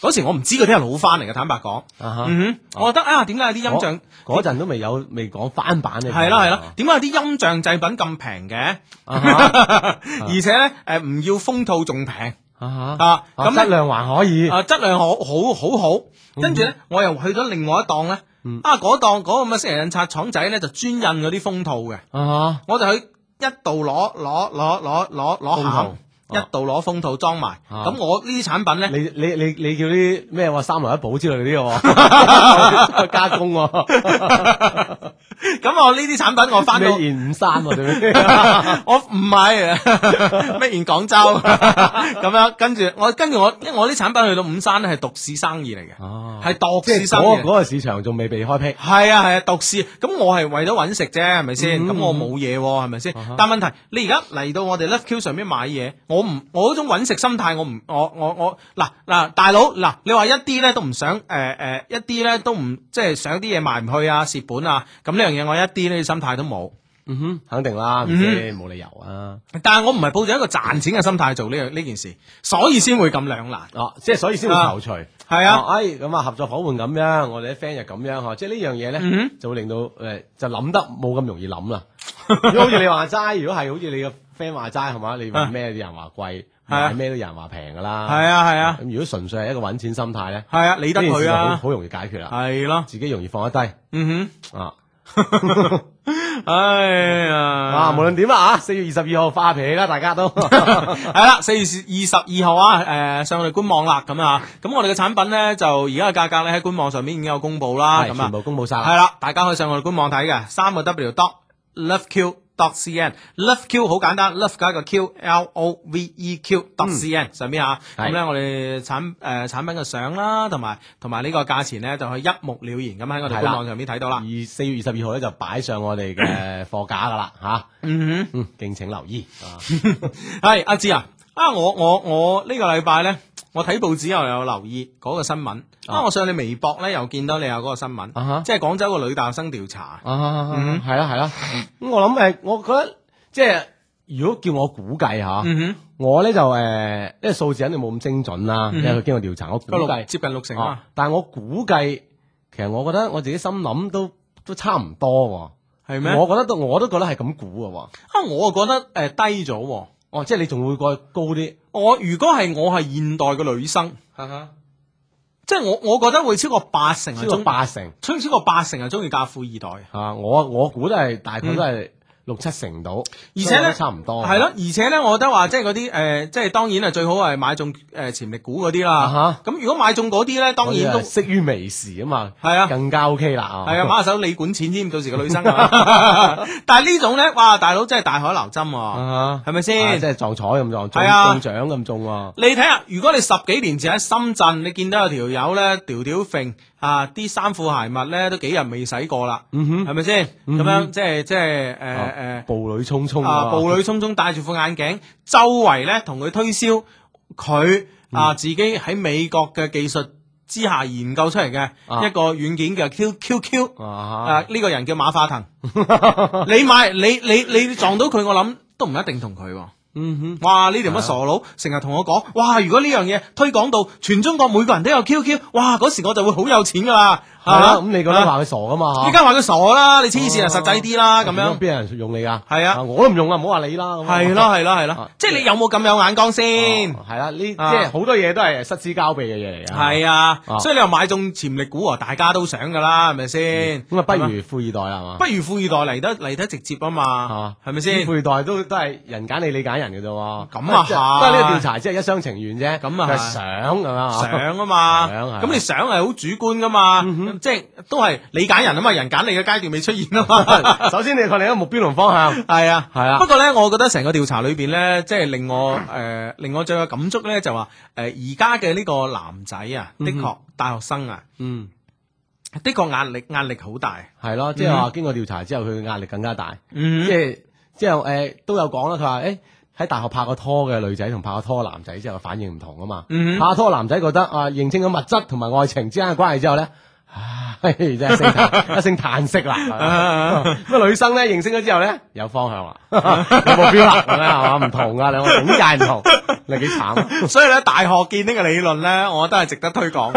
[SPEAKER 1] 嗰時我唔知嗰啲係老翻嚟嘅，坦白講，
[SPEAKER 2] 啊哈
[SPEAKER 1] 嗯哼，我覺得啊，點解有啲音像？
[SPEAKER 2] 嗰陣都未有未講翻版嘅，
[SPEAKER 1] 係啦係啦，點解有啲音像製品咁平嘅？
[SPEAKER 2] 啊 哈，
[SPEAKER 1] 而且咧誒唔要封套仲平
[SPEAKER 2] 啊哈，
[SPEAKER 1] 啊！
[SPEAKER 2] 咁
[SPEAKER 1] 咁咧
[SPEAKER 2] 質量嗯還可以，
[SPEAKER 1] 啊，質量好好好好，跟住咧，我又去咗另外一檔咧，
[SPEAKER 2] 嗯
[SPEAKER 1] 啊嗰檔嗰個咁嘅私人印刷廠仔咧，就專印嗰啲封套嘅，
[SPEAKER 2] 啊
[SPEAKER 1] 我就去一度攞攞攞攞攞攞
[SPEAKER 2] 封套哦
[SPEAKER 1] 餡，一度攞封套裝埋，
[SPEAKER 2] 啊
[SPEAKER 1] 咁我呢啲 產品
[SPEAKER 2] 哈，
[SPEAKER 1] 咧，
[SPEAKER 2] 你你你你叫啲 咩話三流一寶之類嗰啲喎，加工喎，
[SPEAKER 1] 咁我呢啲產品我翻到
[SPEAKER 2] 咩。言五三啊，對 唔對
[SPEAKER 1] 我唔係 咩？然廣州咁樣，跟住我跟住我，因為我啲產品去到五山咧係獨市生意嚟嘅，
[SPEAKER 2] 哦，
[SPEAKER 1] 係獨
[SPEAKER 2] 即係
[SPEAKER 1] 市生
[SPEAKER 2] 嗰
[SPEAKER 1] 意
[SPEAKER 2] 個嗰。個市場仲未被開闢。
[SPEAKER 1] 系啊系啊，獨市咁我係為咗揾食啫，係咪先？
[SPEAKER 2] 嗯
[SPEAKER 1] 咁我冇嘢喎，係咪先
[SPEAKER 2] 啊哈？
[SPEAKER 1] 但問題你而家嚟到我哋 Love Q 上面買嘢，我唔我嗰種揾食心態，我唔我我我嗱嗱大佬嗱，你話一啲咧都唔想誒誒、呃呃一啲咧都唔即係想啲嘢賣唔去啊，蝕本啊，咁呢樣嘢我一啲呢啲心態都冇。
[SPEAKER 2] 嗯哼，肯定啦，唔知冇理由啊。
[SPEAKER 1] 但係我唔係抱住一個賺錢嘅心態做呢樣呢件事，所以先會咁兩難。
[SPEAKER 2] 哦，即係所以先會
[SPEAKER 1] 啊
[SPEAKER 2] 求除。
[SPEAKER 1] 係
[SPEAKER 2] 啊，
[SPEAKER 1] 啊，
[SPEAKER 2] 哎，咁啊，合作伙伴咁樣，我哋啲 friend 就咁樣哦嗬，即係呢樣嘢
[SPEAKER 1] 嗯
[SPEAKER 2] 咧，就會令到誒就諗得冇咁容易諗 啦。如果好似你話齋，如果係好似你嘅 friend 話齋係嘛，你話咩啲人話貴，
[SPEAKER 1] 啊
[SPEAKER 2] 買咩都有人話平噶啦。
[SPEAKER 1] 係啊係啊
[SPEAKER 2] 咁如果純粹係一個揾錢心態咧，
[SPEAKER 1] 係啊，理得
[SPEAKER 2] 呢件
[SPEAKER 1] 佢
[SPEAKER 2] 事就好
[SPEAKER 1] 啊，
[SPEAKER 2] 好容易解決啦，
[SPEAKER 1] 係咯，
[SPEAKER 2] 自己容易放得低
[SPEAKER 1] 嗯
[SPEAKER 2] 啊。
[SPEAKER 1] 哼，哎呀，
[SPEAKER 2] 啊，無論點啊，四月二十二號發脾氣啦，大家都
[SPEAKER 1] 系啦，四月二十二號啊，诶、上我哋官網啦，咁啊，咁我哋嘅產品咧就而家嘅價格咧喺官網上面已經有公布啦，
[SPEAKER 2] 係
[SPEAKER 1] 咁
[SPEAKER 2] 哎全
[SPEAKER 1] 啊，
[SPEAKER 2] 部公佈晒
[SPEAKER 1] 係
[SPEAKER 2] 啦。
[SPEAKER 1] 啦，大家可以上我哋官網睇嘅，三個 W dot loveq E dot cn，love E q 好簡單，love 加一個 q，L O V E Q dot cn 上邊啊，
[SPEAKER 2] 嗯係
[SPEAKER 1] 咁咧我哋產诶产品嘅相啦，同埋同埋呢個價錢咧就可以一目了然咁喺我哋
[SPEAKER 2] 係啦嗯
[SPEAKER 1] 官網上面睇到啦，
[SPEAKER 2] 而四月二十二號咧就擺上我哋 嘅貨架噶啦嚇，
[SPEAKER 1] 嗯
[SPEAKER 2] 嗯，敬請留意啊。
[SPEAKER 1] 哼，係阿志啊，啊我我我呢個禮拜咧。我睇報紙又有留意嗰個新聞，啊！我上你微博咧又見到你有嗰個新聞，
[SPEAKER 2] 哦啊哈
[SPEAKER 1] 即係廣州個女大學生調查，
[SPEAKER 2] 啊，系啦系啦。咁我諗诶，我覺得即係如果叫我估計吓，
[SPEAKER 1] 嗯
[SPEAKER 2] 我咧就诶，因為數字肯定冇咁精準啦，因為佢經過調查，
[SPEAKER 1] 哼，
[SPEAKER 2] 我估
[SPEAKER 1] 個六
[SPEAKER 2] 嗯計，
[SPEAKER 1] 接近六成
[SPEAKER 2] 啊
[SPEAKER 1] 啊，
[SPEAKER 2] 但係我估計，其實我覺得我自己心諗都都差唔多
[SPEAKER 1] 係咩？
[SPEAKER 2] 喎。我覺得都我都覺得係咁估嘅喎。
[SPEAKER 1] 啊，我覺得诶低咗喎，
[SPEAKER 2] 哦，即係你仲會過高啲。
[SPEAKER 1] 我如果係我係現代嘅女生，
[SPEAKER 2] 啊
[SPEAKER 1] 即係我我覺得會超過八成係
[SPEAKER 2] 超過
[SPEAKER 1] 中，
[SPEAKER 2] 八成
[SPEAKER 1] 超超過八成係中意嫁富二代嘅，
[SPEAKER 2] 啊！我我估都係大概都係六七成到，
[SPEAKER 1] 嗯而且呢
[SPEAKER 2] 所以我覺得差唔多啊
[SPEAKER 1] 係咯，而且咧，我覺得話即係嗰啲诶，即係當然係最好係買中诶潛力股嗰啲
[SPEAKER 2] 啊
[SPEAKER 1] 啦。
[SPEAKER 2] 哈。
[SPEAKER 1] 咁如果買中嗰啲咧，當然都
[SPEAKER 2] 我哋係適於微時啊嘛，
[SPEAKER 1] 係啊
[SPEAKER 2] 更加 OK 啦啊。
[SPEAKER 1] 系 啊，馬手你管錢添，到時個女生啊。 但係呢種咧，哇，大佬真係大海撈針啊，
[SPEAKER 2] 啊，
[SPEAKER 1] 係咪
[SPEAKER 2] 啊
[SPEAKER 1] 先
[SPEAKER 2] 即？係撞彩咁撞，中
[SPEAKER 1] 係啊
[SPEAKER 2] 中獎咁中喎。
[SPEAKER 1] 你睇下，如果你十幾年前喺深圳，你見到有條友咧條條揈啊，啲衫褲鞋襪咧都幾日未洗過啦，
[SPEAKER 2] 嗯哼，
[SPEAKER 1] 係咪先？
[SPEAKER 2] 嗯哦
[SPEAKER 1] 咁樣即係即係
[SPEAKER 2] 啊
[SPEAKER 1] 诶
[SPEAKER 2] 步履匆匆
[SPEAKER 1] 诶啊，步履匆匆戴住副眼鏡，周圍咧同佢推銷佢
[SPEAKER 2] 嗯
[SPEAKER 1] 啊自己喺美國嘅技術之下研究出嚟
[SPEAKER 2] 啊
[SPEAKER 1] 嘅一個軟件嘅 QQQ。啊！
[SPEAKER 2] 啊
[SPEAKER 1] 呢個人叫馬化騰， 你買你你你撞到佢，我諗都唔一定同佢喎。
[SPEAKER 2] 嗯哼，
[SPEAKER 1] 哇！呢條乜傻佬成日同我講，哇！如果呢樣嘢推廣到全中國每個人都有 QQ，哇！嗰時我就會好有錢噶啦。
[SPEAKER 2] 係啦，
[SPEAKER 1] 啊
[SPEAKER 2] 咁你覺得
[SPEAKER 1] 啊
[SPEAKER 2] 話佢傻噶嘛？
[SPEAKER 1] 依家話佢傻啦，你黐線啊，
[SPEAKER 2] 哦
[SPEAKER 1] 實際啲啦咁樣。
[SPEAKER 2] 邊有人用你噶？
[SPEAKER 1] 係啊
[SPEAKER 2] 我都唔用啊，唔好話你啦。咁啊
[SPEAKER 1] 係咯，係咯係咯
[SPEAKER 2] 啊，
[SPEAKER 1] 即係你有冇咁有眼光先？
[SPEAKER 2] 哦係啦，呢即
[SPEAKER 1] 啊
[SPEAKER 2] 係好多嘢都係失之交臂嘅嘢嚟㗎。
[SPEAKER 1] 係啊
[SPEAKER 2] 啊，
[SPEAKER 1] 所以你又買中潛力股啊，大家都想噶啦，係咪先？
[SPEAKER 2] 咁啊，不
[SPEAKER 1] 係嘛
[SPEAKER 2] 如富二代啦係嘛
[SPEAKER 1] 不？如富二代嚟得嚟得直接啊嘛
[SPEAKER 2] 啊，
[SPEAKER 1] 係咪先
[SPEAKER 2] 富？二代都都係人揀你，你揀人嘅啫喎。
[SPEAKER 1] 咁啊
[SPEAKER 2] 即
[SPEAKER 1] 係
[SPEAKER 2] 係不過呢個調查只係一廂情願啫。
[SPEAKER 1] 咁啊
[SPEAKER 2] 佢係
[SPEAKER 1] 係
[SPEAKER 2] 想咁樣啊。
[SPEAKER 1] 想啊嘛，
[SPEAKER 2] 想係嗯
[SPEAKER 1] 咁你想係好主觀噶嘛，即係都係你揀人啊嘛，人揀你嘅階段未出現啊嘛，
[SPEAKER 2] 首先你確定一個目標同方向。
[SPEAKER 1] 係啊。
[SPEAKER 2] 係啊
[SPEAKER 1] 不。過咧，我覺得成個調查裏邊咧，即係令我誒、呃令我最有感觸咧，就話呃誒而家嘅呢個男仔啊，的確大學生啊，
[SPEAKER 2] 嗯。
[SPEAKER 1] 的確壓力壓力好大。
[SPEAKER 2] 係咯，即係話經過調查之後，佢嘅壓力更加大。即
[SPEAKER 1] 嗯，
[SPEAKER 2] 係之後誒都有講啦，佢話誒喺大學拍過拖嘅女仔同拍過拖嘅男仔之後反應唔同啊嘛。
[SPEAKER 1] 嗯
[SPEAKER 2] 拍拖嘅男仔覺得啊認清咗物質同埋愛情之間嘅關係之後咧。唉，真係一 聲嘆一聲嘆息啦。 咁啊女生咧認識咗之後咧，有方 向啦，有目標啦，咁樣係嘛？唔同啊，兩個境界唔同，你幾慘。啊
[SPEAKER 1] 所以咧，大學見呢個理論咧，我覺得係值得推 廣。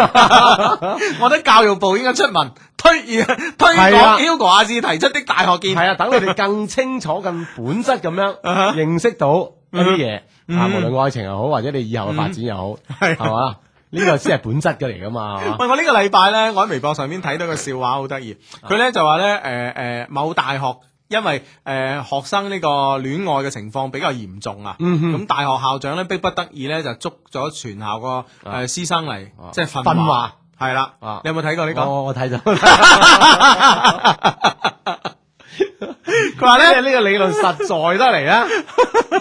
[SPEAKER 1] 我覺得教育部應該出文推推
[SPEAKER 2] 係啊
[SPEAKER 1] 廣 Hugo 阿志提出的大學見
[SPEAKER 2] 系。啊，等你哋更清楚、更本質咁樣
[SPEAKER 1] 嗯啊哈
[SPEAKER 2] 認識到一啲嘢啊，
[SPEAKER 1] 嗯
[SPEAKER 2] 無論愛情又好，或者你以後嘅發展又好，
[SPEAKER 1] 係
[SPEAKER 2] 係嘛？呢個先係本質嘅嚟噶嘛，係嘛
[SPEAKER 1] 啊喂，我呢個禮拜咧，我喺微博上面睇到個笑話，好得意。
[SPEAKER 2] 啊
[SPEAKER 1] 佢咧就話咧，誒、誒，某大學因為誒、學生呢個戀愛嘅情況比較嚴重啊，咁、
[SPEAKER 2] 嗯
[SPEAKER 1] 大學校長咧逼不得已咧就捉咗全校個誒、師生嚟，
[SPEAKER 2] 啊
[SPEAKER 1] 即係訓
[SPEAKER 2] 訓
[SPEAKER 1] 話
[SPEAKER 2] 話。
[SPEAKER 1] 係啦
[SPEAKER 2] 啊，
[SPEAKER 1] 你有冇睇過呢、個？
[SPEAKER 2] 我我睇咗，
[SPEAKER 1] 佢話
[SPEAKER 2] 即
[SPEAKER 1] 咧
[SPEAKER 2] 係。呢個理論實在得嚟啊啦，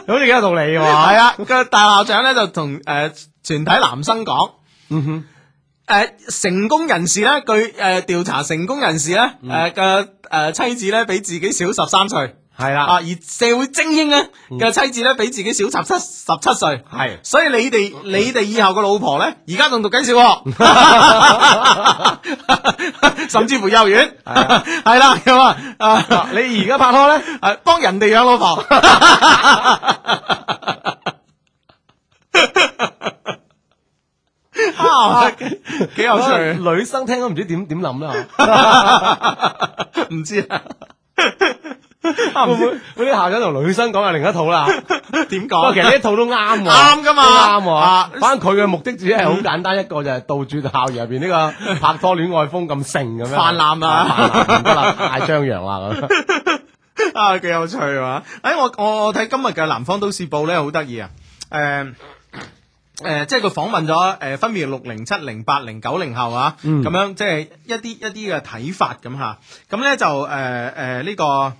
[SPEAKER 2] 好似幾有道理喎。
[SPEAKER 1] 系 啊，個大校長咧就同诶、呃全體男生講，嗯诶、成功人士咧，據诶调查成功人士咧，诶嘅诶呃妻子咧比自己少十三歲，
[SPEAKER 2] 係啦
[SPEAKER 1] 啊，而社會精英咧嘅妻子咧比自己少十七十七岁，
[SPEAKER 2] 係
[SPEAKER 1] 所以你哋你哋以後嘅老婆咧，而家仲讀緊 小學，甚至乎幼兒園， 係啦咁啊，啊
[SPEAKER 2] 你而家 拍拖咧？
[SPEAKER 1] 诶，帮人哋養老婆。 啊，几有趣，
[SPEAKER 2] 女生聽都唔知點點諗啦。
[SPEAKER 1] 唔知啊，
[SPEAKER 2] 會唔會嗰啲校長同女生講係另一套啦？
[SPEAKER 1] 点
[SPEAKER 2] 不
[SPEAKER 1] 讲
[SPEAKER 2] 過其？實呢一套都啱喎，
[SPEAKER 1] 哦啱㗎嘛
[SPEAKER 2] 都啱
[SPEAKER 1] 啊
[SPEAKER 2] 喎。反正佢嘅目的只係好簡單一個，就係杜絕校園入邊呢 個拍拖戀愛風咁盛咁樣
[SPEAKER 1] 泛濫啊
[SPEAKER 2] 泛濫唔得啦，太張揚啦咁。
[SPEAKER 1] 啊，幾有趣啊！誒，我我我睇今日嘅《南方都市報》咧，好得意啊！誒、誒、即係佢訪問咗誒、分別六零、七零、八零、九零後啊，咁、樣即係一啲一啲嘅睇法咁嚇，咁咧就誒誒呢個。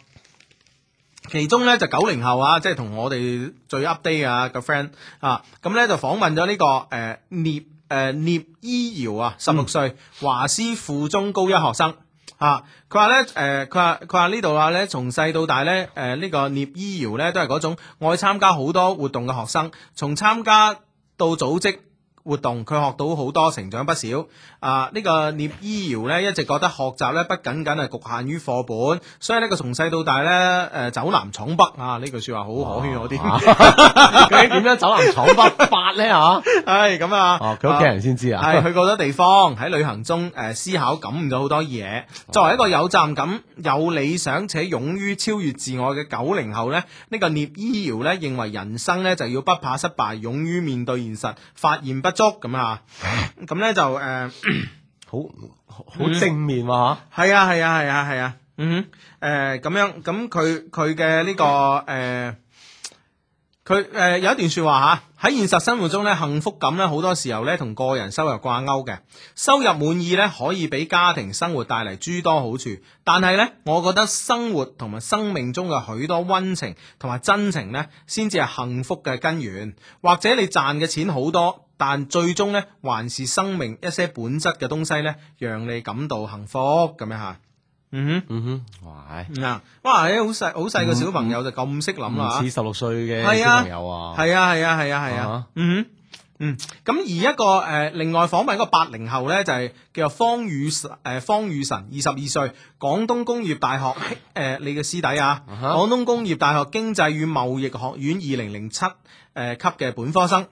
[SPEAKER 1] 其中咧就九零後啊，即係同我哋最 update 啊個 friend 啊，咁咧就訪問咗呢、個誒、聂誒聂依瑤啊，十六歲華師附中高一學生。啊！佢話咧，誒、佢話佢話呢度話咧，從細到大咧，誒、呢、個聂依瑤咧都係嗰種愛參加好多活動嘅學生，從參加到組織活動，佢學到好多，成長不少。啊，呢、個聂依瑤咧一直覺得學習咧不僅僅係局限於課本，所以呢佢從細到大咧，誒、走南闖北啊！呢句説話好可圈可 點。
[SPEAKER 2] 究啊竟點樣走南闖北法咧嚇？
[SPEAKER 1] 唉，咁啊，
[SPEAKER 2] 哦，佢屋企人先知
[SPEAKER 1] 係
[SPEAKER 2] 啊。
[SPEAKER 1] 去過好多地方，喺旅行中誒、呃思考感悟咗好多嘢。作為一個有責任感、有理想且勇於超越自我嘅九零後呢，呢、個聂依瑤呢認為人生呢就要不怕失敗，勇於面對現實，發現不足咁啊。咁呢就誒。呃
[SPEAKER 2] 好好正面喎
[SPEAKER 1] 系啊系啊系啊系啊，嗯哼，诶咁样咁佢佢嘅呢個诶，佢、诶、有一段说話吓，喺現實生活中咧，幸福感咧好多時候咧同個人收入掛鈎嘅，收入滿意咧可以俾家庭生活帶嚟諸多好處，但係咧，我覺得生活同埋生命中嘅許多温情同埋真情咧，先至係幸福嘅根源，或者你賺嘅錢好多。但最終咧，還是生命一些本質嘅東西咧，讓你感到幸福咁樣吓。嗯
[SPEAKER 2] 嚇。嗯哼，哇！
[SPEAKER 1] 哼，嗱，哇，誒好細好細個小朋友就咁識諗
[SPEAKER 2] 嗯唔
[SPEAKER 1] 啦
[SPEAKER 2] 似十六歲嘅
[SPEAKER 1] 係啊
[SPEAKER 2] 小朋友啊，
[SPEAKER 1] 係啊係啊係啊係啊
[SPEAKER 2] 啊，
[SPEAKER 1] 嗯哼嗯，咁而一個誒、呃另外訪問一個八零後咧，就係、叫做方宇神誒、呃方宇神，二十二歲，廣東工業大學 誒、呃你嘅師弟啊，
[SPEAKER 2] 啊哈
[SPEAKER 1] 廣東工業大學經濟與貿易學院二零零七誒級嘅本科生。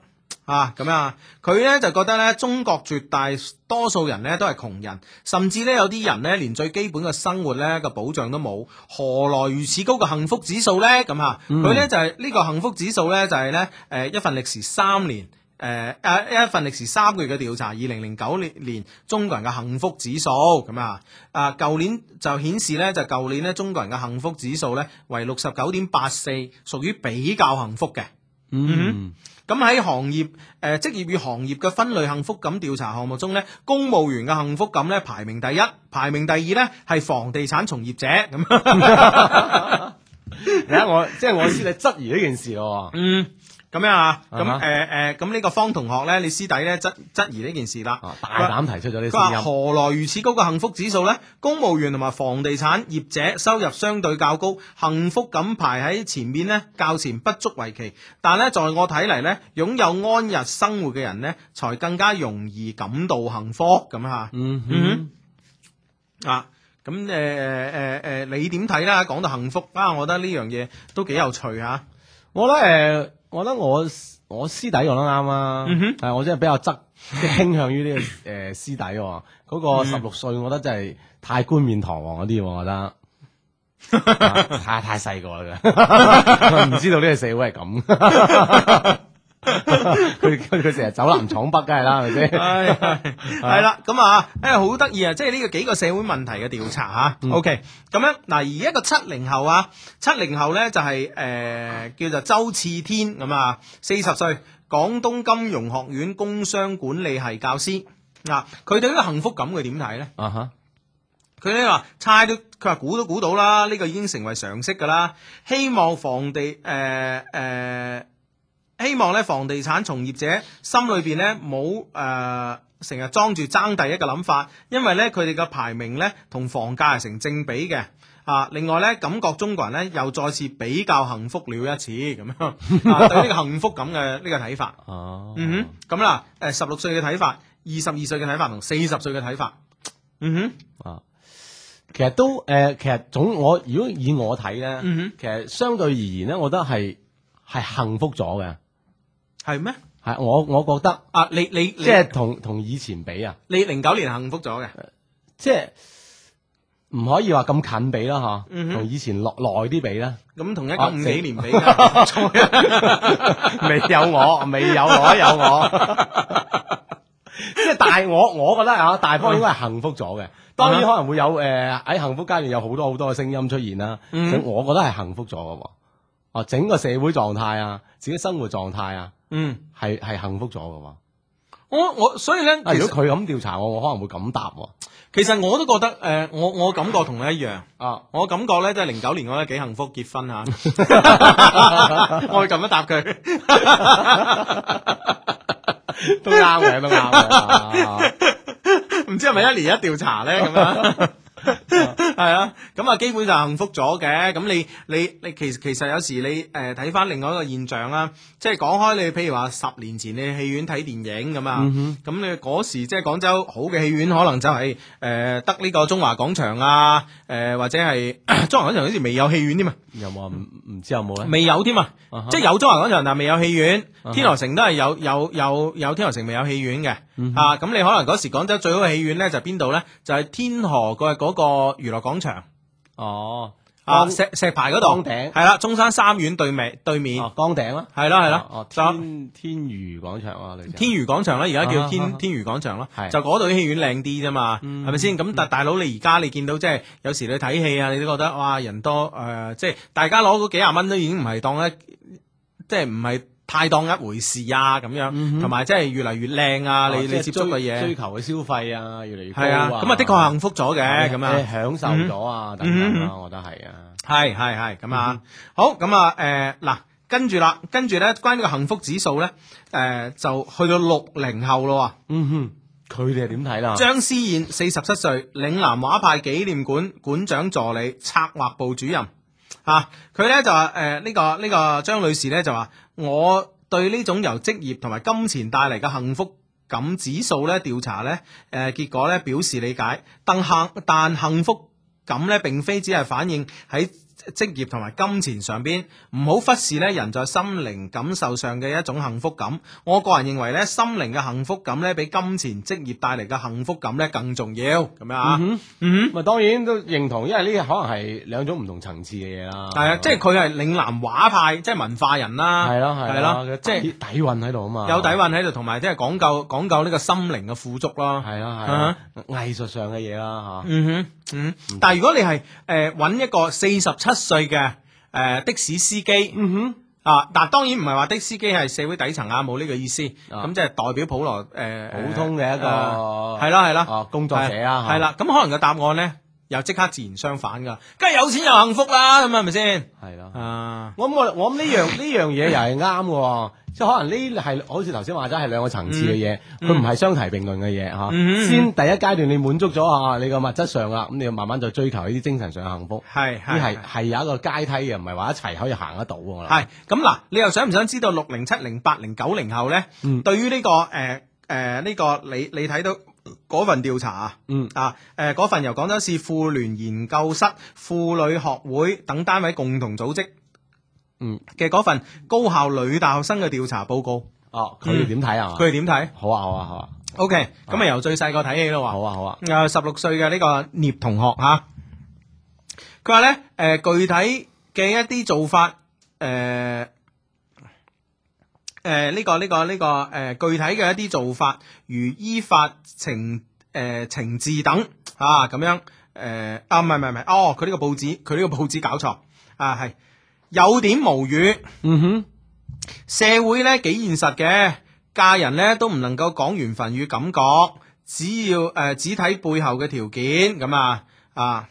[SPEAKER 1] 啊，咁啊，佢咧就覺得咧，中國絕大多數人咧都係窮人，甚至咧有啲人咧連最基本嘅生活咧個保障都冇，何來如此高嘅幸福指數呢？咁啊，佢咧就係、呢、個幸福指數咧就係咧誒一份歷時三年。誒、誒一份歷時三個月嘅調查，二零零九年年中國人嘅幸福指數咁啊，啊舊年就顯示咧，就舊年咧中國人嘅幸福指數咧為六十九點八四，屬於比較幸福嘅。
[SPEAKER 2] 嗯，
[SPEAKER 1] 咁喺行業誒、呃、職業與行業嘅分類幸福感調查項目中咧，公務員嘅幸福感咧排名第一，排名第二咧係房地產從業者咁。
[SPEAKER 2] 嗯你睇我即係我師弟質疑呢件事咯 喎，
[SPEAKER 1] 嗯，咁樣啊，咁誒
[SPEAKER 2] 啊哈
[SPEAKER 1] 誒，咁呢個方同學咧，你師弟咧質質疑呢件事啦
[SPEAKER 2] 啊。大膽提出咗呢
[SPEAKER 1] 佢話
[SPEAKER 2] 聲音，
[SPEAKER 1] 何來如此高嘅幸福指數呢？公務員同埋房地產業者收入相對較高，幸福感排喺前面呢，較前不足為奇。但呢，在我睇嚟呢，擁有安逸生活嘅人呢，才更加容易感到幸福咁吓。
[SPEAKER 2] 嗯
[SPEAKER 1] 嗯哼啊，咁誒誒誒誒，你點睇啦？講到幸福啊，我覺得呢樣嘢都幾有趣嚇、啊。
[SPEAKER 2] 我覺得誒，呃我覺得我我師弟講得啱啊
[SPEAKER 1] 嗯哼，
[SPEAKER 2] 但係我真係比較側 即係傾向於呢個誒師弟喎，嗰個十六歲，我覺得真係太冠冕堂皇嗰啲喎，我 覺得。啊太太細個啦， 佢唔知道呢個社會係咁。 佢佢佢成日走南闖北，梗係啦，係咪先？
[SPEAKER 1] 係係係啦，咁啊，誒好得意啊！即係呢個幾個社會問題嘅調查
[SPEAKER 2] 嗯
[SPEAKER 1] 嚇。OK，咁樣嗱，而一個七零後啊，七零後咧就係、誒、叫做周次天咁啊，四十歲，廣東金融學院工商管理系教師。嗱，佢對呢個幸福感佢點睇咧？
[SPEAKER 2] 啊哈，
[SPEAKER 1] 佢咧話猜都，佢話估都估到啦，呢、個已經成為常識㗎啦。希望房地誒誒。呃希望咧房地產從業者心裏邊咧冇誒成日裝住爭第一嘅諗法，因為咧佢哋嘅排名咧同房價係成正比嘅。啊！另外咧，感覺中國人咧又再次比較幸福了一次咁樣，啊、對呢個幸福感嘅呢個睇法，
[SPEAKER 2] 哦，
[SPEAKER 1] 嗯哼，咁啦，誒十六歲嘅睇法，二十二歲嘅睇法同四十歲嘅睇法，嗯
[SPEAKER 2] 啊，其實都诶、呃其實總我如果以我睇咧，
[SPEAKER 1] 嗯
[SPEAKER 2] 其實相對而言咧，我覺得係系幸福咗嘅，
[SPEAKER 1] 哼，係咩？
[SPEAKER 2] 係我我覺得
[SPEAKER 1] 啊，你你
[SPEAKER 2] 即係同同以前比啊，
[SPEAKER 1] 你零九年幸福咗嘅，
[SPEAKER 2] 即係唔可以話咁近比啦吓，
[SPEAKER 1] 嗯哼
[SPEAKER 2] 同以前耐耐啲比啦，
[SPEAKER 1] 咁同一九
[SPEAKER 2] 啊
[SPEAKER 1] 五
[SPEAKER 2] 四
[SPEAKER 1] 幾年 比較，
[SPEAKER 2] 未有我，未有我，有我。 即係大我，我覺得啊，大方應該係幸福咗嘅。當然
[SPEAKER 1] 嗯
[SPEAKER 2] 可能會有誒喺、幸福階段有好多好多嘅聲音出現啦。
[SPEAKER 1] 嗯
[SPEAKER 2] 咁我覺得係幸福咗嘅喎。哦，整個社會狀態啊，自己生活狀態啊，
[SPEAKER 1] 嗯，
[SPEAKER 2] 係係幸福咗嘅喎。啊，
[SPEAKER 1] 我我所以咧，其
[SPEAKER 2] 如
[SPEAKER 1] 實
[SPEAKER 2] 果佢咁調查我，我可能會咁答喎。
[SPEAKER 1] 其實我都覺得誒、呃我我感覺同你一樣。
[SPEAKER 2] 啊，
[SPEAKER 1] 我感覺咧，即係零九年我覺得幾幸福結婚嚇， 我會咁樣答佢。
[SPEAKER 2] 都啱嘅，都啱嘅。啊
[SPEAKER 1] 唔知係咪一年一調查咧咁 樣？係啊，咁啊，基本上幸福咗嘅。咁你你你其實其實有時你誒睇翻另外一個現象啦，即係講開你，譬如話十年前你去戲院睇電影咁啊，咁、你嗰時即係廣州好嘅戲院，可能就係、誒、得呢個中華廣場啊，誒、或者係 中華廣場好似未有戲院添啊，
[SPEAKER 2] 有冇啊唔唔知有冇咧？
[SPEAKER 1] 未有添啊。
[SPEAKER 2] 啊哈
[SPEAKER 1] 即係有中華廣場，但係未有戲院
[SPEAKER 2] 啊哈。
[SPEAKER 1] 天河城都係有有有有天河城未有戲院嘅。
[SPEAKER 2] 嗯
[SPEAKER 1] 啊，咁你可能嗰時廣州最好嘅戲院咧就係邊度咧？就係天河嘅嗰個娛樂廣場
[SPEAKER 2] 哦，
[SPEAKER 1] 啊，
[SPEAKER 2] 江
[SPEAKER 1] 石石牌嗰度。
[SPEAKER 2] 江頂
[SPEAKER 1] 係啦，中山三院對面對面。
[SPEAKER 2] 哦，江頂啦，
[SPEAKER 1] 係啦係啦，，
[SPEAKER 2] 哦
[SPEAKER 1] 就
[SPEAKER 2] 天天娛廣場啊，你
[SPEAKER 1] 天娛廣場啦，而家叫
[SPEAKER 2] 啊哈
[SPEAKER 1] 天
[SPEAKER 2] 哈
[SPEAKER 1] 天娛廣場啦
[SPEAKER 2] 係，
[SPEAKER 1] 就嗰度啲戲院靚啲啫嘛，
[SPEAKER 2] 嗯
[SPEAKER 1] 係咪先？咁但大佬你而家你見到即係有時你睇戲啊，你都覺得哇人多誒，即係大家攞嗰幾廿蚊都已經唔係當一，即係唔係太當一回事啊咁樣，同埋即係越嚟越靚啊，
[SPEAKER 2] 嗯哦
[SPEAKER 1] 你
[SPEAKER 2] 即係
[SPEAKER 1] 你接觸嘅
[SPEAKER 2] 追追
[SPEAKER 1] 嘢
[SPEAKER 2] 求嘅消費啊，越嚟越高
[SPEAKER 1] 係啊，咁啊的確係幸福咗嘅咁啊
[SPEAKER 2] 你。享受咗啊，等等啊，我覺得係嗯啊，
[SPEAKER 1] 系系系咁啊，好咁啊，诶嗱，跟住啦，跟住咧，關於呢個幸福指數咧，诶、就去到六零後咯
[SPEAKER 2] 嗯哼，佢哋係點睇啦
[SPEAKER 1] 喎，？張思燕四十七歲，嶺南畫派紀念館館長助理、策劃部主任啊，佢咧就話诶呢個呢、個張女士咧就話，我對呢種由職業同埋金錢帶嚟嘅幸福。感指數咧調查咧，誒、結果咧表示理解，但幸但幸福咁咧，並非只係反映喺職業同埋金錢上邊，唔好忽視咧人在心靈感受上嘅一種幸福感。我個人認為咧，心靈嘅幸福感咧，比金錢職業帶嚟嘅幸福感咧更重要。咁樣啊，
[SPEAKER 2] 嗯
[SPEAKER 1] 嗯
[SPEAKER 2] 哼，咪當然都認同，因為呢可能係兩種唔同層次嘅嘢啦。
[SPEAKER 1] 係啊，即係佢係嶺南畫派，即係文化人啦，
[SPEAKER 2] 係咯啊係
[SPEAKER 1] 係
[SPEAKER 2] 咯，
[SPEAKER 1] 咯，即
[SPEAKER 2] 即係
[SPEAKER 1] 係
[SPEAKER 2] 底韻喺度啊嘛，
[SPEAKER 1] 有底韻喺度，同埋即係講究講究呢個心靈嘅富足啦。
[SPEAKER 2] 係啊係啊，藝術上嘅嘢啦嚇。
[SPEAKER 1] 嗯哼，嗯，但係如果你係誒揾一個四十七歲嘅誒的士司機。
[SPEAKER 2] 嗯哼，
[SPEAKER 1] 啊！嗱，當然唔係話的司機係社會底層啊，冇呢個意思。
[SPEAKER 2] 啊
[SPEAKER 1] 咁即係代表普羅誒、呃
[SPEAKER 2] 普通嘅一個
[SPEAKER 1] 呃係啦係啦，
[SPEAKER 2] 啊工作者啦嚇
[SPEAKER 1] 係啦。咁可能個答案咧又即刻自然相反噶，梗係有錢又幸福啦，咁係咪先？
[SPEAKER 2] 係咯。
[SPEAKER 1] 啊，
[SPEAKER 2] 我諗我我諗 呢樣呢樣嘢又係啱嘅喎，即係可能呢係好似頭先話齋係兩個層次嘅嘢，佢唔係相提並論嘅嘢吓。
[SPEAKER 1] 嗯嗯嗯
[SPEAKER 2] 先第一階段你滿足咗啊你個物質上啦，咁你就慢慢就追求呢啲精神上嘅幸福。
[SPEAKER 1] 係啊
[SPEAKER 2] 呢係
[SPEAKER 1] 係
[SPEAKER 2] 係有一個階梯嘅，唔係話一齊可以行得到嘅。我諗
[SPEAKER 1] 係。咁嗱，你又想唔想知道六零、七零、八零、九零後咧？
[SPEAKER 2] 嗯
[SPEAKER 1] 對於呢、個誒誒呢個你你睇到嗰份調查啊？
[SPEAKER 2] 嗯
[SPEAKER 1] 啊，誒、嗰份由廣州市婦聯研究室、婦女學會等單位共同組織
[SPEAKER 2] 嗯，
[SPEAKER 1] 嘅嗰份高校女大學生嘅調查報告，
[SPEAKER 2] 哦，佢哋點睇啊？
[SPEAKER 1] 佢哋點睇
[SPEAKER 2] 好啊好啊好啊
[SPEAKER 1] ？OK，咁啊由最細個睇起咯
[SPEAKER 2] 好
[SPEAKER 1] 喎。
[SPEAKER 2] 啊好啊，
[SPEAKER 1] 誒十六歲嘅呢個聂同學吓，佢話咧誒具體嘅一啲做法誒。誒呢、個呢、個呢、個誒、具體嘅一啲做法，如依法懲誒、懲治等啊咁樣誒、啊唔係唔係唔係哦佢呢個報紙佢呢個報紙搞錯啊係有點無語。
[SPEAKER 2] 嗯哼，
[SPEAKER 1] 社會咧幾現實嘅，嫁人咧都唔能夠講緣分與感覺，只要誒、呃只睇背後嘅條件咁啊啊。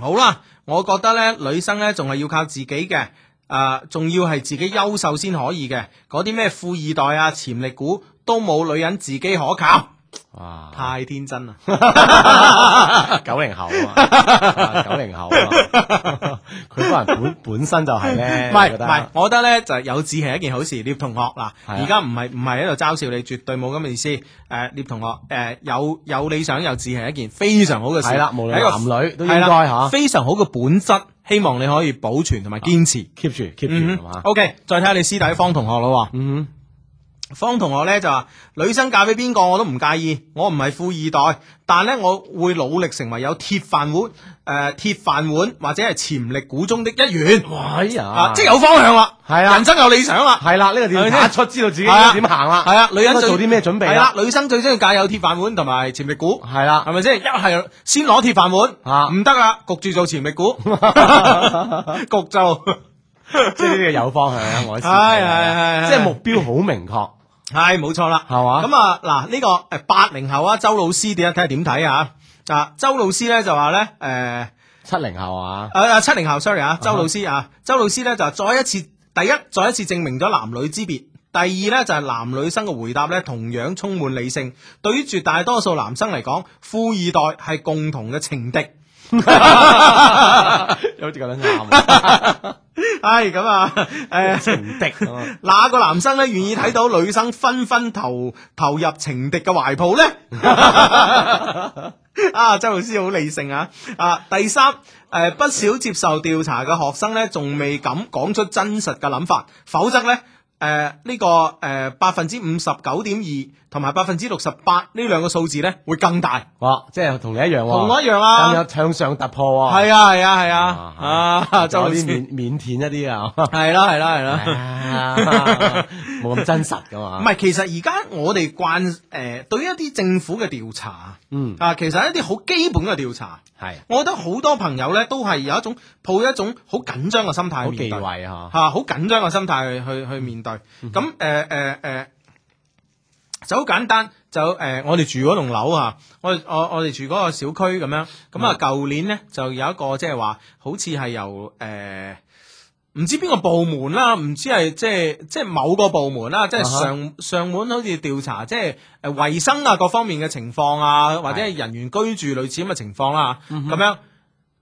[SPEAKER 1] 好啦，我覺得咧，女生咧仲係要靠自己嘅。啊，仲要係自己優秀先可以嘅，嗰啲咩富二代啊、潛力股都冇女人自己可靠，
[SPEAKER 2] 哇，
[SPEAKER 1] 太天真啦！
[SPEAKER 2] 九零後啊，九零後啊，佢可能本本身就係咧，
[SPEAKER 1] 唔係
[SPEAKER 2] 覺
[SPEAKER 1] 唔
[SPEAKER 2] 得
[SPEAKER 1] 係，我覺得咧就係有志氣係一件好事，聶同學嗱，
[SPEAKER 2] 係啊
[SPEAKER 1] 而家唔係唔係喺度嘲笑你，絕對冇咁嘅意思。誒、聶同學，誒、有有理想有志氣係一件非常好嘅事，
[SPEAKER 2] 係啦，無
[SPEAKER 1] 係一個
[SPEAKER 2] 論男女都應
[SPEAKER 1] 係啦
[SPEAKER 2] 該吓
[SPEAKER 1] 非常好嘅本質，希望你可以保存同埋堅持。
[SPEAKER 2] keep 住 keep
[SPEAKER 1] 嗯
[SPEAKER 2] 住係嘛，
[SPEAKER 1] ，OK，再睇下你師弟方同學咯喎。
[SPEAKER 2] 嗯
[SPEAKER 1] 方同學咧就話：女生嫁俾邊個我都唔介意，我唔係富二代，但咧我會努力成為有鐵飯碗、誒、鐵飯碗或者係潛力股中的一員，
[SPEAKER 2] 哼，哇哎呀
[SPEAKER 1] 啊，，即係有方向啦，
[SPEAKER 2] 係啊
[SPEAKER 1] 人生有理想啦。
[SPEAKER 2] 係啦，呢個
[SPEAKER 1] 係
[SPEAKER 2] 調
[SPEAKER 1] 咪
[SPEAKER 2] 查
[SPEAKER 1] 先
[SPEAKER 2] 一出知道自己
[SPEAKER 1] 係啊
[SPEAKER 2] 應該點行啦，
[SPEAKER 1] 係啊，女人
[SPEAKER 2] 應該
[SPEAKER 1] 最
[SPEAKER 2] 做啲咩準備
[SPEAKER 1] 係啦
[SPEAKER 2] 啦，，
[SPEAKER 1] 女生最中意嫁有鐵飯碗同埋潛力股，
[SPEAKER 2] 係啦
[SPEAKER 1] 係。咪 先？一係先攞鐵飯碗，
[SPEAKER 2] 啊
[SPEAKER 1] 唔得啦，焗住做潛力 股，焗就
[SPEAKER 2] 即係呢個有方向，我先
[SPEAKER 1] 係係係係
[SPEAKER 2] 即係目標好明確，
[SPEAKER 1] 係冇錯啦。
[SPEAKER 2] 係嘛？
[SPEAKER 1] 咁啊，嗱呢個誒八零後啊，周老師點啊？睇下點睇啊？啊，周老師咧就話咧，誒
[SPEAKER 2] 七零 後啊，
[SPEAKER 1] 啊啊七零後，sorry 啊，周老師啊，周老師咧就話再一次，第一再一次證明咗男女之別。第二咧就係、男女生嘅回答咧，同樣充滿理性。對於絕大多數男生嚟講，富二代係共同嘅情敵。
[SPEAKER 2] 好似覺得啱，啊
[SPEAKER 1] 係咁啊，誒、
[SPEAKER 2] 情敵啊嘛
[SPEAKER 1] 哪個男生咧願意睇到女生紛紛投投入情敵嘅懷抱咧？ 啊，周老師好理性啊！啊，第三，誒、不少接受調查嘅學生咧，仲未敢講出真實嘅諗法，否則咧。誒呢、個誒百分之五十九點二同埋百分之六十八呢兩個數字咧會更大，
[SPEAKER 2] 哇，即係同你一樣喎，
[SPEAKER 1] 同我一樣
[SPEAKER 2] 咁
[SPEAKER 1] 啊！
[SPEAKER 2] 有向上突破喎，
[SPEAKER 1] 係啊係啊係
[SPEAKER 2] 啊
[SPEAKER 1] 啊！啊，周老
[SPEAKER 2] 有啲
[SPEAKER 1] 師
[SPEAKER 2] 腼腼腆一啲啊，
[SPEAKER 1] 係啦係啦係啦。
[SPEAKER 2] 啊 冇咁真實噶
[SPEAKER 1] 唔
[SPEAKER 2] 嘛，
[SPEAKER 1] 係，其實而家我哋慣誒、呃、對於一啲政府嘅調查
[SPEAKER 2] 嗯，
[SPEAKER 1] 啊，其實係一啲好基本嘅調查，
[SPEAKER 2] 係
[SPEAKER 1] 我覺得好多朋友咧都係有一種抱一種好緊張嘅心態
[SPEAKER 2] 好
[SPEAKER 1] 去面
[SPEAKER 2] 忌
[SPEAKER 1] 對，嚇
[SPEAKER 2] 諱啊，嗯
[SPEAKER 1] 好緊張嘅心態去去去面對。咁誒誒誒就好簡單，就誒、呃我哋住嗰棟樓啊，我我我哋住嗰個小區咁樣，咁
[SPEAKER 2] 嗯
[SPEAKER 1] 啊舊年咧就有一個即係話，好似係由誒。呃唔知邊個部門啦，唔知係即係即係某個部門啦，即係
[SPEAKER 2] 啊哈
[SPEAKER 1] 上上門好似調查，即係誒衞生啊各方面嘅情況啊，或者係人員居住類似咁嘅情況啦，
[SPEAKER 2] 嗯
[SPEAKER 1] 咁樣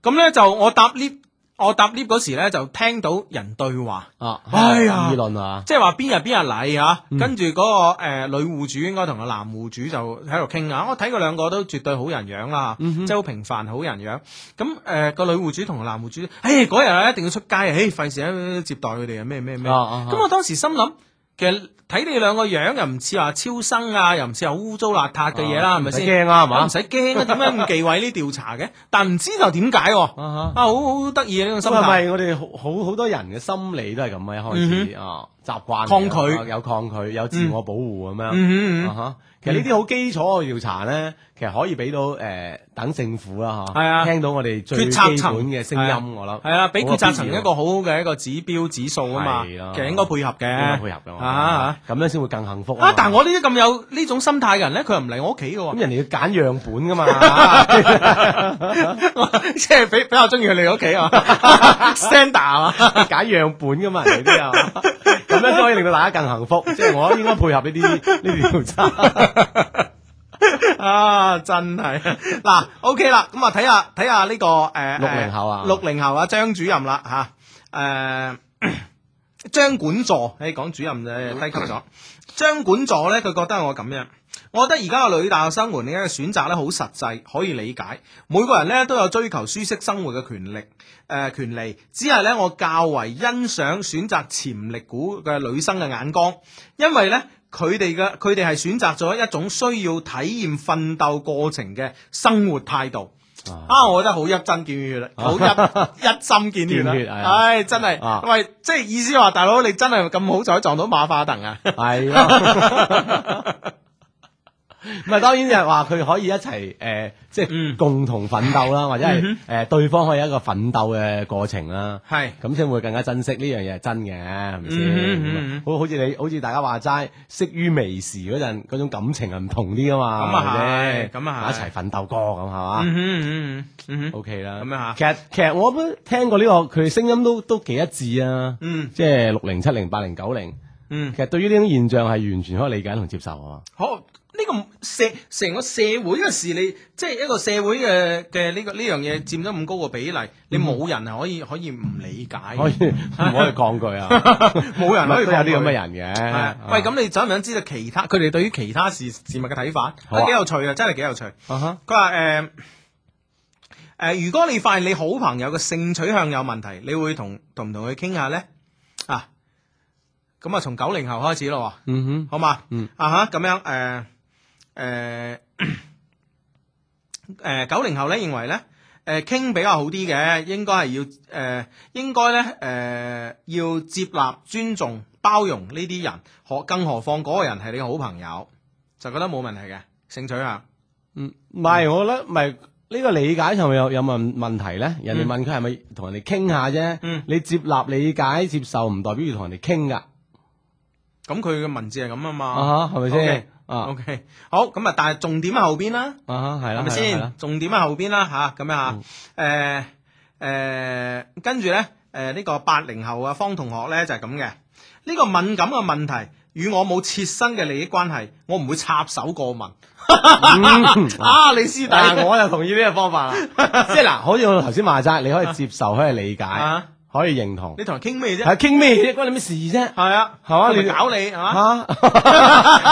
[SPEAKER 1] 咁咧就我搭 lift，我搭 lift 嗰時咧就聽到人對話，
[SPEAKER 2] 啊，
[SPEAKER 1] 哎呀
[SPEAKER 2] 議論啊，
[SPEAKER 1] 即係話邊日邊日嚟啊，
[SPEAKER 2] 嗯
[SPEAKER 1] 跟住嗰個誒女戶主應該同個男戶主就喺度傾啊，我睇佢兩個都絕對好人樣啦，
[SPEAKER 2] 嗯
[SPEAKER 1] 即係好平凡好人樣。咁誒個女戶主同個男戶主，誒嗰日咧一定要出街，誒費事喺接待佢哋啊咩咩咩。
[SPEAKER 2] 啊啊
[SPEAKER 1] 咁我當時心諗，其實睇你兩個樣又唔似話超生啊，又唔似話污糟邋遢嘅嘢啦，係咪先？
[SPEAKER 2] 驚啊，係
[SPEAKER 1] 我
[SPEAKER 2] 嘛
[SPEAKER 1] 唔，使驚啊，點解咁忌諱呢調查嘅？但唔知就點解喎啊，
[SPEAKER 2] 啊哈
[SPEAKER 1] 好好得意啊呢種心
[SPEAKER 2] 咁係
[SPEAKER 1] 態。
[SPEAKER 2] 咪我哋好好好多人嘅心理都係咁嘅一開始啊，習慣嚟嘅
[SPEAKER 1] 嗯抗拒
[SPEAKER 2] 啊有抗拒，有自我保護咁樣。
[SPEAKER 1] 嗯
[SPEAKER 2] 啊
[SPEAKER 1] 嗯
[SPEAKER 2] 哈其實呢啲好基礎嘅調查咧，其實可以俾到誒等政府啦嚇，
[SPEAKER 1] 係啊
[SPEAKER 2] 聽到我哋
[SPEAKER 1] 決
[SPEAKER 2] 最基
[SPEAKER 1] 策
[SPEAKER 2] 本
[SPEAKER 1] 層
[SPEAKER 2] 嘅聲
[SPEAKER 1] 係啊
[SPEAKER 2] 音，我諗
[SPEAKER 1] 係啊，俾
[SPEAKER 2] 好有
[SPEAKER 1] 決策
[SPEAKER 2] 必
[SPEAKER 1] 層
[SPEAKER 2] 要
[SPEAKER 1] 一個好嘅一個指標指數啊嘛，其
[SPEAKER 2] 係啦
[SPEAKER 1] 實應該配合
[SPEAKER 2] 應該
[SPEAKER 1] 嘅。
[SPEAKER 2] 配合嘅，我覺得
[SPEAKER 1] 啊
[SPEAKER 2] 咁樣先會更幸福
[SPEAKER 1] 啊！但
[SPEAKER 2] 嘛
[SPEAKER 1] 係我呢啲咁有呢種心態嘅人咧，佢又唔嚟我屋企嘅
[SPEAKER 2] 咁
[SPEAKER 1] 喎，
[SPEAKER 2] 人哋要揀樣本噶
[SPEAKER 1] 啊
[SPEAKER 2] 嘛，
[SPEAKER 1] 即係比比較中意佢嚟我屋企 啊，standard 啊。
[SPEAKER 2] 揀樣本噶嘛，人哋啲啊，咁樣先可以令到大家更幸福，即係我應該配合呢啲呢啲調查。
[SPEAKER 1] 啊，真係嗱，OK 啦，咁啊睇下睇下呢個誒
[SPEAKER 2] 60後啊
[SPEAKER 1] 六零後啊張主任啦吓，誒、 張管座，誒講主任就低級咗，張管座咧佢覺得我咁樣。我覺得而家嘅女大學生們嘅選擇咧好實際，可以理解。每個人咧都有追求舒適生活嘅權力，誒、權利。只係咧我較為欣賞選擇潛力股嘅女生嘅眼光，因為咧佢哋嘅佢哋係選擇咗一種需要體驗奮鬥過程嘅生活態度。啊，我覺得好一針見血啦，好一 一針見血啦
[SPEAKER 2] 啊見血係，啊
[SPEAKER 1] 唉，真係
[SPEAKER 2] 啊，
[SPEAKER 1] 喂，即係意思話，大佬你 真係咁好彩撞到馬化騰啊！
[SPEAKER 2] 係咯，唔係當然就係話佢可以一齊誒、呃即
[SPEAKER 1] 嗯
[SPEAKER 2] 係共同奮鬥啦，或者係誒、呃、對方可以有一個奮鬥嘅過程啦。
[SPEAKER 1] 係
[SPEAKER 2] 咁先會更加珍惜呢樣嘢係真嘅，係咪
[SPEAKER 1] 嗯
[SPEAKER 2] 先
[SPEAKER 1] 嗯嗯？
[SPEAKER 2] 好好似你好似大家話齋，識於微時嗰陣嗰種感情係唔同啲噶嘛，
[SPEAKER 1] 咁啊係
[SPEAKER 2] 咪先
[SPEAKER 1] 咁啊係
[SPEAKER 2] 一齊奮鬥過咁係嘛？
[SPEAKER 1] 嗯哼嗯哼嗯哼
[SPEAKER 2] O K 啦，
[SPEAKER 1] 咁樣嚇
[SPEAKER 2] 其實其實我都聽過呢、個佢聲音都都幾一致啊，
[SPEAKER 1] 嗯
[SPEAKER 2] 即係六零七零八零九零，
[SPEAKER 1] 嗯
[SPEAKER 2] 其。實對於呢種現象係完全可以理解同接受啊嘛。
[SPEAKER 1] 好，呢、個社成個社會嘅事，你即係一個社會嘅嘅呢個呢樣嘢佔咗咁高嘅比例，你冇人係可以可以唔理解嘅，
[SPEAKER 2] 嗯可以唔可以抗拒啊？
[SPEAKER 1] 冇人可以
[SPEAKER 2] 都有啲
[SPEAKER 1] 抗
[SPEAKER 2] 咁
[SPEAKER 1] 拒
[SPEAKER 2] 嘅。人
[SPEAKER 1] 係
[SPEAKER 2] 嘅
[SPEAKER 1] 啊。喂，咁你想唔想知道其他佢哋對於其他事事物嘅睇法？
[SPEAKER 2] 好啊
[SPEAKER 1] 啊，幾有趣啊，真係幾有趣。
[SPEAKER 2] 啊哈
[SPEAKER 1] 佢話誒誒，如果你發現你好朋友嘅性取向有問題，你會同同唔同佢傾下咧？啊，咁啊，從九零後開始咯喎。
[SPEAKER 2] 嗯哼，
[SPEAKER 1] 好嘛？
[SPEAKER 2] 嗯
[SPEAKER 1] 啊吓咁樣誒 誒誒呃九零後咧認為咧誒傾比較好啲嘅，應該係要誒、呃、應該咧誒、呃要接納、尊重、包容呢啲人，何更何況嗰個人係你嘅好朋友，就覺得冇問題嘅性取向。
[SPEAKER 2] 嗯，唔係，我覺得唔係呢個理解上面有有問問題咧。人哋問佢係咪同人哋傾下啫？
[SPEAKER 1] 嗯
[SPEAKER 2] 你接納理解接受，唔代表要同人哋傾噶，
[SPEAKER 1] 咁佢嘅文字係咁啊嘛。
[SPEAKER 2] 啊哈，係咪先
[SPEAKER 1] OK？
[SPEAKER 2] 啊
[SPEAKER 1] O K，好咁啊，但係重點喺後邊啦。
[SPEAKER 2] 啊嗯哈，係啦，
[SPEAKER 1] 係咪
[SPEAKER 2] 係啦
[SPEAKER 1] 先？重點喺後邊啦吓，咁樣吓，誒誒，跟住咧，誒呢個八零後啊，方同學咧就係咁嘅。呢個敏感嘅問題與我冇切身嘅利益關係，我唔會插手過問。 啊，你師
[SPEAKER 2] 但係
[SPEAKER 1] 弟，
[SPEAKER 2] 嗯我就同意呢個方 法啦，即係嗱，好似我頭先話齋，你可以接受，可以理解，
[SPEAKER 1] 啊，
[SPEAKER 2] 可以認同，
[SPEAKER 1] 你同人傾咩啫？
[SPEAKER 2] 係傾咩啫？關你咩事啫？
[SPEAKER 1] 係啊，
[SPEAKER 2] 係嘛
[SPEAKER 1] 佢咪
[SPEAKER 2] 你
[SPEAKER 1] 搞你係嘛？
[SPEAKER 2] 啊！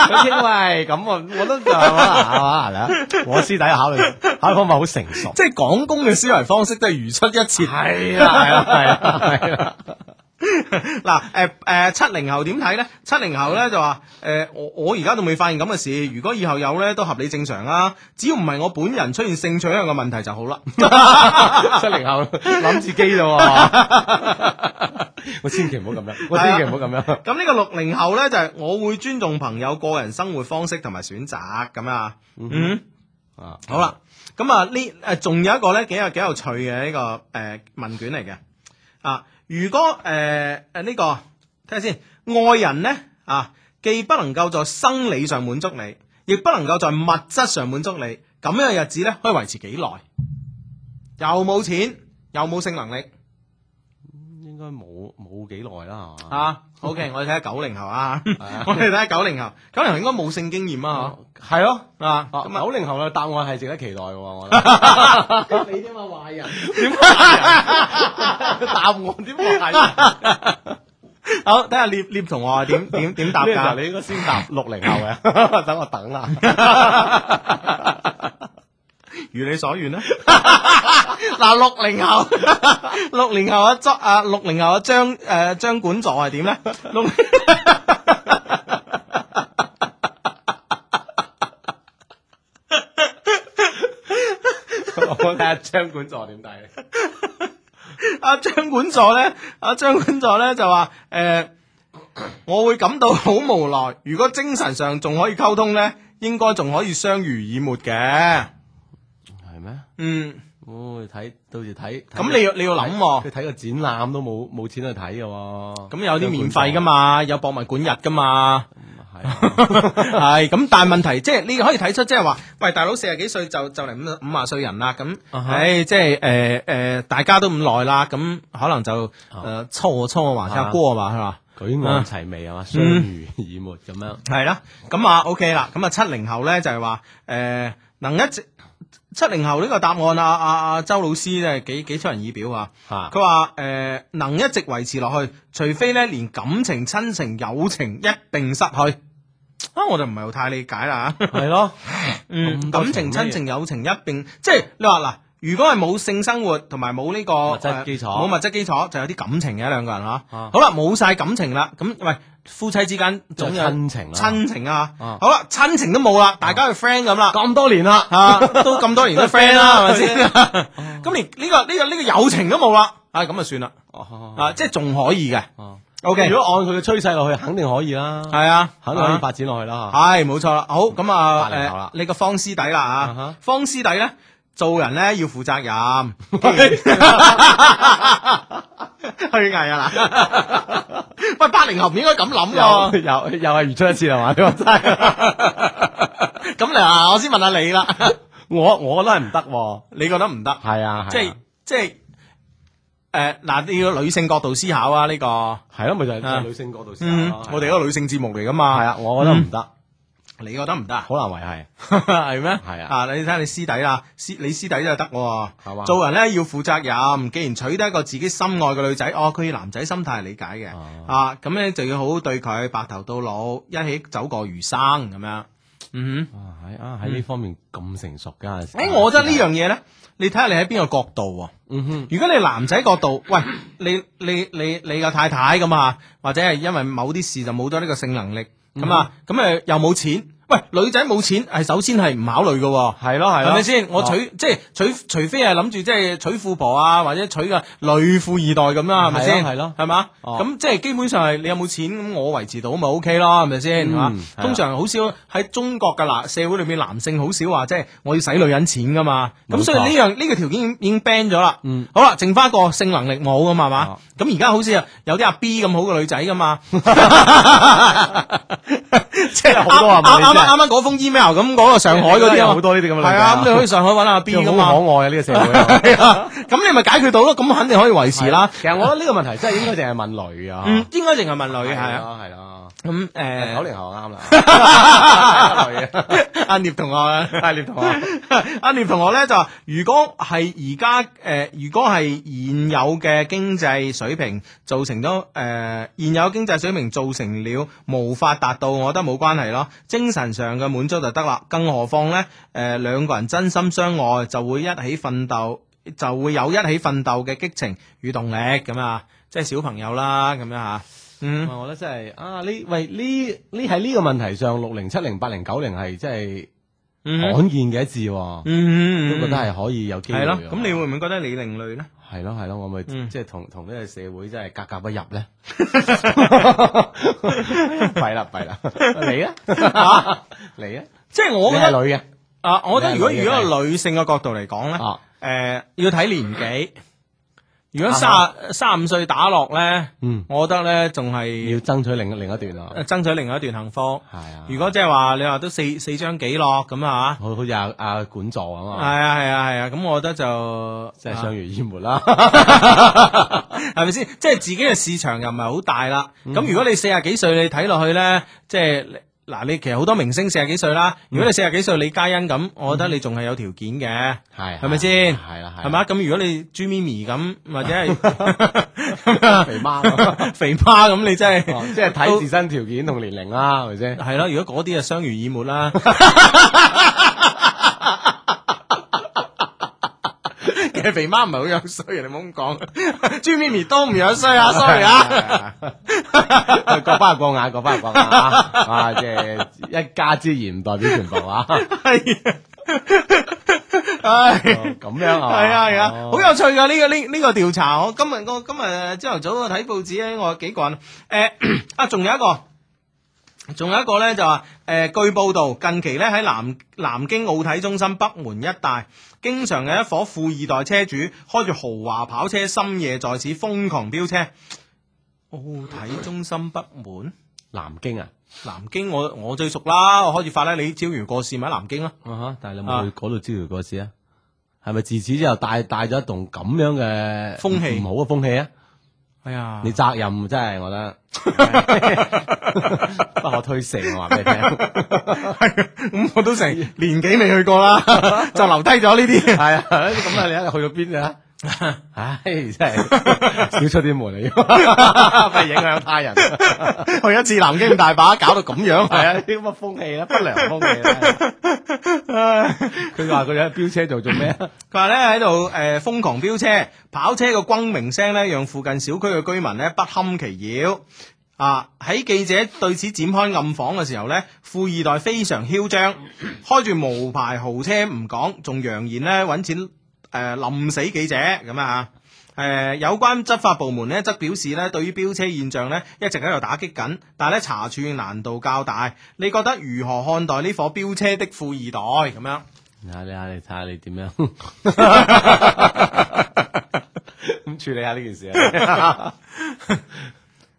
[SPEAKER 2] 佢傾喂，咁我我都係嘛係嘛係咪啊我師弟考慮考慮方法好成熟。
[SPEAKER 1] 即係廣工嘅思維方式都係如出一轍。
[SPEAKER 2] 係啦，係啦，係啦，係啊啦。
[SPEAKER 1] 嗱，誒誒七零後點睇咧？七零後咧就話誒、我我而家仲未發現咁嘅事，如果以後有咧，都合理正常啦。只要唔係我本人出現性取向嘅問題就好啦。
[SPEAKER 2] 七零後諗自己咋喎？啊 我千祈唔好咁樣，我千祈唔好咁樣。
[SPEAKER 1] 咁呢個六零後咧就係、我會尊重朋友個人生活方式同埋選擇咁啊。嗯，
[SPEAKER 2] 啊，
[SPEAKER 1] 好啦，咁啊呢誒仲有一個咧幾有幾有趣嘅呢、個誒、問卷嚟嘅啊。如果誒誒呢個睇下先，愛人咧啊，既不能夠在生理上滿足你，亦不能夠在物質上滿足你，咁樣嘅日子咧可以維持幾耐？又冇錢，又冇性能力
[SPEAKER 2] 應該冇冇幾耐啦，係嘛？
[SPEAKER 1] 啊！OK，我哋睇下九零後啊，
[SPEAKER 2] 啊
[SPEAKER 1] 我哋睇下九零後，九零後應該冇性經驗啊，
[SPEAKER 2] 係咯。
[SPEAKER 1] 嗬啊
[SPEAKER 2] 啊
[SPEAKER 1] 咁啊
[SPEAKER 2] 九零後嘅答案係值得期待嘅喎，我覺得。
[SPEAKER 3] 你啫嘛壞人，
[SPEAKER 2] 答案點會係？
[SPEAKER 1] 好，睇下獵獵同學係點點點 答
[SPEAKER 2] 呢個時候
[SPEAKER 1] 㗎。
[SPEAKER 2] 你應該先答六零後 嘅，等我等啦。
[SPEAKER 1] 如你所願啦。 嗱，六零後， 六零後阿張啊，六零後阿張誒張管座係 點咧？六
[SPEAKER 2] 我睇下張管座點睇。
[SPEAKER 1] 阿啊張管座咧，阿張管座咧就話誒、我會感到好無奈。如果精神上仲可以溝通咧，應該仲可以相濡以沫嘅。
[SPEAKER 2] 係咩？
[SPEAKER 1] 嗯，
[SPEAKER 2] 我睇到時睇。
[SPEAKER 1] 咁你要你要諗喎
[SPEAKER 2] 佢睇個展覽都冇冇錢去睇嘅喎。
[SPEAKER 1] 咁有啲免費噶？嘛，有博物館日噶嘛。
[SPEAKER 2] 嗯 係。啊
[SPEAKER 1] 系咁，但系問題即係你可以睇出，即係話，喂，大佬四十幾歲就就嚟五五啊歲人啦，咁，
[SPEAKER 2] 啊哈
[SPEAKER 1] 唉，即係诶诶，誒大家都咁耐啦，咁可能就
[SPEAKER 2] 啊
[SPEAKER 1] 诶搓搓嘛，下锅嘛，係嘛，
[SPEAKER 2] 舉案齊眉啊係嘛，相濡以沫咁樣。
[SPEAKER 1] 係啦，咁啊 OK 啦，咁啊七零後咧就係話，诶，能一直七零後呢個答案啊啊啊周老師咧幾幾出人意表啊！
[SPEAKER 2] 嚇
[SPEAKER 1] 佢話誒能一直維持落去，除非咧連感情、親情、友情一定失去。啊，我就唔係太理解啦啊嚇
[SPEAKER 2] 係咯，
[SPEAKER 1] 嗯，
[SPEAKER 2] 咁多
[SPEAKER 1] 感情、
[SPEAKER 2] 層
[SPEAKER 1] 親情、友情一並，即係你話嗱，如果係冇性生活同埋冇呢個
[SPEAKER 2] 物質基礎
[SPEAKER 1] 呃冇物質基礎就有啲感情嘅兩個人嚇。
[SPEAKER 2] 啊
[SPEAKER 1] 好啦，冇晒感情啦，咁喂夫妻之間
[SPEAKER 2] 仲
[SPEAKER 1] 總
[SPEAKER 2] 有
[SPEAKER 1] 有
[SPEAKER 2] 親情啦。
[SPEAKER 1] 親情啊
[SPEAKER 2] 啊。
[SPEAKER 1] 好啦，親情都冇啦，大家係 friend 咁啦。
[SPEAKER 2] 咁多年啦，
[SPEAKER 1] 啊，都咁多年都 friend 啦，係咪先？ 咁連呢個呢個呢個友情都冇啦，啊咁就算啦，
[SPEAKER 2] 哦
[SPEAKER 1] 啊即係仲可以嘅，
[SPEAKER 2] 哦
[SPEAKER 1] O K，
[SPEAKER 2] 如果按佢嘅趨勢落去，肯定可以啦，
[SPEAKER 1] 系啊，
[SPEAKER 2] 肯定可以
[SPEAKER 1] 啊
[SPEAKER 2] 發展落去啦。
[SPEAKER 1] 系冇错啦。好咁啊，
[SPEAKER 2] 八零後啦
[SPEAKER 1] 诶，你個方師弟啦
[SPEAKER 2] 啊哈
[SPEAKER 1] 啊，方師弟咧做人咧要負責 任，虛偽啊 嗱。喂，八零後唔應該咁諗
[SPEAKER 2] 嚇
[SPEAKER 1] 咯
[SPEAKER 2] 又。又又係如出一次係嘛？你話真係，
[SPEAKER 1] 咁嗱，我先問下你 啦，
[SPEAKER 2] 我我覺得係唔得喎。
[SPEAKER 1] 你覺得唔得？
[SPEAKER 2] 係啊，
[SPEAKER 1] 即係即係诶，嗱，你要女性角度思考啊呢個。
[SPEAKER 2] 係咯，咪就係就係
[SPEAKER 1] 啊
[SPEAKER 2] 女性角度先
[SPEAKER 1] 嗯
[SPEAKER 2] 啦。，
[SPEAKER 1] 我哋一個女性節目嚟噶嘛。嗯
[SPEAKER 2] 係啊，我覺得唔得，
[SPEAKER 1] 你覺得唔得 啊？
[SPEAKER 2] 好難維係。
[SPEAKER 1] 系咩？
[SPEAKER 2] 係啊
[SPEAKER 1] 啊你睇下你師弟啦，師你師弟就得喎，
[SPEAKER 2] 係嘛
[SPEAKER 1] 做人咧要負責任，既然娶得一個自己心愛嘅女仔，哦，佢男仔心態係理解嘅，
[SPEAKER 2] 哦
[SPEAKER 1] 啊，咁咧就要好好對佢，白頭到老，一起走過餘生咁樣。嗯
[SPEAKER 2] 啊喺啊喺呢方面咁成熟㗎。
[SPEAKER 1] 哼，誒、哎我覺得呢樣嘢咧，你睇下你喺邊個角度喎、
[SPEAKER 2] 嗯哼，
[SPEAKER 1] 如果你男仔角度，喂，你你你你個太太咁啊，或者係因為某啲事就冇咗呢個性能力，咁啊，咁誒又冇錢，喂，女仔冇錢係首先係唔考慮嘅喎、
[SPEAKER 2] 係咯係
[SPEAKER 1] 系
[SPEAKER 2] 咯，
[SPEAKER 1] 咪先？我
[SPEAKER 2] 啊
[SPEAKER 1] 娶即系娶，除非系谂住即系娶富婆啊，或者娶個女富二代咁啦，系咪先？
[SPEAKER 2] 係咯係咯
[SPEAKER 1] 系嘛？
[SPEAKER 2] 哦
[SPEAKER 1] 咁即系基本上系你有冇錢咁，我維持到咪 OK 咯，係咪先？係嘛
[SPEAKER 2] 嗯係啊？
[SPEAKER 1] 通常好少喺中國嘅男社會裏面，男性好少話即係我要使女人錢噶嘛。
[SPEAKER 2] 冇錯
[SPEAKER 1] 咁所以呢樣呢個條件已經已經 ban 咗啦。
[SPEAKER 2] 嗯
[SPEAKER 1] 好啦，剩翻個性能力冇咁係嘛
[SPEAKER 2] 啊？
[SPEAKER 1] 咁而家好似有啲阿 B 咁好嘅女仔噶嘛，即係
[SPEAKER 2] 好多啊
[SPEAKER 1] 啱啱
[SPEAKER 2] 你真係
[SPEAKER 1] 啱啱嗰封 email 咁嗰個上海嗰啲啊嘛
[SPEAKER 2] 好多呢啲咁嘅例
[SPEAKER 1] 系啊，咁你可
[SPEAKER 2] 以
[SPEAKER 1] 以上海揾下 B 噶
[SPEAKER 2] 好
[SPEAKER 1] 嘛，
[SPEAKER 2] 可愛啊呢個社會。
[SPEAKER 1] 係啊咁你咪解決到咯，咁肯定可以維持啦。
[SPEAKER 2] 其實我覺得呢個問題真係應該淨係問女啊。
[SPEAKER 1] 啊嗯，應該淨係問女係啊。
[SPEAKER 2] 啊，係啦，
[SPEAKER 1] 咁
[SPEAKER 2] 九
[SPEAKER 1] 誒，
[SPEAKER 2] 零後啱啦，女啊，
[SPEAKER 1] 阿聂同學啊，
[SPEAKER 2] 阿聂同學，
[SPEAKER 1] 阿聂同學咧就話：如果係而家誒，如果係現有嘅經濟水平造成咗誒，現有經濟水平造成了無法達到，我覺得冇關係咯。精神上嘅滿足就得啦。更何況咧，誒兩個人真心相愛就會一起奮鬥，就會有一起奮鬥嘅激情與動力咁啊！即係小朋友啦，咁樣嚇，嗯。
[SPEAKER 2] 我覺得真係啊呢喂呢呢喺呢個問題上，六零、七零、八零、九零係真係
[SPEAKER 1] 嗯
[SPEAKER 2] 罕見嘅一致喎，
[SPEAKER 1] 嗯
[SPEAKER 2] 都覺得係可以有機
[SPEAKER 1] 系
[SPEAKER 2] 會
[SPEAKER 1] 咯，
[SPEAKER 2] 㗎
[SPEAKER 1] 咁你會唔會覺得你另類咧？
[SPEAKER 2] 係咯係咯，我咪
[SPEAKER 1] 嗯
[SPEAKER 2] 即係同同呢個社會真係格格不入 咧，弊啦弊 啦，你咧你咧，
[SPEAKER 1] 即係
[SPEAKER 2] 你
[SPEAKER 1] 啊我覺得
[SPEAKER 2] 係女嘅
[SPEAKER 1] 啊，我覺得如果
[SPEAKER 2] 你
[SPEAKER 1] 如
[SPEAKER 2] 係女嘅
[SPEAKER 1] 果女性嘅角度嚟講咧，誒、
[SPEAKER 2] 啊，
[SPEAKER 1] 要睇年紀。如果
[SPEAKER 2] 啊
[SPEAKER 1] 三三五歲打落咧，
[SPEAKER 2] 嗯，
[SPEAKER 1] 我覺得咧仲
[SPEAKER 2] 要
[SPEAKER 1] 係
[SPEAKER 2] 爭取另另一段啊，
[SPEAKER 1] 爭取另外一段幸福。
[SPEAKER 2] 係啊，
[SPEAKER 1] 呃如果即係話你話都四四張幾落咁啊，
[SPEAKER 2] 好好似阿阿管座咁
[SPEAKER 1] 係
[SPEAKER 2] 啊嘛，
[SPEAKER 1] 啊係啊係啊，咁我覺得就啊
[SPEAKER 2] 即係相濡以沫啦。
[SPEAKER 1] 係咪先？即係自己嘅市場又唔係好大啦。
[SPEAKER 2] 嗯
[SPEAKER 1] 咁、如果你四十幾歲，你睇落去咧，即係你嗱，你其實好多明星四十幾歲啦。如果你四十幾歲，李嘉欣咁，我
[SPEAKER 2] 嗯
[SPEAKER 1] 覺得你仲係有條件嘅。
[SPEAKER 2] 係
[SPEAKER 1] 係咪先
[SPEAKER 2] 係啦，係
[SPEAKER 1] 係啊嘛？
[SPEAKER 2] 啦
[SPEAKER 1] 咁如果你朱咪咪 咁，或者 係
[SPEAKER 2] 肥媽咁
[SPEAKER 1] 肥媽咁，你真
[SPEAKER 2] 哦
[SPEAKER 1] 係
[SPEAKER 2] 即係睇自身條件同年齡啦，係咪先？
[SPEAKER 1] 係咯。如果嗰啲就啊相濡以沫啦。 其實肥媽唔係好樣衰，你唔好咁 講。朱咪咪 都唔樣衰啊，sorry 啊。
[SPEAKER 2] 各花入各眼，各花入各眼 啊！啊，即係一家之言唔代表全部啊！
[SPEAKER 1] 係啊，唉。
[SPEAKER 2] 咁樣啊，
[SPEAKER 1] 係啊係啊，
[SPEAKER 2] 哦
[SPEAKER 1] 好有趣噶呢個呢呢個調查。我今日我今日朝頭早我睇報紙咧，我有幾個人誒 啊，仲有一個。仲有一個呢，就話，誒、呃據報道，近期呢喺南南京奧體中心北門一帶，經常有一伙富二代車主開住豪華跑車，深夜在此瘋狂飆車。奧體中心北門，
[SPEAKER 2] 南京啊，
[SPEAKER 1] 南京我我最熟啦，我開住法拉利招搖過市咪喺南京啦。
[SPEAKER 2] 啊哈但係你有冇去嗰度招搖過市啊？係咪自此之後帶帶咗一棟咁樣嘅
[SPEAKER 1] 風氣
[SPEAKER 2] 唔好嘅風氣啊？
[SPEAKER 1] 哎呀
[SPEAKER 2] 你責任真係我覺 得不可推卸，我話俾你聽。
[SPEAKER 1] 咁 我都成年幾未去過 啦，就留低咗呢啲。
[SPEAKER 2] 系啊，咁啊，你一去到边啊？唉，真系少出啲門啊嚟，費影響他人。係
[SPEAKER 1] 去一次南京咁大把，搞到咁樣。
[SPEAKER 2] 啊，啲咁嘅風氣啦，不良風氣啦。佢話佢喺飆車度做咩啊？
[SPEAKER 1] 佢話咧喺度誒瘋狂飆車，跑車嘅轟鳴聲咧，讓附近小區嘅居民咧不堪其擾。啊！喺記者對此展開暗訪嘅時候呢，富二代非常囂張，開住無呃牌豪車唔講，仲揚言呢揾錢誒冧、死記者咁啊！诶、有關執法部門呢，則表示呢，對於飆車現象呢，一直喺度打擊緊，但係呢，查處難度較大。你覺得如何看待呢顆飆車的富二代咁樣？
[SPEAKER 2] 你睇下你睇下 你點樣咁處理下呢件事啊？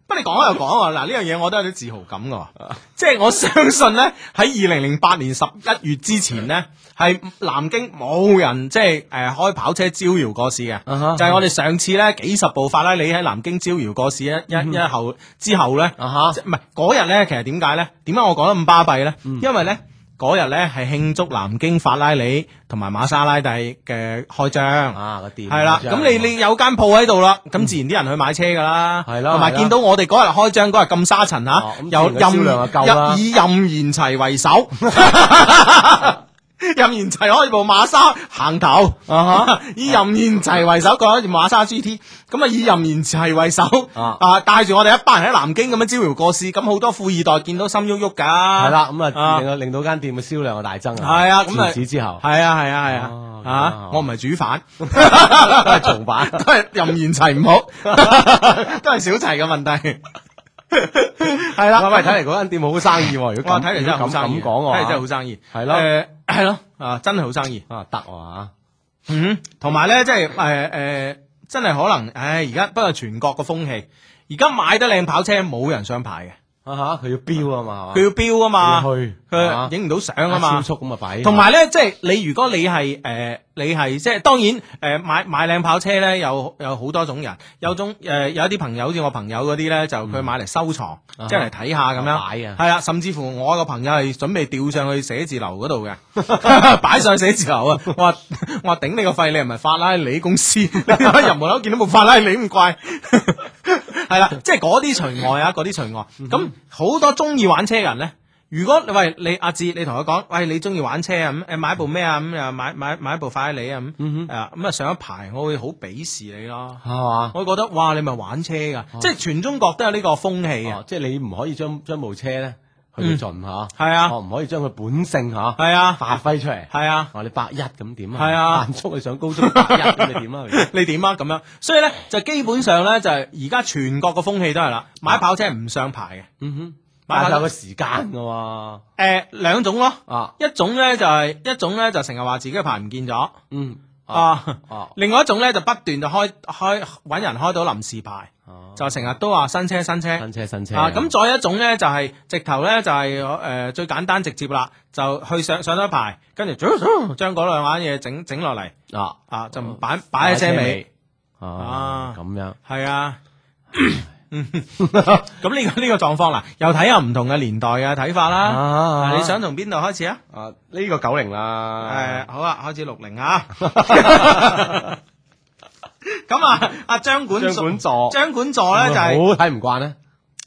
[SPEAKER 1] 不過你講開又講喎，啊嗱呢樣嘢我都有啲自豪感噶， 即係我相信呢，喺二零零八年十一月之前呢，係南京冇人即係诶开跑車招搖過市嘅
[SPEAKER 2] 啊哈
[SPEAKER 1] 就係我哋上次呢，幾十部法拉利喺南京招搖過市一一一後之後呢，
[SPEAKER 2] 啊
[SPEAKER 1] 即唔係嗰日呢，其實點解呢？點解我講得咁巴閉呢？因為呢，嗰日呢，係慶祝南京法拉利同埋瑪莎拉蒂嘅開張
[SPEAKER 2] 吓啊個店
[SPEAKER 1] 系啦，咁你你有間鋪喺度啦，咁自然啲人去買車噶啦，
[SPEAKER 2] 嗯係啦
[SPEAKER 1] 同
[SPEAKER 2] 係
[SPEAKER 1] 埋
[SPEAKER 2] 啦
[SPEAKER 1] 見到我哋嗰日開張嗰日咁沙塵吓
[SPEAKER 2] 哦，咁
[SPEAKER 1] 又
[SPEAKER 2] 自然嘅銷量就夠啦
[SPEAKER 1] 任以任賢齊為首， 任賢齊開部馬莎行頭，啊 以任賢齊為首，講住馬莎 GT，咁啊以任賢齊為首，
[SPEAKER 2] 啊
[SPEAKER 1] 啊帶住我哋一班人喺南京咁樣招搖過市，咁好多富二代見到心喐喐㗎，
[SPEAKER 2] 係啦，咁啊
[SPEAKER 1] 啊
[SPEAKER 2] 令到令到間店嘅銷量啊大增啊！
[SPEAKER 1] 係啊咁啊
[SPEAKER 2] 自此之後
[SPEAKER 1] 係啊係啊係
[SPEAKER 2] 哦
[SPEAKER 1] 啊，
[SPEAKER 2] 咁啊
[SPEAKER 1] 啊我唔係主犯。
[SPEAKER 2] 都係重版。
[SPEAKER 1] 都系任贤齐唔好， 都系小齊嘅問題。系啦，
[SPEAKER 2] 喂喂，睇嚟嗰間店好生意喎！如果
[SPEAKER 1] 哇，
[SPEAKER 2] 咁
[SPEAKER 1] 睇嚟真係好生意，啊
[SPEAKER 2] 咁講
[SPEAKER 1] 睇嚟真係
[SPEAKER 2] 喎，
[SPEAKER 1] 好生意，
[SPEAKER 2] 係咯
[SPEAKER 1] 誒，系咯，啊，真係好生意。
[SPEAKER 2] 啊得喎
[SPEAKER 1] 嗯，同埋咧，即係诶诶，真係可能，唉，而家不過全國個風氣，而家買得靚跑車冇人想牌
[SPEAKER 2] 嚇啊嚇，佢要標啊嘛，
[SPEAKER 1] 嘅，佢要標啊嘛，
[SPEAKER 2] 佢去啊
[SPEAKER 1] 佢影唔到相啊
[SPEAKER 2] 超
[SPEAKER 1] 嘛。
[SPEAKER 2] 速咁啊弊。
[SPEAKER 1] 同埋咧，即係你如果你係誒、呃你係即係當然誒、呃、買買靚跑車咧，有有好多種人，有種誒、呃有啲朋友好似我朋友嗰啲咧，就佢買嚟收藏，
[SPEAKER 2] 啊哈
[SPEAKER 1] 即係嚟睇下咁
[SPEAKER 2] 啊擺啊
[SPEAKER 1] 樣，係啊，甚至乎我個朋友係準備吊上去寫字樓嗰度 嘅，擺上去寫字樓啊！我話我話頂你個肺，你係咪法拉利公司？你 喺入門口見到部法拉利咁怪， 係啦，即係嗰啲除外啊，嗰啲除外。
[SPEAKER 2] 嗯
[SPEAKER 1] 咁好多中意玩車嘅人咧。如果喂你阿志，你同佢講，喂你中意玩車啊咁，誒買部咩啊咁啊買買買一部法拉利啊咁，
[SPEAKER 2] 嗯
[SPEAKER 1] 誒咁啊上一排我會好鄙視你咯，
[SPEAKER 2] 係嘛？
[SPEAKER 1] 我會覺得哇你咪玩車噶，即係全中國都有呢個風氣
[SPEAKER 2] 哦
[SPEAKER 1] 啊，，
[SPEAKER 2] 即係你唔可以將將部車咧去到盡嚇，
[SPEAKER 1] 係啊
[SPEAKER 2] 哦唔可以將佢本性嚇
[SPEAKER 1] 係啊
[SPEAKER 2] 發揮出嚟。
[SPEAKER 1] 係啊。
[SPEAKER 2] 哦，你百一咁點啊？
[SPEAKER 1] 係啊
[SPEAKER 2] 限速你上高速 百一咁你點啊？
[SPEAKER 1] 你點啊？咁樣，所以咧就基本上咧就係而家全國嘅風氣都係
[SPEAKER 2] 啊
[SPEAKER 1] 啦，買跑車唔上牌嘅，
[SPEAKER 2] 嗯哼，
[SPEAKER 1] 買
[SPEAKER 2] 但
[SPEAKER 1] 下
[SPEAKER 2] 係有個時間㗎喎。
[SPEAKER 1] 誒兩種咯，
[SPEAKER 2] 啊，
[SPEAKER 1] 一種咧就係一種咧就成日話自己嘅牌唔見咗
[SPEAKER 2] 嗯，啊，
[SPEAKER 1] 啊，
[SPEAKER 2] 哦，
[SPEAKER 1] 另外一種咧就不斷就開開揾人開到臨時牌，
[SPEAKER 2] 哦
[SPEAKER 1] 就成日都話新車新車。
[SPEAKER 2] 新車新車
[SPEAKER 1] 啊，咁再一種咧就係、直頭咧就係、誒、最簡單直接啦，就去上上咗牌，跟住將嗰兩玩嘢整整落嚟，
[SPEAKER 2] 啊，
[SPEAKER 1] 啊就唔擺擺喺車尾，
[SPEAKER 2] 啊，咁樣
[SPEAKER 1] 係啊。嗯，咁呢、個呢、個狀況啦，又睇下唔同嘅年代嘅睇法啦。
[SPEAKER 2] 啊
[SPEAKER 1] 啊你想從邊度開始啊？
[SPEAKER 2] 啊呢個九零
[SPEAKER 1] 誒、
[SPEAKER 2] 啦，
[SPEAKER 1] 好啊，開始六零 啊。咁啊，阿張管
[SPEAKER 2] 張管座啊
[SPEAKER 1] 張管座咧就係、
[SPEAKER 2] 好睇唔慣咧，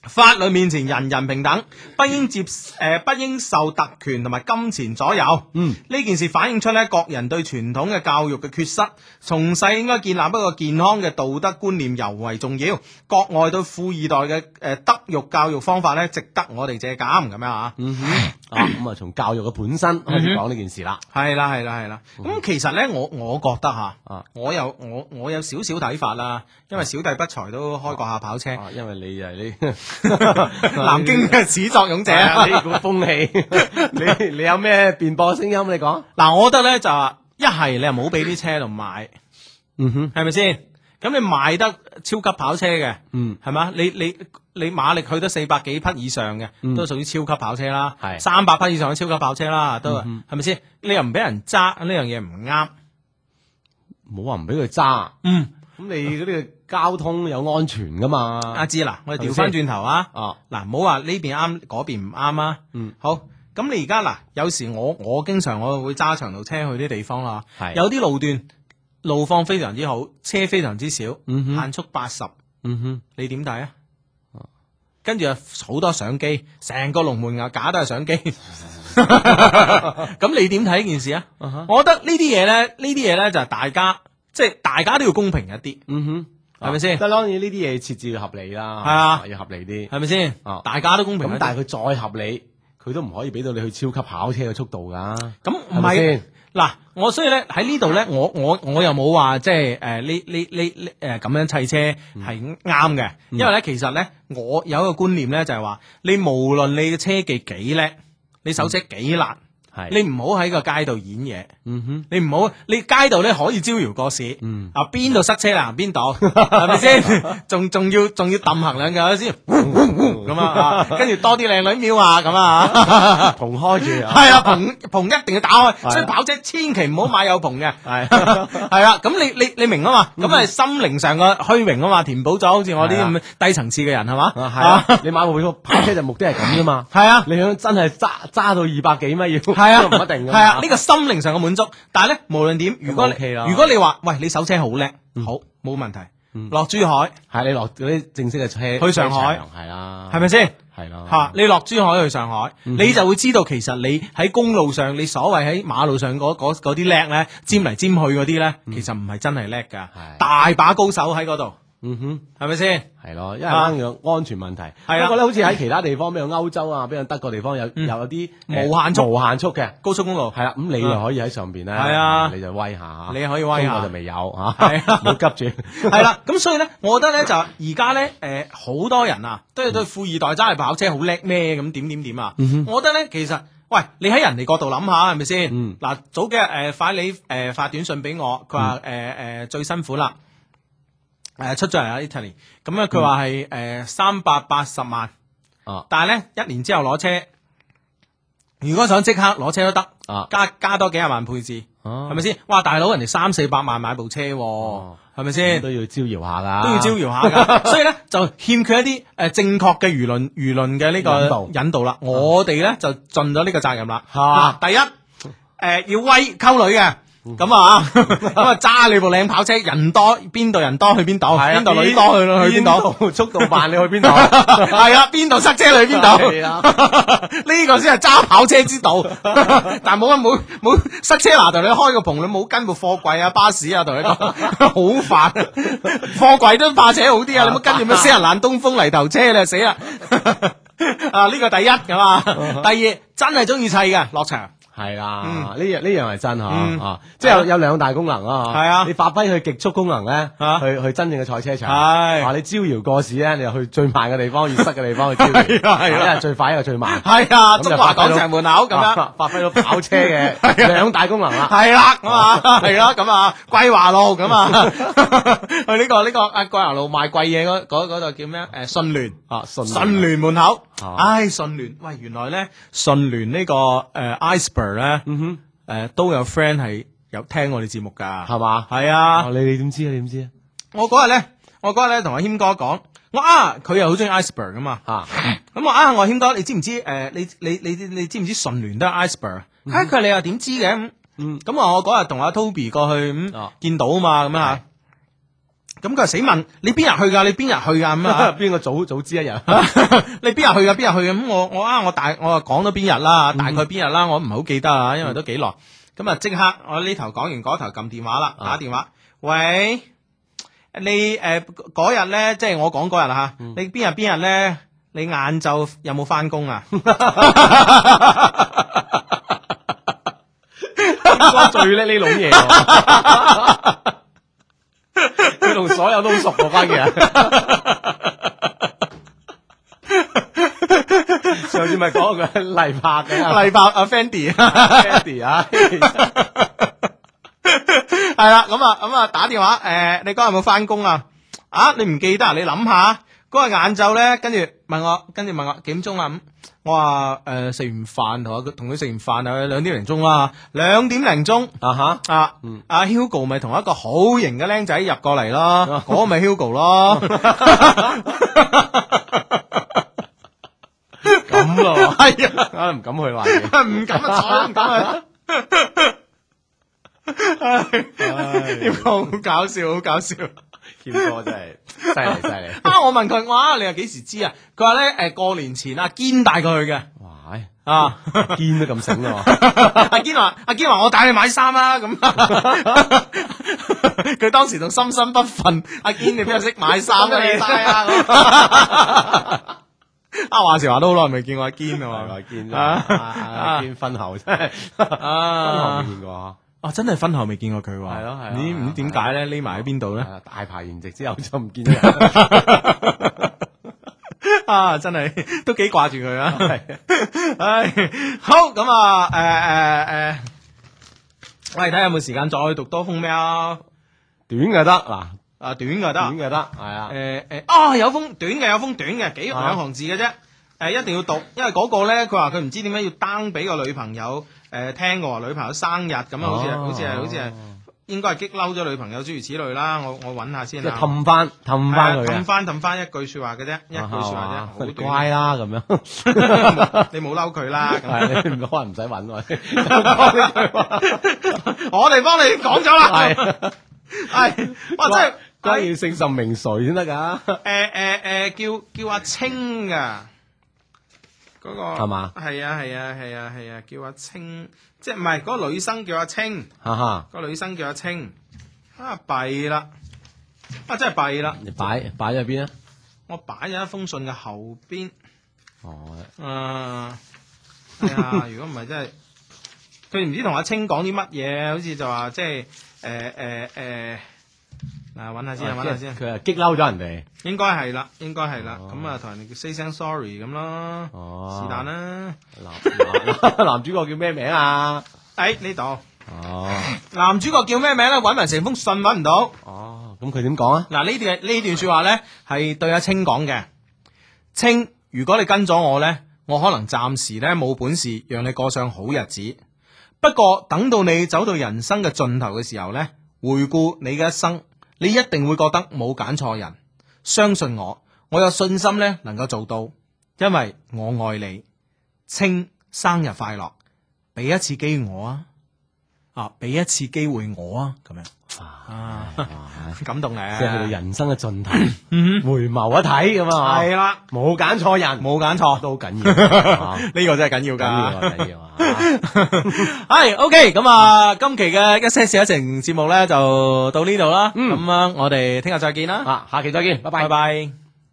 [SPEAKER 1] 法律面前人人平等，不應接诶、不應受特權同埋金錢左右。
[SPEAKER 2] 嗯，
[SPEAKER 1] 呢件事反映出咧各人對傳統嘅教育嘅缺失，從細應該建立一個健康嘅道德觀念尤為重要。國外對富二代嘅诶德育教育方法咧，值得我哋借鑑咁樣啊。
[SPEAKER 2] 嗯哼，啊咁啊從教育嘅本身開
[SPEAKER 1] 嗯
[SPEAKER 2] 始講呢件事啦，
[SPEAKER 1] 係啦，係啦，係啦。咁其實咧，我我覺得吓
[SPEAKER 2] 啊，
[SPEAKER 1] 我有我我有少少睇法啦，因為小弟不才都開過下跑車，
[SPEAKER 2] 啊因為你係你
[SPEAKER 1] 南京嘅始作俑者。
[SPEAKER 2] 係啊呢股風氣，你 你有咩辯駁聲音？你講，
[SPEAKER 1] 嗱，我覺得咧就係一係你又冇俾啲車度買，
[SPEAKER 2] 嗯哼，
[SPEAKER 1] 係咪先？咁你賣得超級跑車嘅，
[SPEAKER 2] 嗯，
[SPEAKER 1] 係嘛？你你你馬力去得四百幾匹以上嘅，都屬於超級跑車啦，
[SPEAKER 2] 嗯係嗯
[SPEAKER 1] 三百匹以上嘅超級跑車啦，都係咪先？你又唔俾人揸呢樣嘢唔啱，
[SPEAKER 2] 冇話唔俾佢揸，
[SPEAKER 1] 嗯，
[SPEAKER 2] 咁你嗰啲交通有安全噶嘛？
[SPEAKER 1] 阿芝嗱，我哋
[SPEAKER 2] 係咪
[SPEAKER 1] 調翻轉頭啊，
[SPEAKER 2] 啊，
[SPEAKER 1] 嗱，唔好話呢邊啱嗰邊唔啱啊，
[SPEAKER 2] 嗯，
[SPEAKER 1] 好。咁你而家嗱，有時我我經常我會揸長途車去啲地方啦，
[SPEAKER 2] 係
[SPEAKER 1] 有啲路段路況非常之好，車非常之少，
[SPEAKER 2] 嗯哼
[SPEAKER 1] 限速八十，
[SPEAKER 2] 嗯哼。
[SPEAKER 1] 你點睇啊？跟住啊好多相機，成個龍門牙架都係相機。 咁你點睇呢件事啊
[SPEAKER 2] 啊哈
[SPEAKER 1] 我覺得呢啲嘢咧，呢啲嘢咧就係大家，即係大家都要公平一啲，
[SPEAKER 2] 嗯哼，
[SPEAKER 1] 係咪先
[SPEAKER 2] 即係當然呢啲嘢設置要合理啦，
[SPEAKER 1] 係啊
[SPEAKER 2] 要合理啲。
[SPEAKER 1] 係咪先
[SPEAKER 2] 啊？
[SPEAKER 1] 大家都公平一啲。
[SPEAKER 2] 咁但係佢再合理，佢都唔可以俾到你去超級跑車嘅速度㗎。
[SPEAKER 1] 咁唔
[SPEAKER 2] 係咪
[SPEAKER 1] 係啊
[SPEAKER 2] 先
[SPEAKER 1] 嗱，我所以咧喺呢度咧，我我我又冇話即係誒呢呢呢呢誒咁樣砌車
[SPEAKER 2] 嗯
[SPEAKER 1] 係啱嘅，因為咧其實咧我有一個觀念咧就係話，你無論你嘅車技幾叻，你手車幾難，
[SPEAKER 2] 嗯係
[SPEAKER 1] 你唔好喺個街度演嘢。
[SPEAKER 2] 嗯哼，
[SPEAKER 1] 你唔好，你街度咧可以招搖過市，
[SPEAKER 2] 嗯
[SPEAKER 1] 啊邊度塞車難邊 度，係咪先？仲仲要仲要揼行兩腳 先，咁啊，啊跟住多啲靚女瞄啊，咁 啊，
[SPEAKER 2] 同開住啊，
[SPEAKER 1] 係啊，棚棚一定要打開，
[SPEAKER 2] 啊
[SPEAKER 1] 所以跑車千祈唔好買有棚嘅，
[SPEAKER 2] 係
[SPEAKER 1] 係啦，咁你你你明啊嘛，咁係心靈上嘅虛榮啊嘛，填補咗好似我啲咁低層次嘅人係嘛，
[SPEAKER 2] 啊係啊，你買部部跑車就目的係咁噶嘛。
[SPEAKER 1] 係啊。
[SPEAKER 2] 你想真係揸揸到二百幾米要，
[SPEAKER 1] 系啊，
[SPEAKER 2] 都唔一定㗎嘛
[SPEAKER 1] 系啊，呢個心靈上嘅滿足。但係咧，無論點，如果
[SPEAKER 2] 咁 OK 啦
[SPEAKER 1] 你如果你話喂你手車好叻，好冇問題，落珠海
[SPEAKER 2] 係你落嗰啲正式嘅車
[SPEAKER 1] 去上海
[SPEAKER 2] 係啦，
[SPEAKER 1] 係咪先？
[SPEAKER 2] 係啦，
[SPEAKER 1] 吓，你落珠海去上海，你就會知道其實你喺公路上，你所謂喺馬路上嗰嗰嗰啲叻咧，尖嚟尖去嗰啲咧，其實唔係真係叻㗎，
[SPEAKER 2] 係
[SPEAKER 1] 大把高手喺嗰度，
[SPEAKER 2] 嗯哼。
[SPEAKER 1] 係咪先？
[SPEAKER 2] 係咯，因為啱嘅安全問題。
[SPEAKER 1] 係啊嗯
[SPEAKER 2] 不過咧，好似喺其他地方，比如歐洲啊，比如德國地方有有有啲
[SPEAKER 1] 無限速
[SPEAKER 2] 速、無限速嘅，
[SPEAKER 1] 高速公路
[SPEAKER 2] 係啦。咁你就可以喺上邊咧，
[SPEAKER 1] 係啊
[SPEAKER 2] 你就威下，
[SPEAKER 1] 你可以威下
[SPEAKER 2] 中國就未有嚇，
[SPEAKER 1] 係啊
[SPEAKER 2] 唔好急住。
[SPEAKER 1] 係啦，咁所以咧，我覺得咧就而家咧，誒好多人啊，都係對富二代揸嚟跑車好叻咩咁點點點啊！我覺得咧，其實喂，你喺人哋角度諗下係咪先？
[SPEAKER 2] 嗯
[SPEAKER 1] 嗱、早幾日誒快你誒發短信俾我，佢話誒誒最辛苦啦，誒、出咗嚟啊 Italy，咁咧佢話係誒三百八十萬，
[SPEAKER 2] 啊
[SPEAKER 1] 但係咧一年之後攞車，如果想即刻攞車都得，
[SPEAKER 2] 啊，
[SPEAKER 1] 加加多幾廿萬配置，係
[SPEAKER 2] 係
[SPEAKER 1] 咪先？哇，大佬人哋三四百萬買部車喎、
[SPEAKER 2] 哦
[SPEAKER 1] 係咪先？
[SPEAKER 2] 都要招搖下㗎？
[SPEAKER 1] 都要招搖下噶， 所以咧就欠缺一啲誒正確嘅輿論輿論嘅呢
[SPEAKER 2] 引
[SPEAKER 1] 個
[SPEAKER 2] 導
[SPEAKER 1] 引導啊啦。我哋咧就盡咗呢個責任啦。
[SPEAKER 2] 嚇
[SPEAKER 1] 嗱，第一誒要威溝女嘅。咁啊， 咁啊揸你部靚跑車，人多邊度人多去邊度，邊度女多去啊去邊度，
[SPEAKER 2] 啊度，速度慢你去邊 度？
[SPEAKER 1] 係啊，邊度塞車去邊度，
[SPEAKER 2] 係啊
[SPEAKER 1] 呢個先係揸跑車之道。 但冇啊冇冇塞車嗱，同你開個篷，你冇跟部貨櫃啊、巴士啊，同你講 好煩。啊貨櫃都怕扯好啲啊，你冇跟住咩死人爛東風泥頭車你就死啦。 啊，呢個第一咁啊，第二真係中意砌嘅落場。嗯
[SPEAKER 2] 係啦，呢樣呢樣係真嚇
[SPEAKER 1] 嗯
[SPEAKER 2] 啊！即係有有兩大功能啊，嚇
[SPEAKER 1] 係啊
[SPEAKER 2] 你發揮佢極速功能咧
[SPEAKER 1] 啊，
[SPEAKER 2] 去去真正嘅賽車場，
[SPEAKER 1] 係
[SPEAKER 2] 啊！你招搖過市咧，你就去最慢嘅地方、越塞嘅地方去招 搖，
[SPEAKER 1] 係啊係啊
[SPEAKER 2] 一係最快，一係最慢，
[SPEAKER 1] 係啊，
[SPEAKER 2] 咁就
[SPEAKER 1] 中華廣場門口咁
[SPEAKER 2] 發
[SPEAKER 1] 樣。
[SPEAKER 2] 啊
[SPEAKER 1] 啊
[SPEAKER 2] 發發揮到跑車 嘅兩大功能啦。
[SPEAKER 1] 係啦，咁啊，係啦，咁啊，桂華路咁啊， 去呢個呢個啊桂華路賣貴嘢嗰嗰嗰度叫咩？誒信聯。
[SPEAKER 2] 啊，順
[SPEAKER 1] 哦信聯哦門口，
[SPEAKER 2] 啊
[SPEAKER 1] 唉，信聯，喂，原來咧信聯呢個誒 iceberg 咧，
[SPEAKER 2] 嗯哼
[SPEAKER 1] 誒都有 friend 係有聽我哋節目㗎，
[SPEAKER 2] 係嘛？
[SPEAKER 1] 係
[SPEAKER 2] 啊，
[SPEAKER 1] 啊，
[SPEAKER 2] 你你點知啊？你點知
[SPEAKER 1] 我嗰日咧，我嗰日咧同阿謙哥講，我啊佢又好中意 iceberg 㗎嘛，
[SPEAKER 2] 啊？嚇
[SPEAKER 1] 咁我啊我話謙哥，你知唔知誒？你你你你知唔知信聯都係 iceberg？啊，佢話你又點知嘅？咁
[SPEAKER 2] 嗯
[SPEAKER 1] 咁啊我嗰日同阿 Toby 過去咁
[SPEAKER 2] 啊
[SPEAKER 1] 見到啊嘛，咁啊，咁佢話死問你邊日去㗎？你邊日去㗎？咁 啊。
[SPEAKER 2] 邊個早早知一日？
[SPEAKER 1] 你邊日去噶？邊日去嘅？咁我我啊，我大我啊講到邊日啦，大概邊日啦，我唔係好記得啊，因為都幾耐。咁啊，即刻我呢頭講完嗰頭撳電話啦，
[SPEAKER 2] 啊
[SPEAKER 1] 打電話，喂，你誒嗰日咧，即係我講嗰日啦嚇，你邊日邊日咧？你晏晝有冇翻工啊？
[SPEAKER 2] 我最叻呢種嘢喎， 佢同所有都好熟嗰班嘅人。上次咪講佢黎柏 嘅
[SPEAKER 1] 禮拜阿 Fendi
[SPEAKER 2] ，Andy 啊，
[SPEAKER 1] 係啦，咁啊，咁啊，打電話，誒、你嗰日有冇翻工啊？啊，你唔記得啊？你諗下，嗰日晏晝咧，跟住問我，跟住問我幾點鐘啊？咁我話誒食完飯同佢同佢食完飯啊，兩點零鐘啦，兩點零鐘
[SPEAKER 2] 啊哈，
[SPEAKER 1] 啊，阿 Hugo 咪同一個好型嘅僆仔入過嚟咯，嗰個咪 Hugo 咯，
[SPEAKER 2] 咁咯，
[SPEAKER 1] 係啊。
[SPEAKER 2] 啊唔敢去話你，
[SPEAKER 1] 唔敢啊，坐都唔敢啊！ 呢個好搞笑，好搞笑。
[SPEAKER 2] 謙哥真係犀利犀利，
[SPEAKER 1] 啊！我問佢，哇！你又幾時知啊？佢話咧，誒、過年前啊，堅帶佢去嘅。
[SPEAKER 2] 哇，
[SPEAKER 1] 啊！
[SPEAKER 2] 堅都咁醒咯，
[SPEAKER 1] 阿堅話：阿堅話我帶你買衫啦、咁 佢當時仲心心 不忿。阿堅你邊度識買衫啊？你
[SPEAKER 2] 真係嘥啊
[SPEAKER 1] 啊！阿華時話都好耐未見過阿堅啊嘛
[SPEAKER 2] 阿健
[SPEAKER 1] 啊
[SPEAKER 2] 阿健婚後真係
[SPEAKER 1] 啊
[SPEAKER 2] 婚後未見過啊，
[SPEAKER 1] 啊真係婚後未見過佢喎，
[SPEAKER 2] 係咯係啊
[SPEAKER 1] 你唔知點解咧？匿埋喺邊度咧
[SPEAKER 2] 係？啦啊大排筵席之後就唔見 咗人，
[SPEAKER 1] 啊，真係都幾掛住佢啊！唉，好咁啊，诶诶诶，我哋睇下有冇時間再讀多封 mail 啊
[SPEAKER 2] 短嘅得嗱，
[SPEAKER 1] 啊，短嘅
[SPEAKER 2] 短
[SPEAKER 1] 得，
[SPEAKER 2] 嘅得係啊，
[SPEAKER 1] 诶诶，啊有封短嘅，有封短嘅，幾
[SPEAKER 2] 啊
[SPEAKER 1] 兩行字嘅啫。誒一定要讀，因為嗰個咧，佢話佢唔知點解要 down 俾個女朋友誒、聽我話女朋友生日咁啊，好似係
[SPEAKER 2] 哦
[SPEAKER 1] 好似係好似係應該係激嬲咗女朋友諸如此類啦。我我揾下
[SPEAKER 2] 即
[SPEAKER 1] 先
[SPEAKER 2] 係
[SPEAKER 1] 啊。
[SPEAKER 2] 氹翻氹翻
[SPEAKER 1] 氹
[SPEAKER 2] 佢嘅，
[SPEAKER 1] 翻氹翻一句説話嘅啊啫，一句説話啫，好
[SPEAKER 2] 啊係嘛
[SPEAKER 1] 短。
[SPEAKER 2] 乖啦咁樣。
[SPEAKER 1] 你冇嬲佢啦。咁
[SPEAKER 2] 系你唔可能唔使揾我，
[SPEAKER 1] 我哋幫你 講咗啦。係，哇！真係哎
[SPEAKER 2] 關
[SPEAKER 1] 係
[SPEAKER 2] 要姓甚名誰先得噶，
[SPEAKER 1] 誒哎誒誒，叫叫阿青噶。嗰個係
[SPEAKER 2] 係嘛？
[SPEAKER 1] 係啊係啊係啊係啊，叫阿青，即係唔係嗰個女生叫阿青，
[SPEAKER 2] 哈哈！
[SPEAKER 1] 個女生叫阿青，啊弊啦，啊真係弊啦，
[SPEAKER 2] 你擺擺咗邊啊？
[SPEAKER 1] 我擺咗一封信嘅後邊。
[SPEAKER 2] 哦，
[SPEAKER 1] 啊，係啊，如果唔係真係，佢唔知同阿青講啲乜嘢，好似就話即係誒誒誒，嗱揾下先，揾下先，
[SPEAKER 2] 佢啊激嬲咗人哋，
[SPEAKER 1] 應該係啦，應該係啦，
[SPEAKER 2] 哦
[SPEAKER 1] 咁啊同人哋 say 聲 sorry 咁咯，
[SPEAKER 2] 哦，
[SPEAKER 1] 是但。啦。
[SPEAKER 2] 男男男主角叫咩名啊？
[SPEAKER 1] 誒哎呢度
[SPEAKER 2] 哦
[SPEAKER 1] 男主角叫咩名咧？揾埋成封信揾唔到。
[SPEAKER 2] 哦，咁佢點講啊？
[SPEAKER 1] 嗱呢段呢段説話咧係對阿青講嘅。青，如果你跟咗我呢，我可能暫時呢冇本事讓你過上好日子。不過等到你走到人生嘅盡頭嘅時候呢，回顧你嘅一生，你一定會覺得冇揀錯人。相信我，我有信心呢能夠做到，因為我愛你。青，生日快樂！俾一次機會我啊，啊，俾一次機會我啊， 咁樣啊，感動咧，
[SPEAKER 2] 即係去到人生嘅盡頭，
[SPEAKER 1] 啊 嗯
[SPEAKER 2] 回眸一睇咁啊，
[SPEAKER 1] 係啦，
[SPEAKER 2] 冇揀錯人，
[SPEAKER 1] 冇揀錯，
[SPEAKER 2] 都好緊要， 啊
[SPEAKER 1] 呢個真係緊要
[SPEAKER 2] 緊要啊，
[SPEAKER 1] 㗎。
[SPEAKER 2] 緊要啊！
[SPEAKER 1] 係 OK，咁啊，今期嘅一些事一情節目咧就到呢度啦。咁啊，我哋聽日再見啦，
[SPEAKER 2] 嗯啊，下期再見，拜拜
[SPEAKER 1] 拜。拜。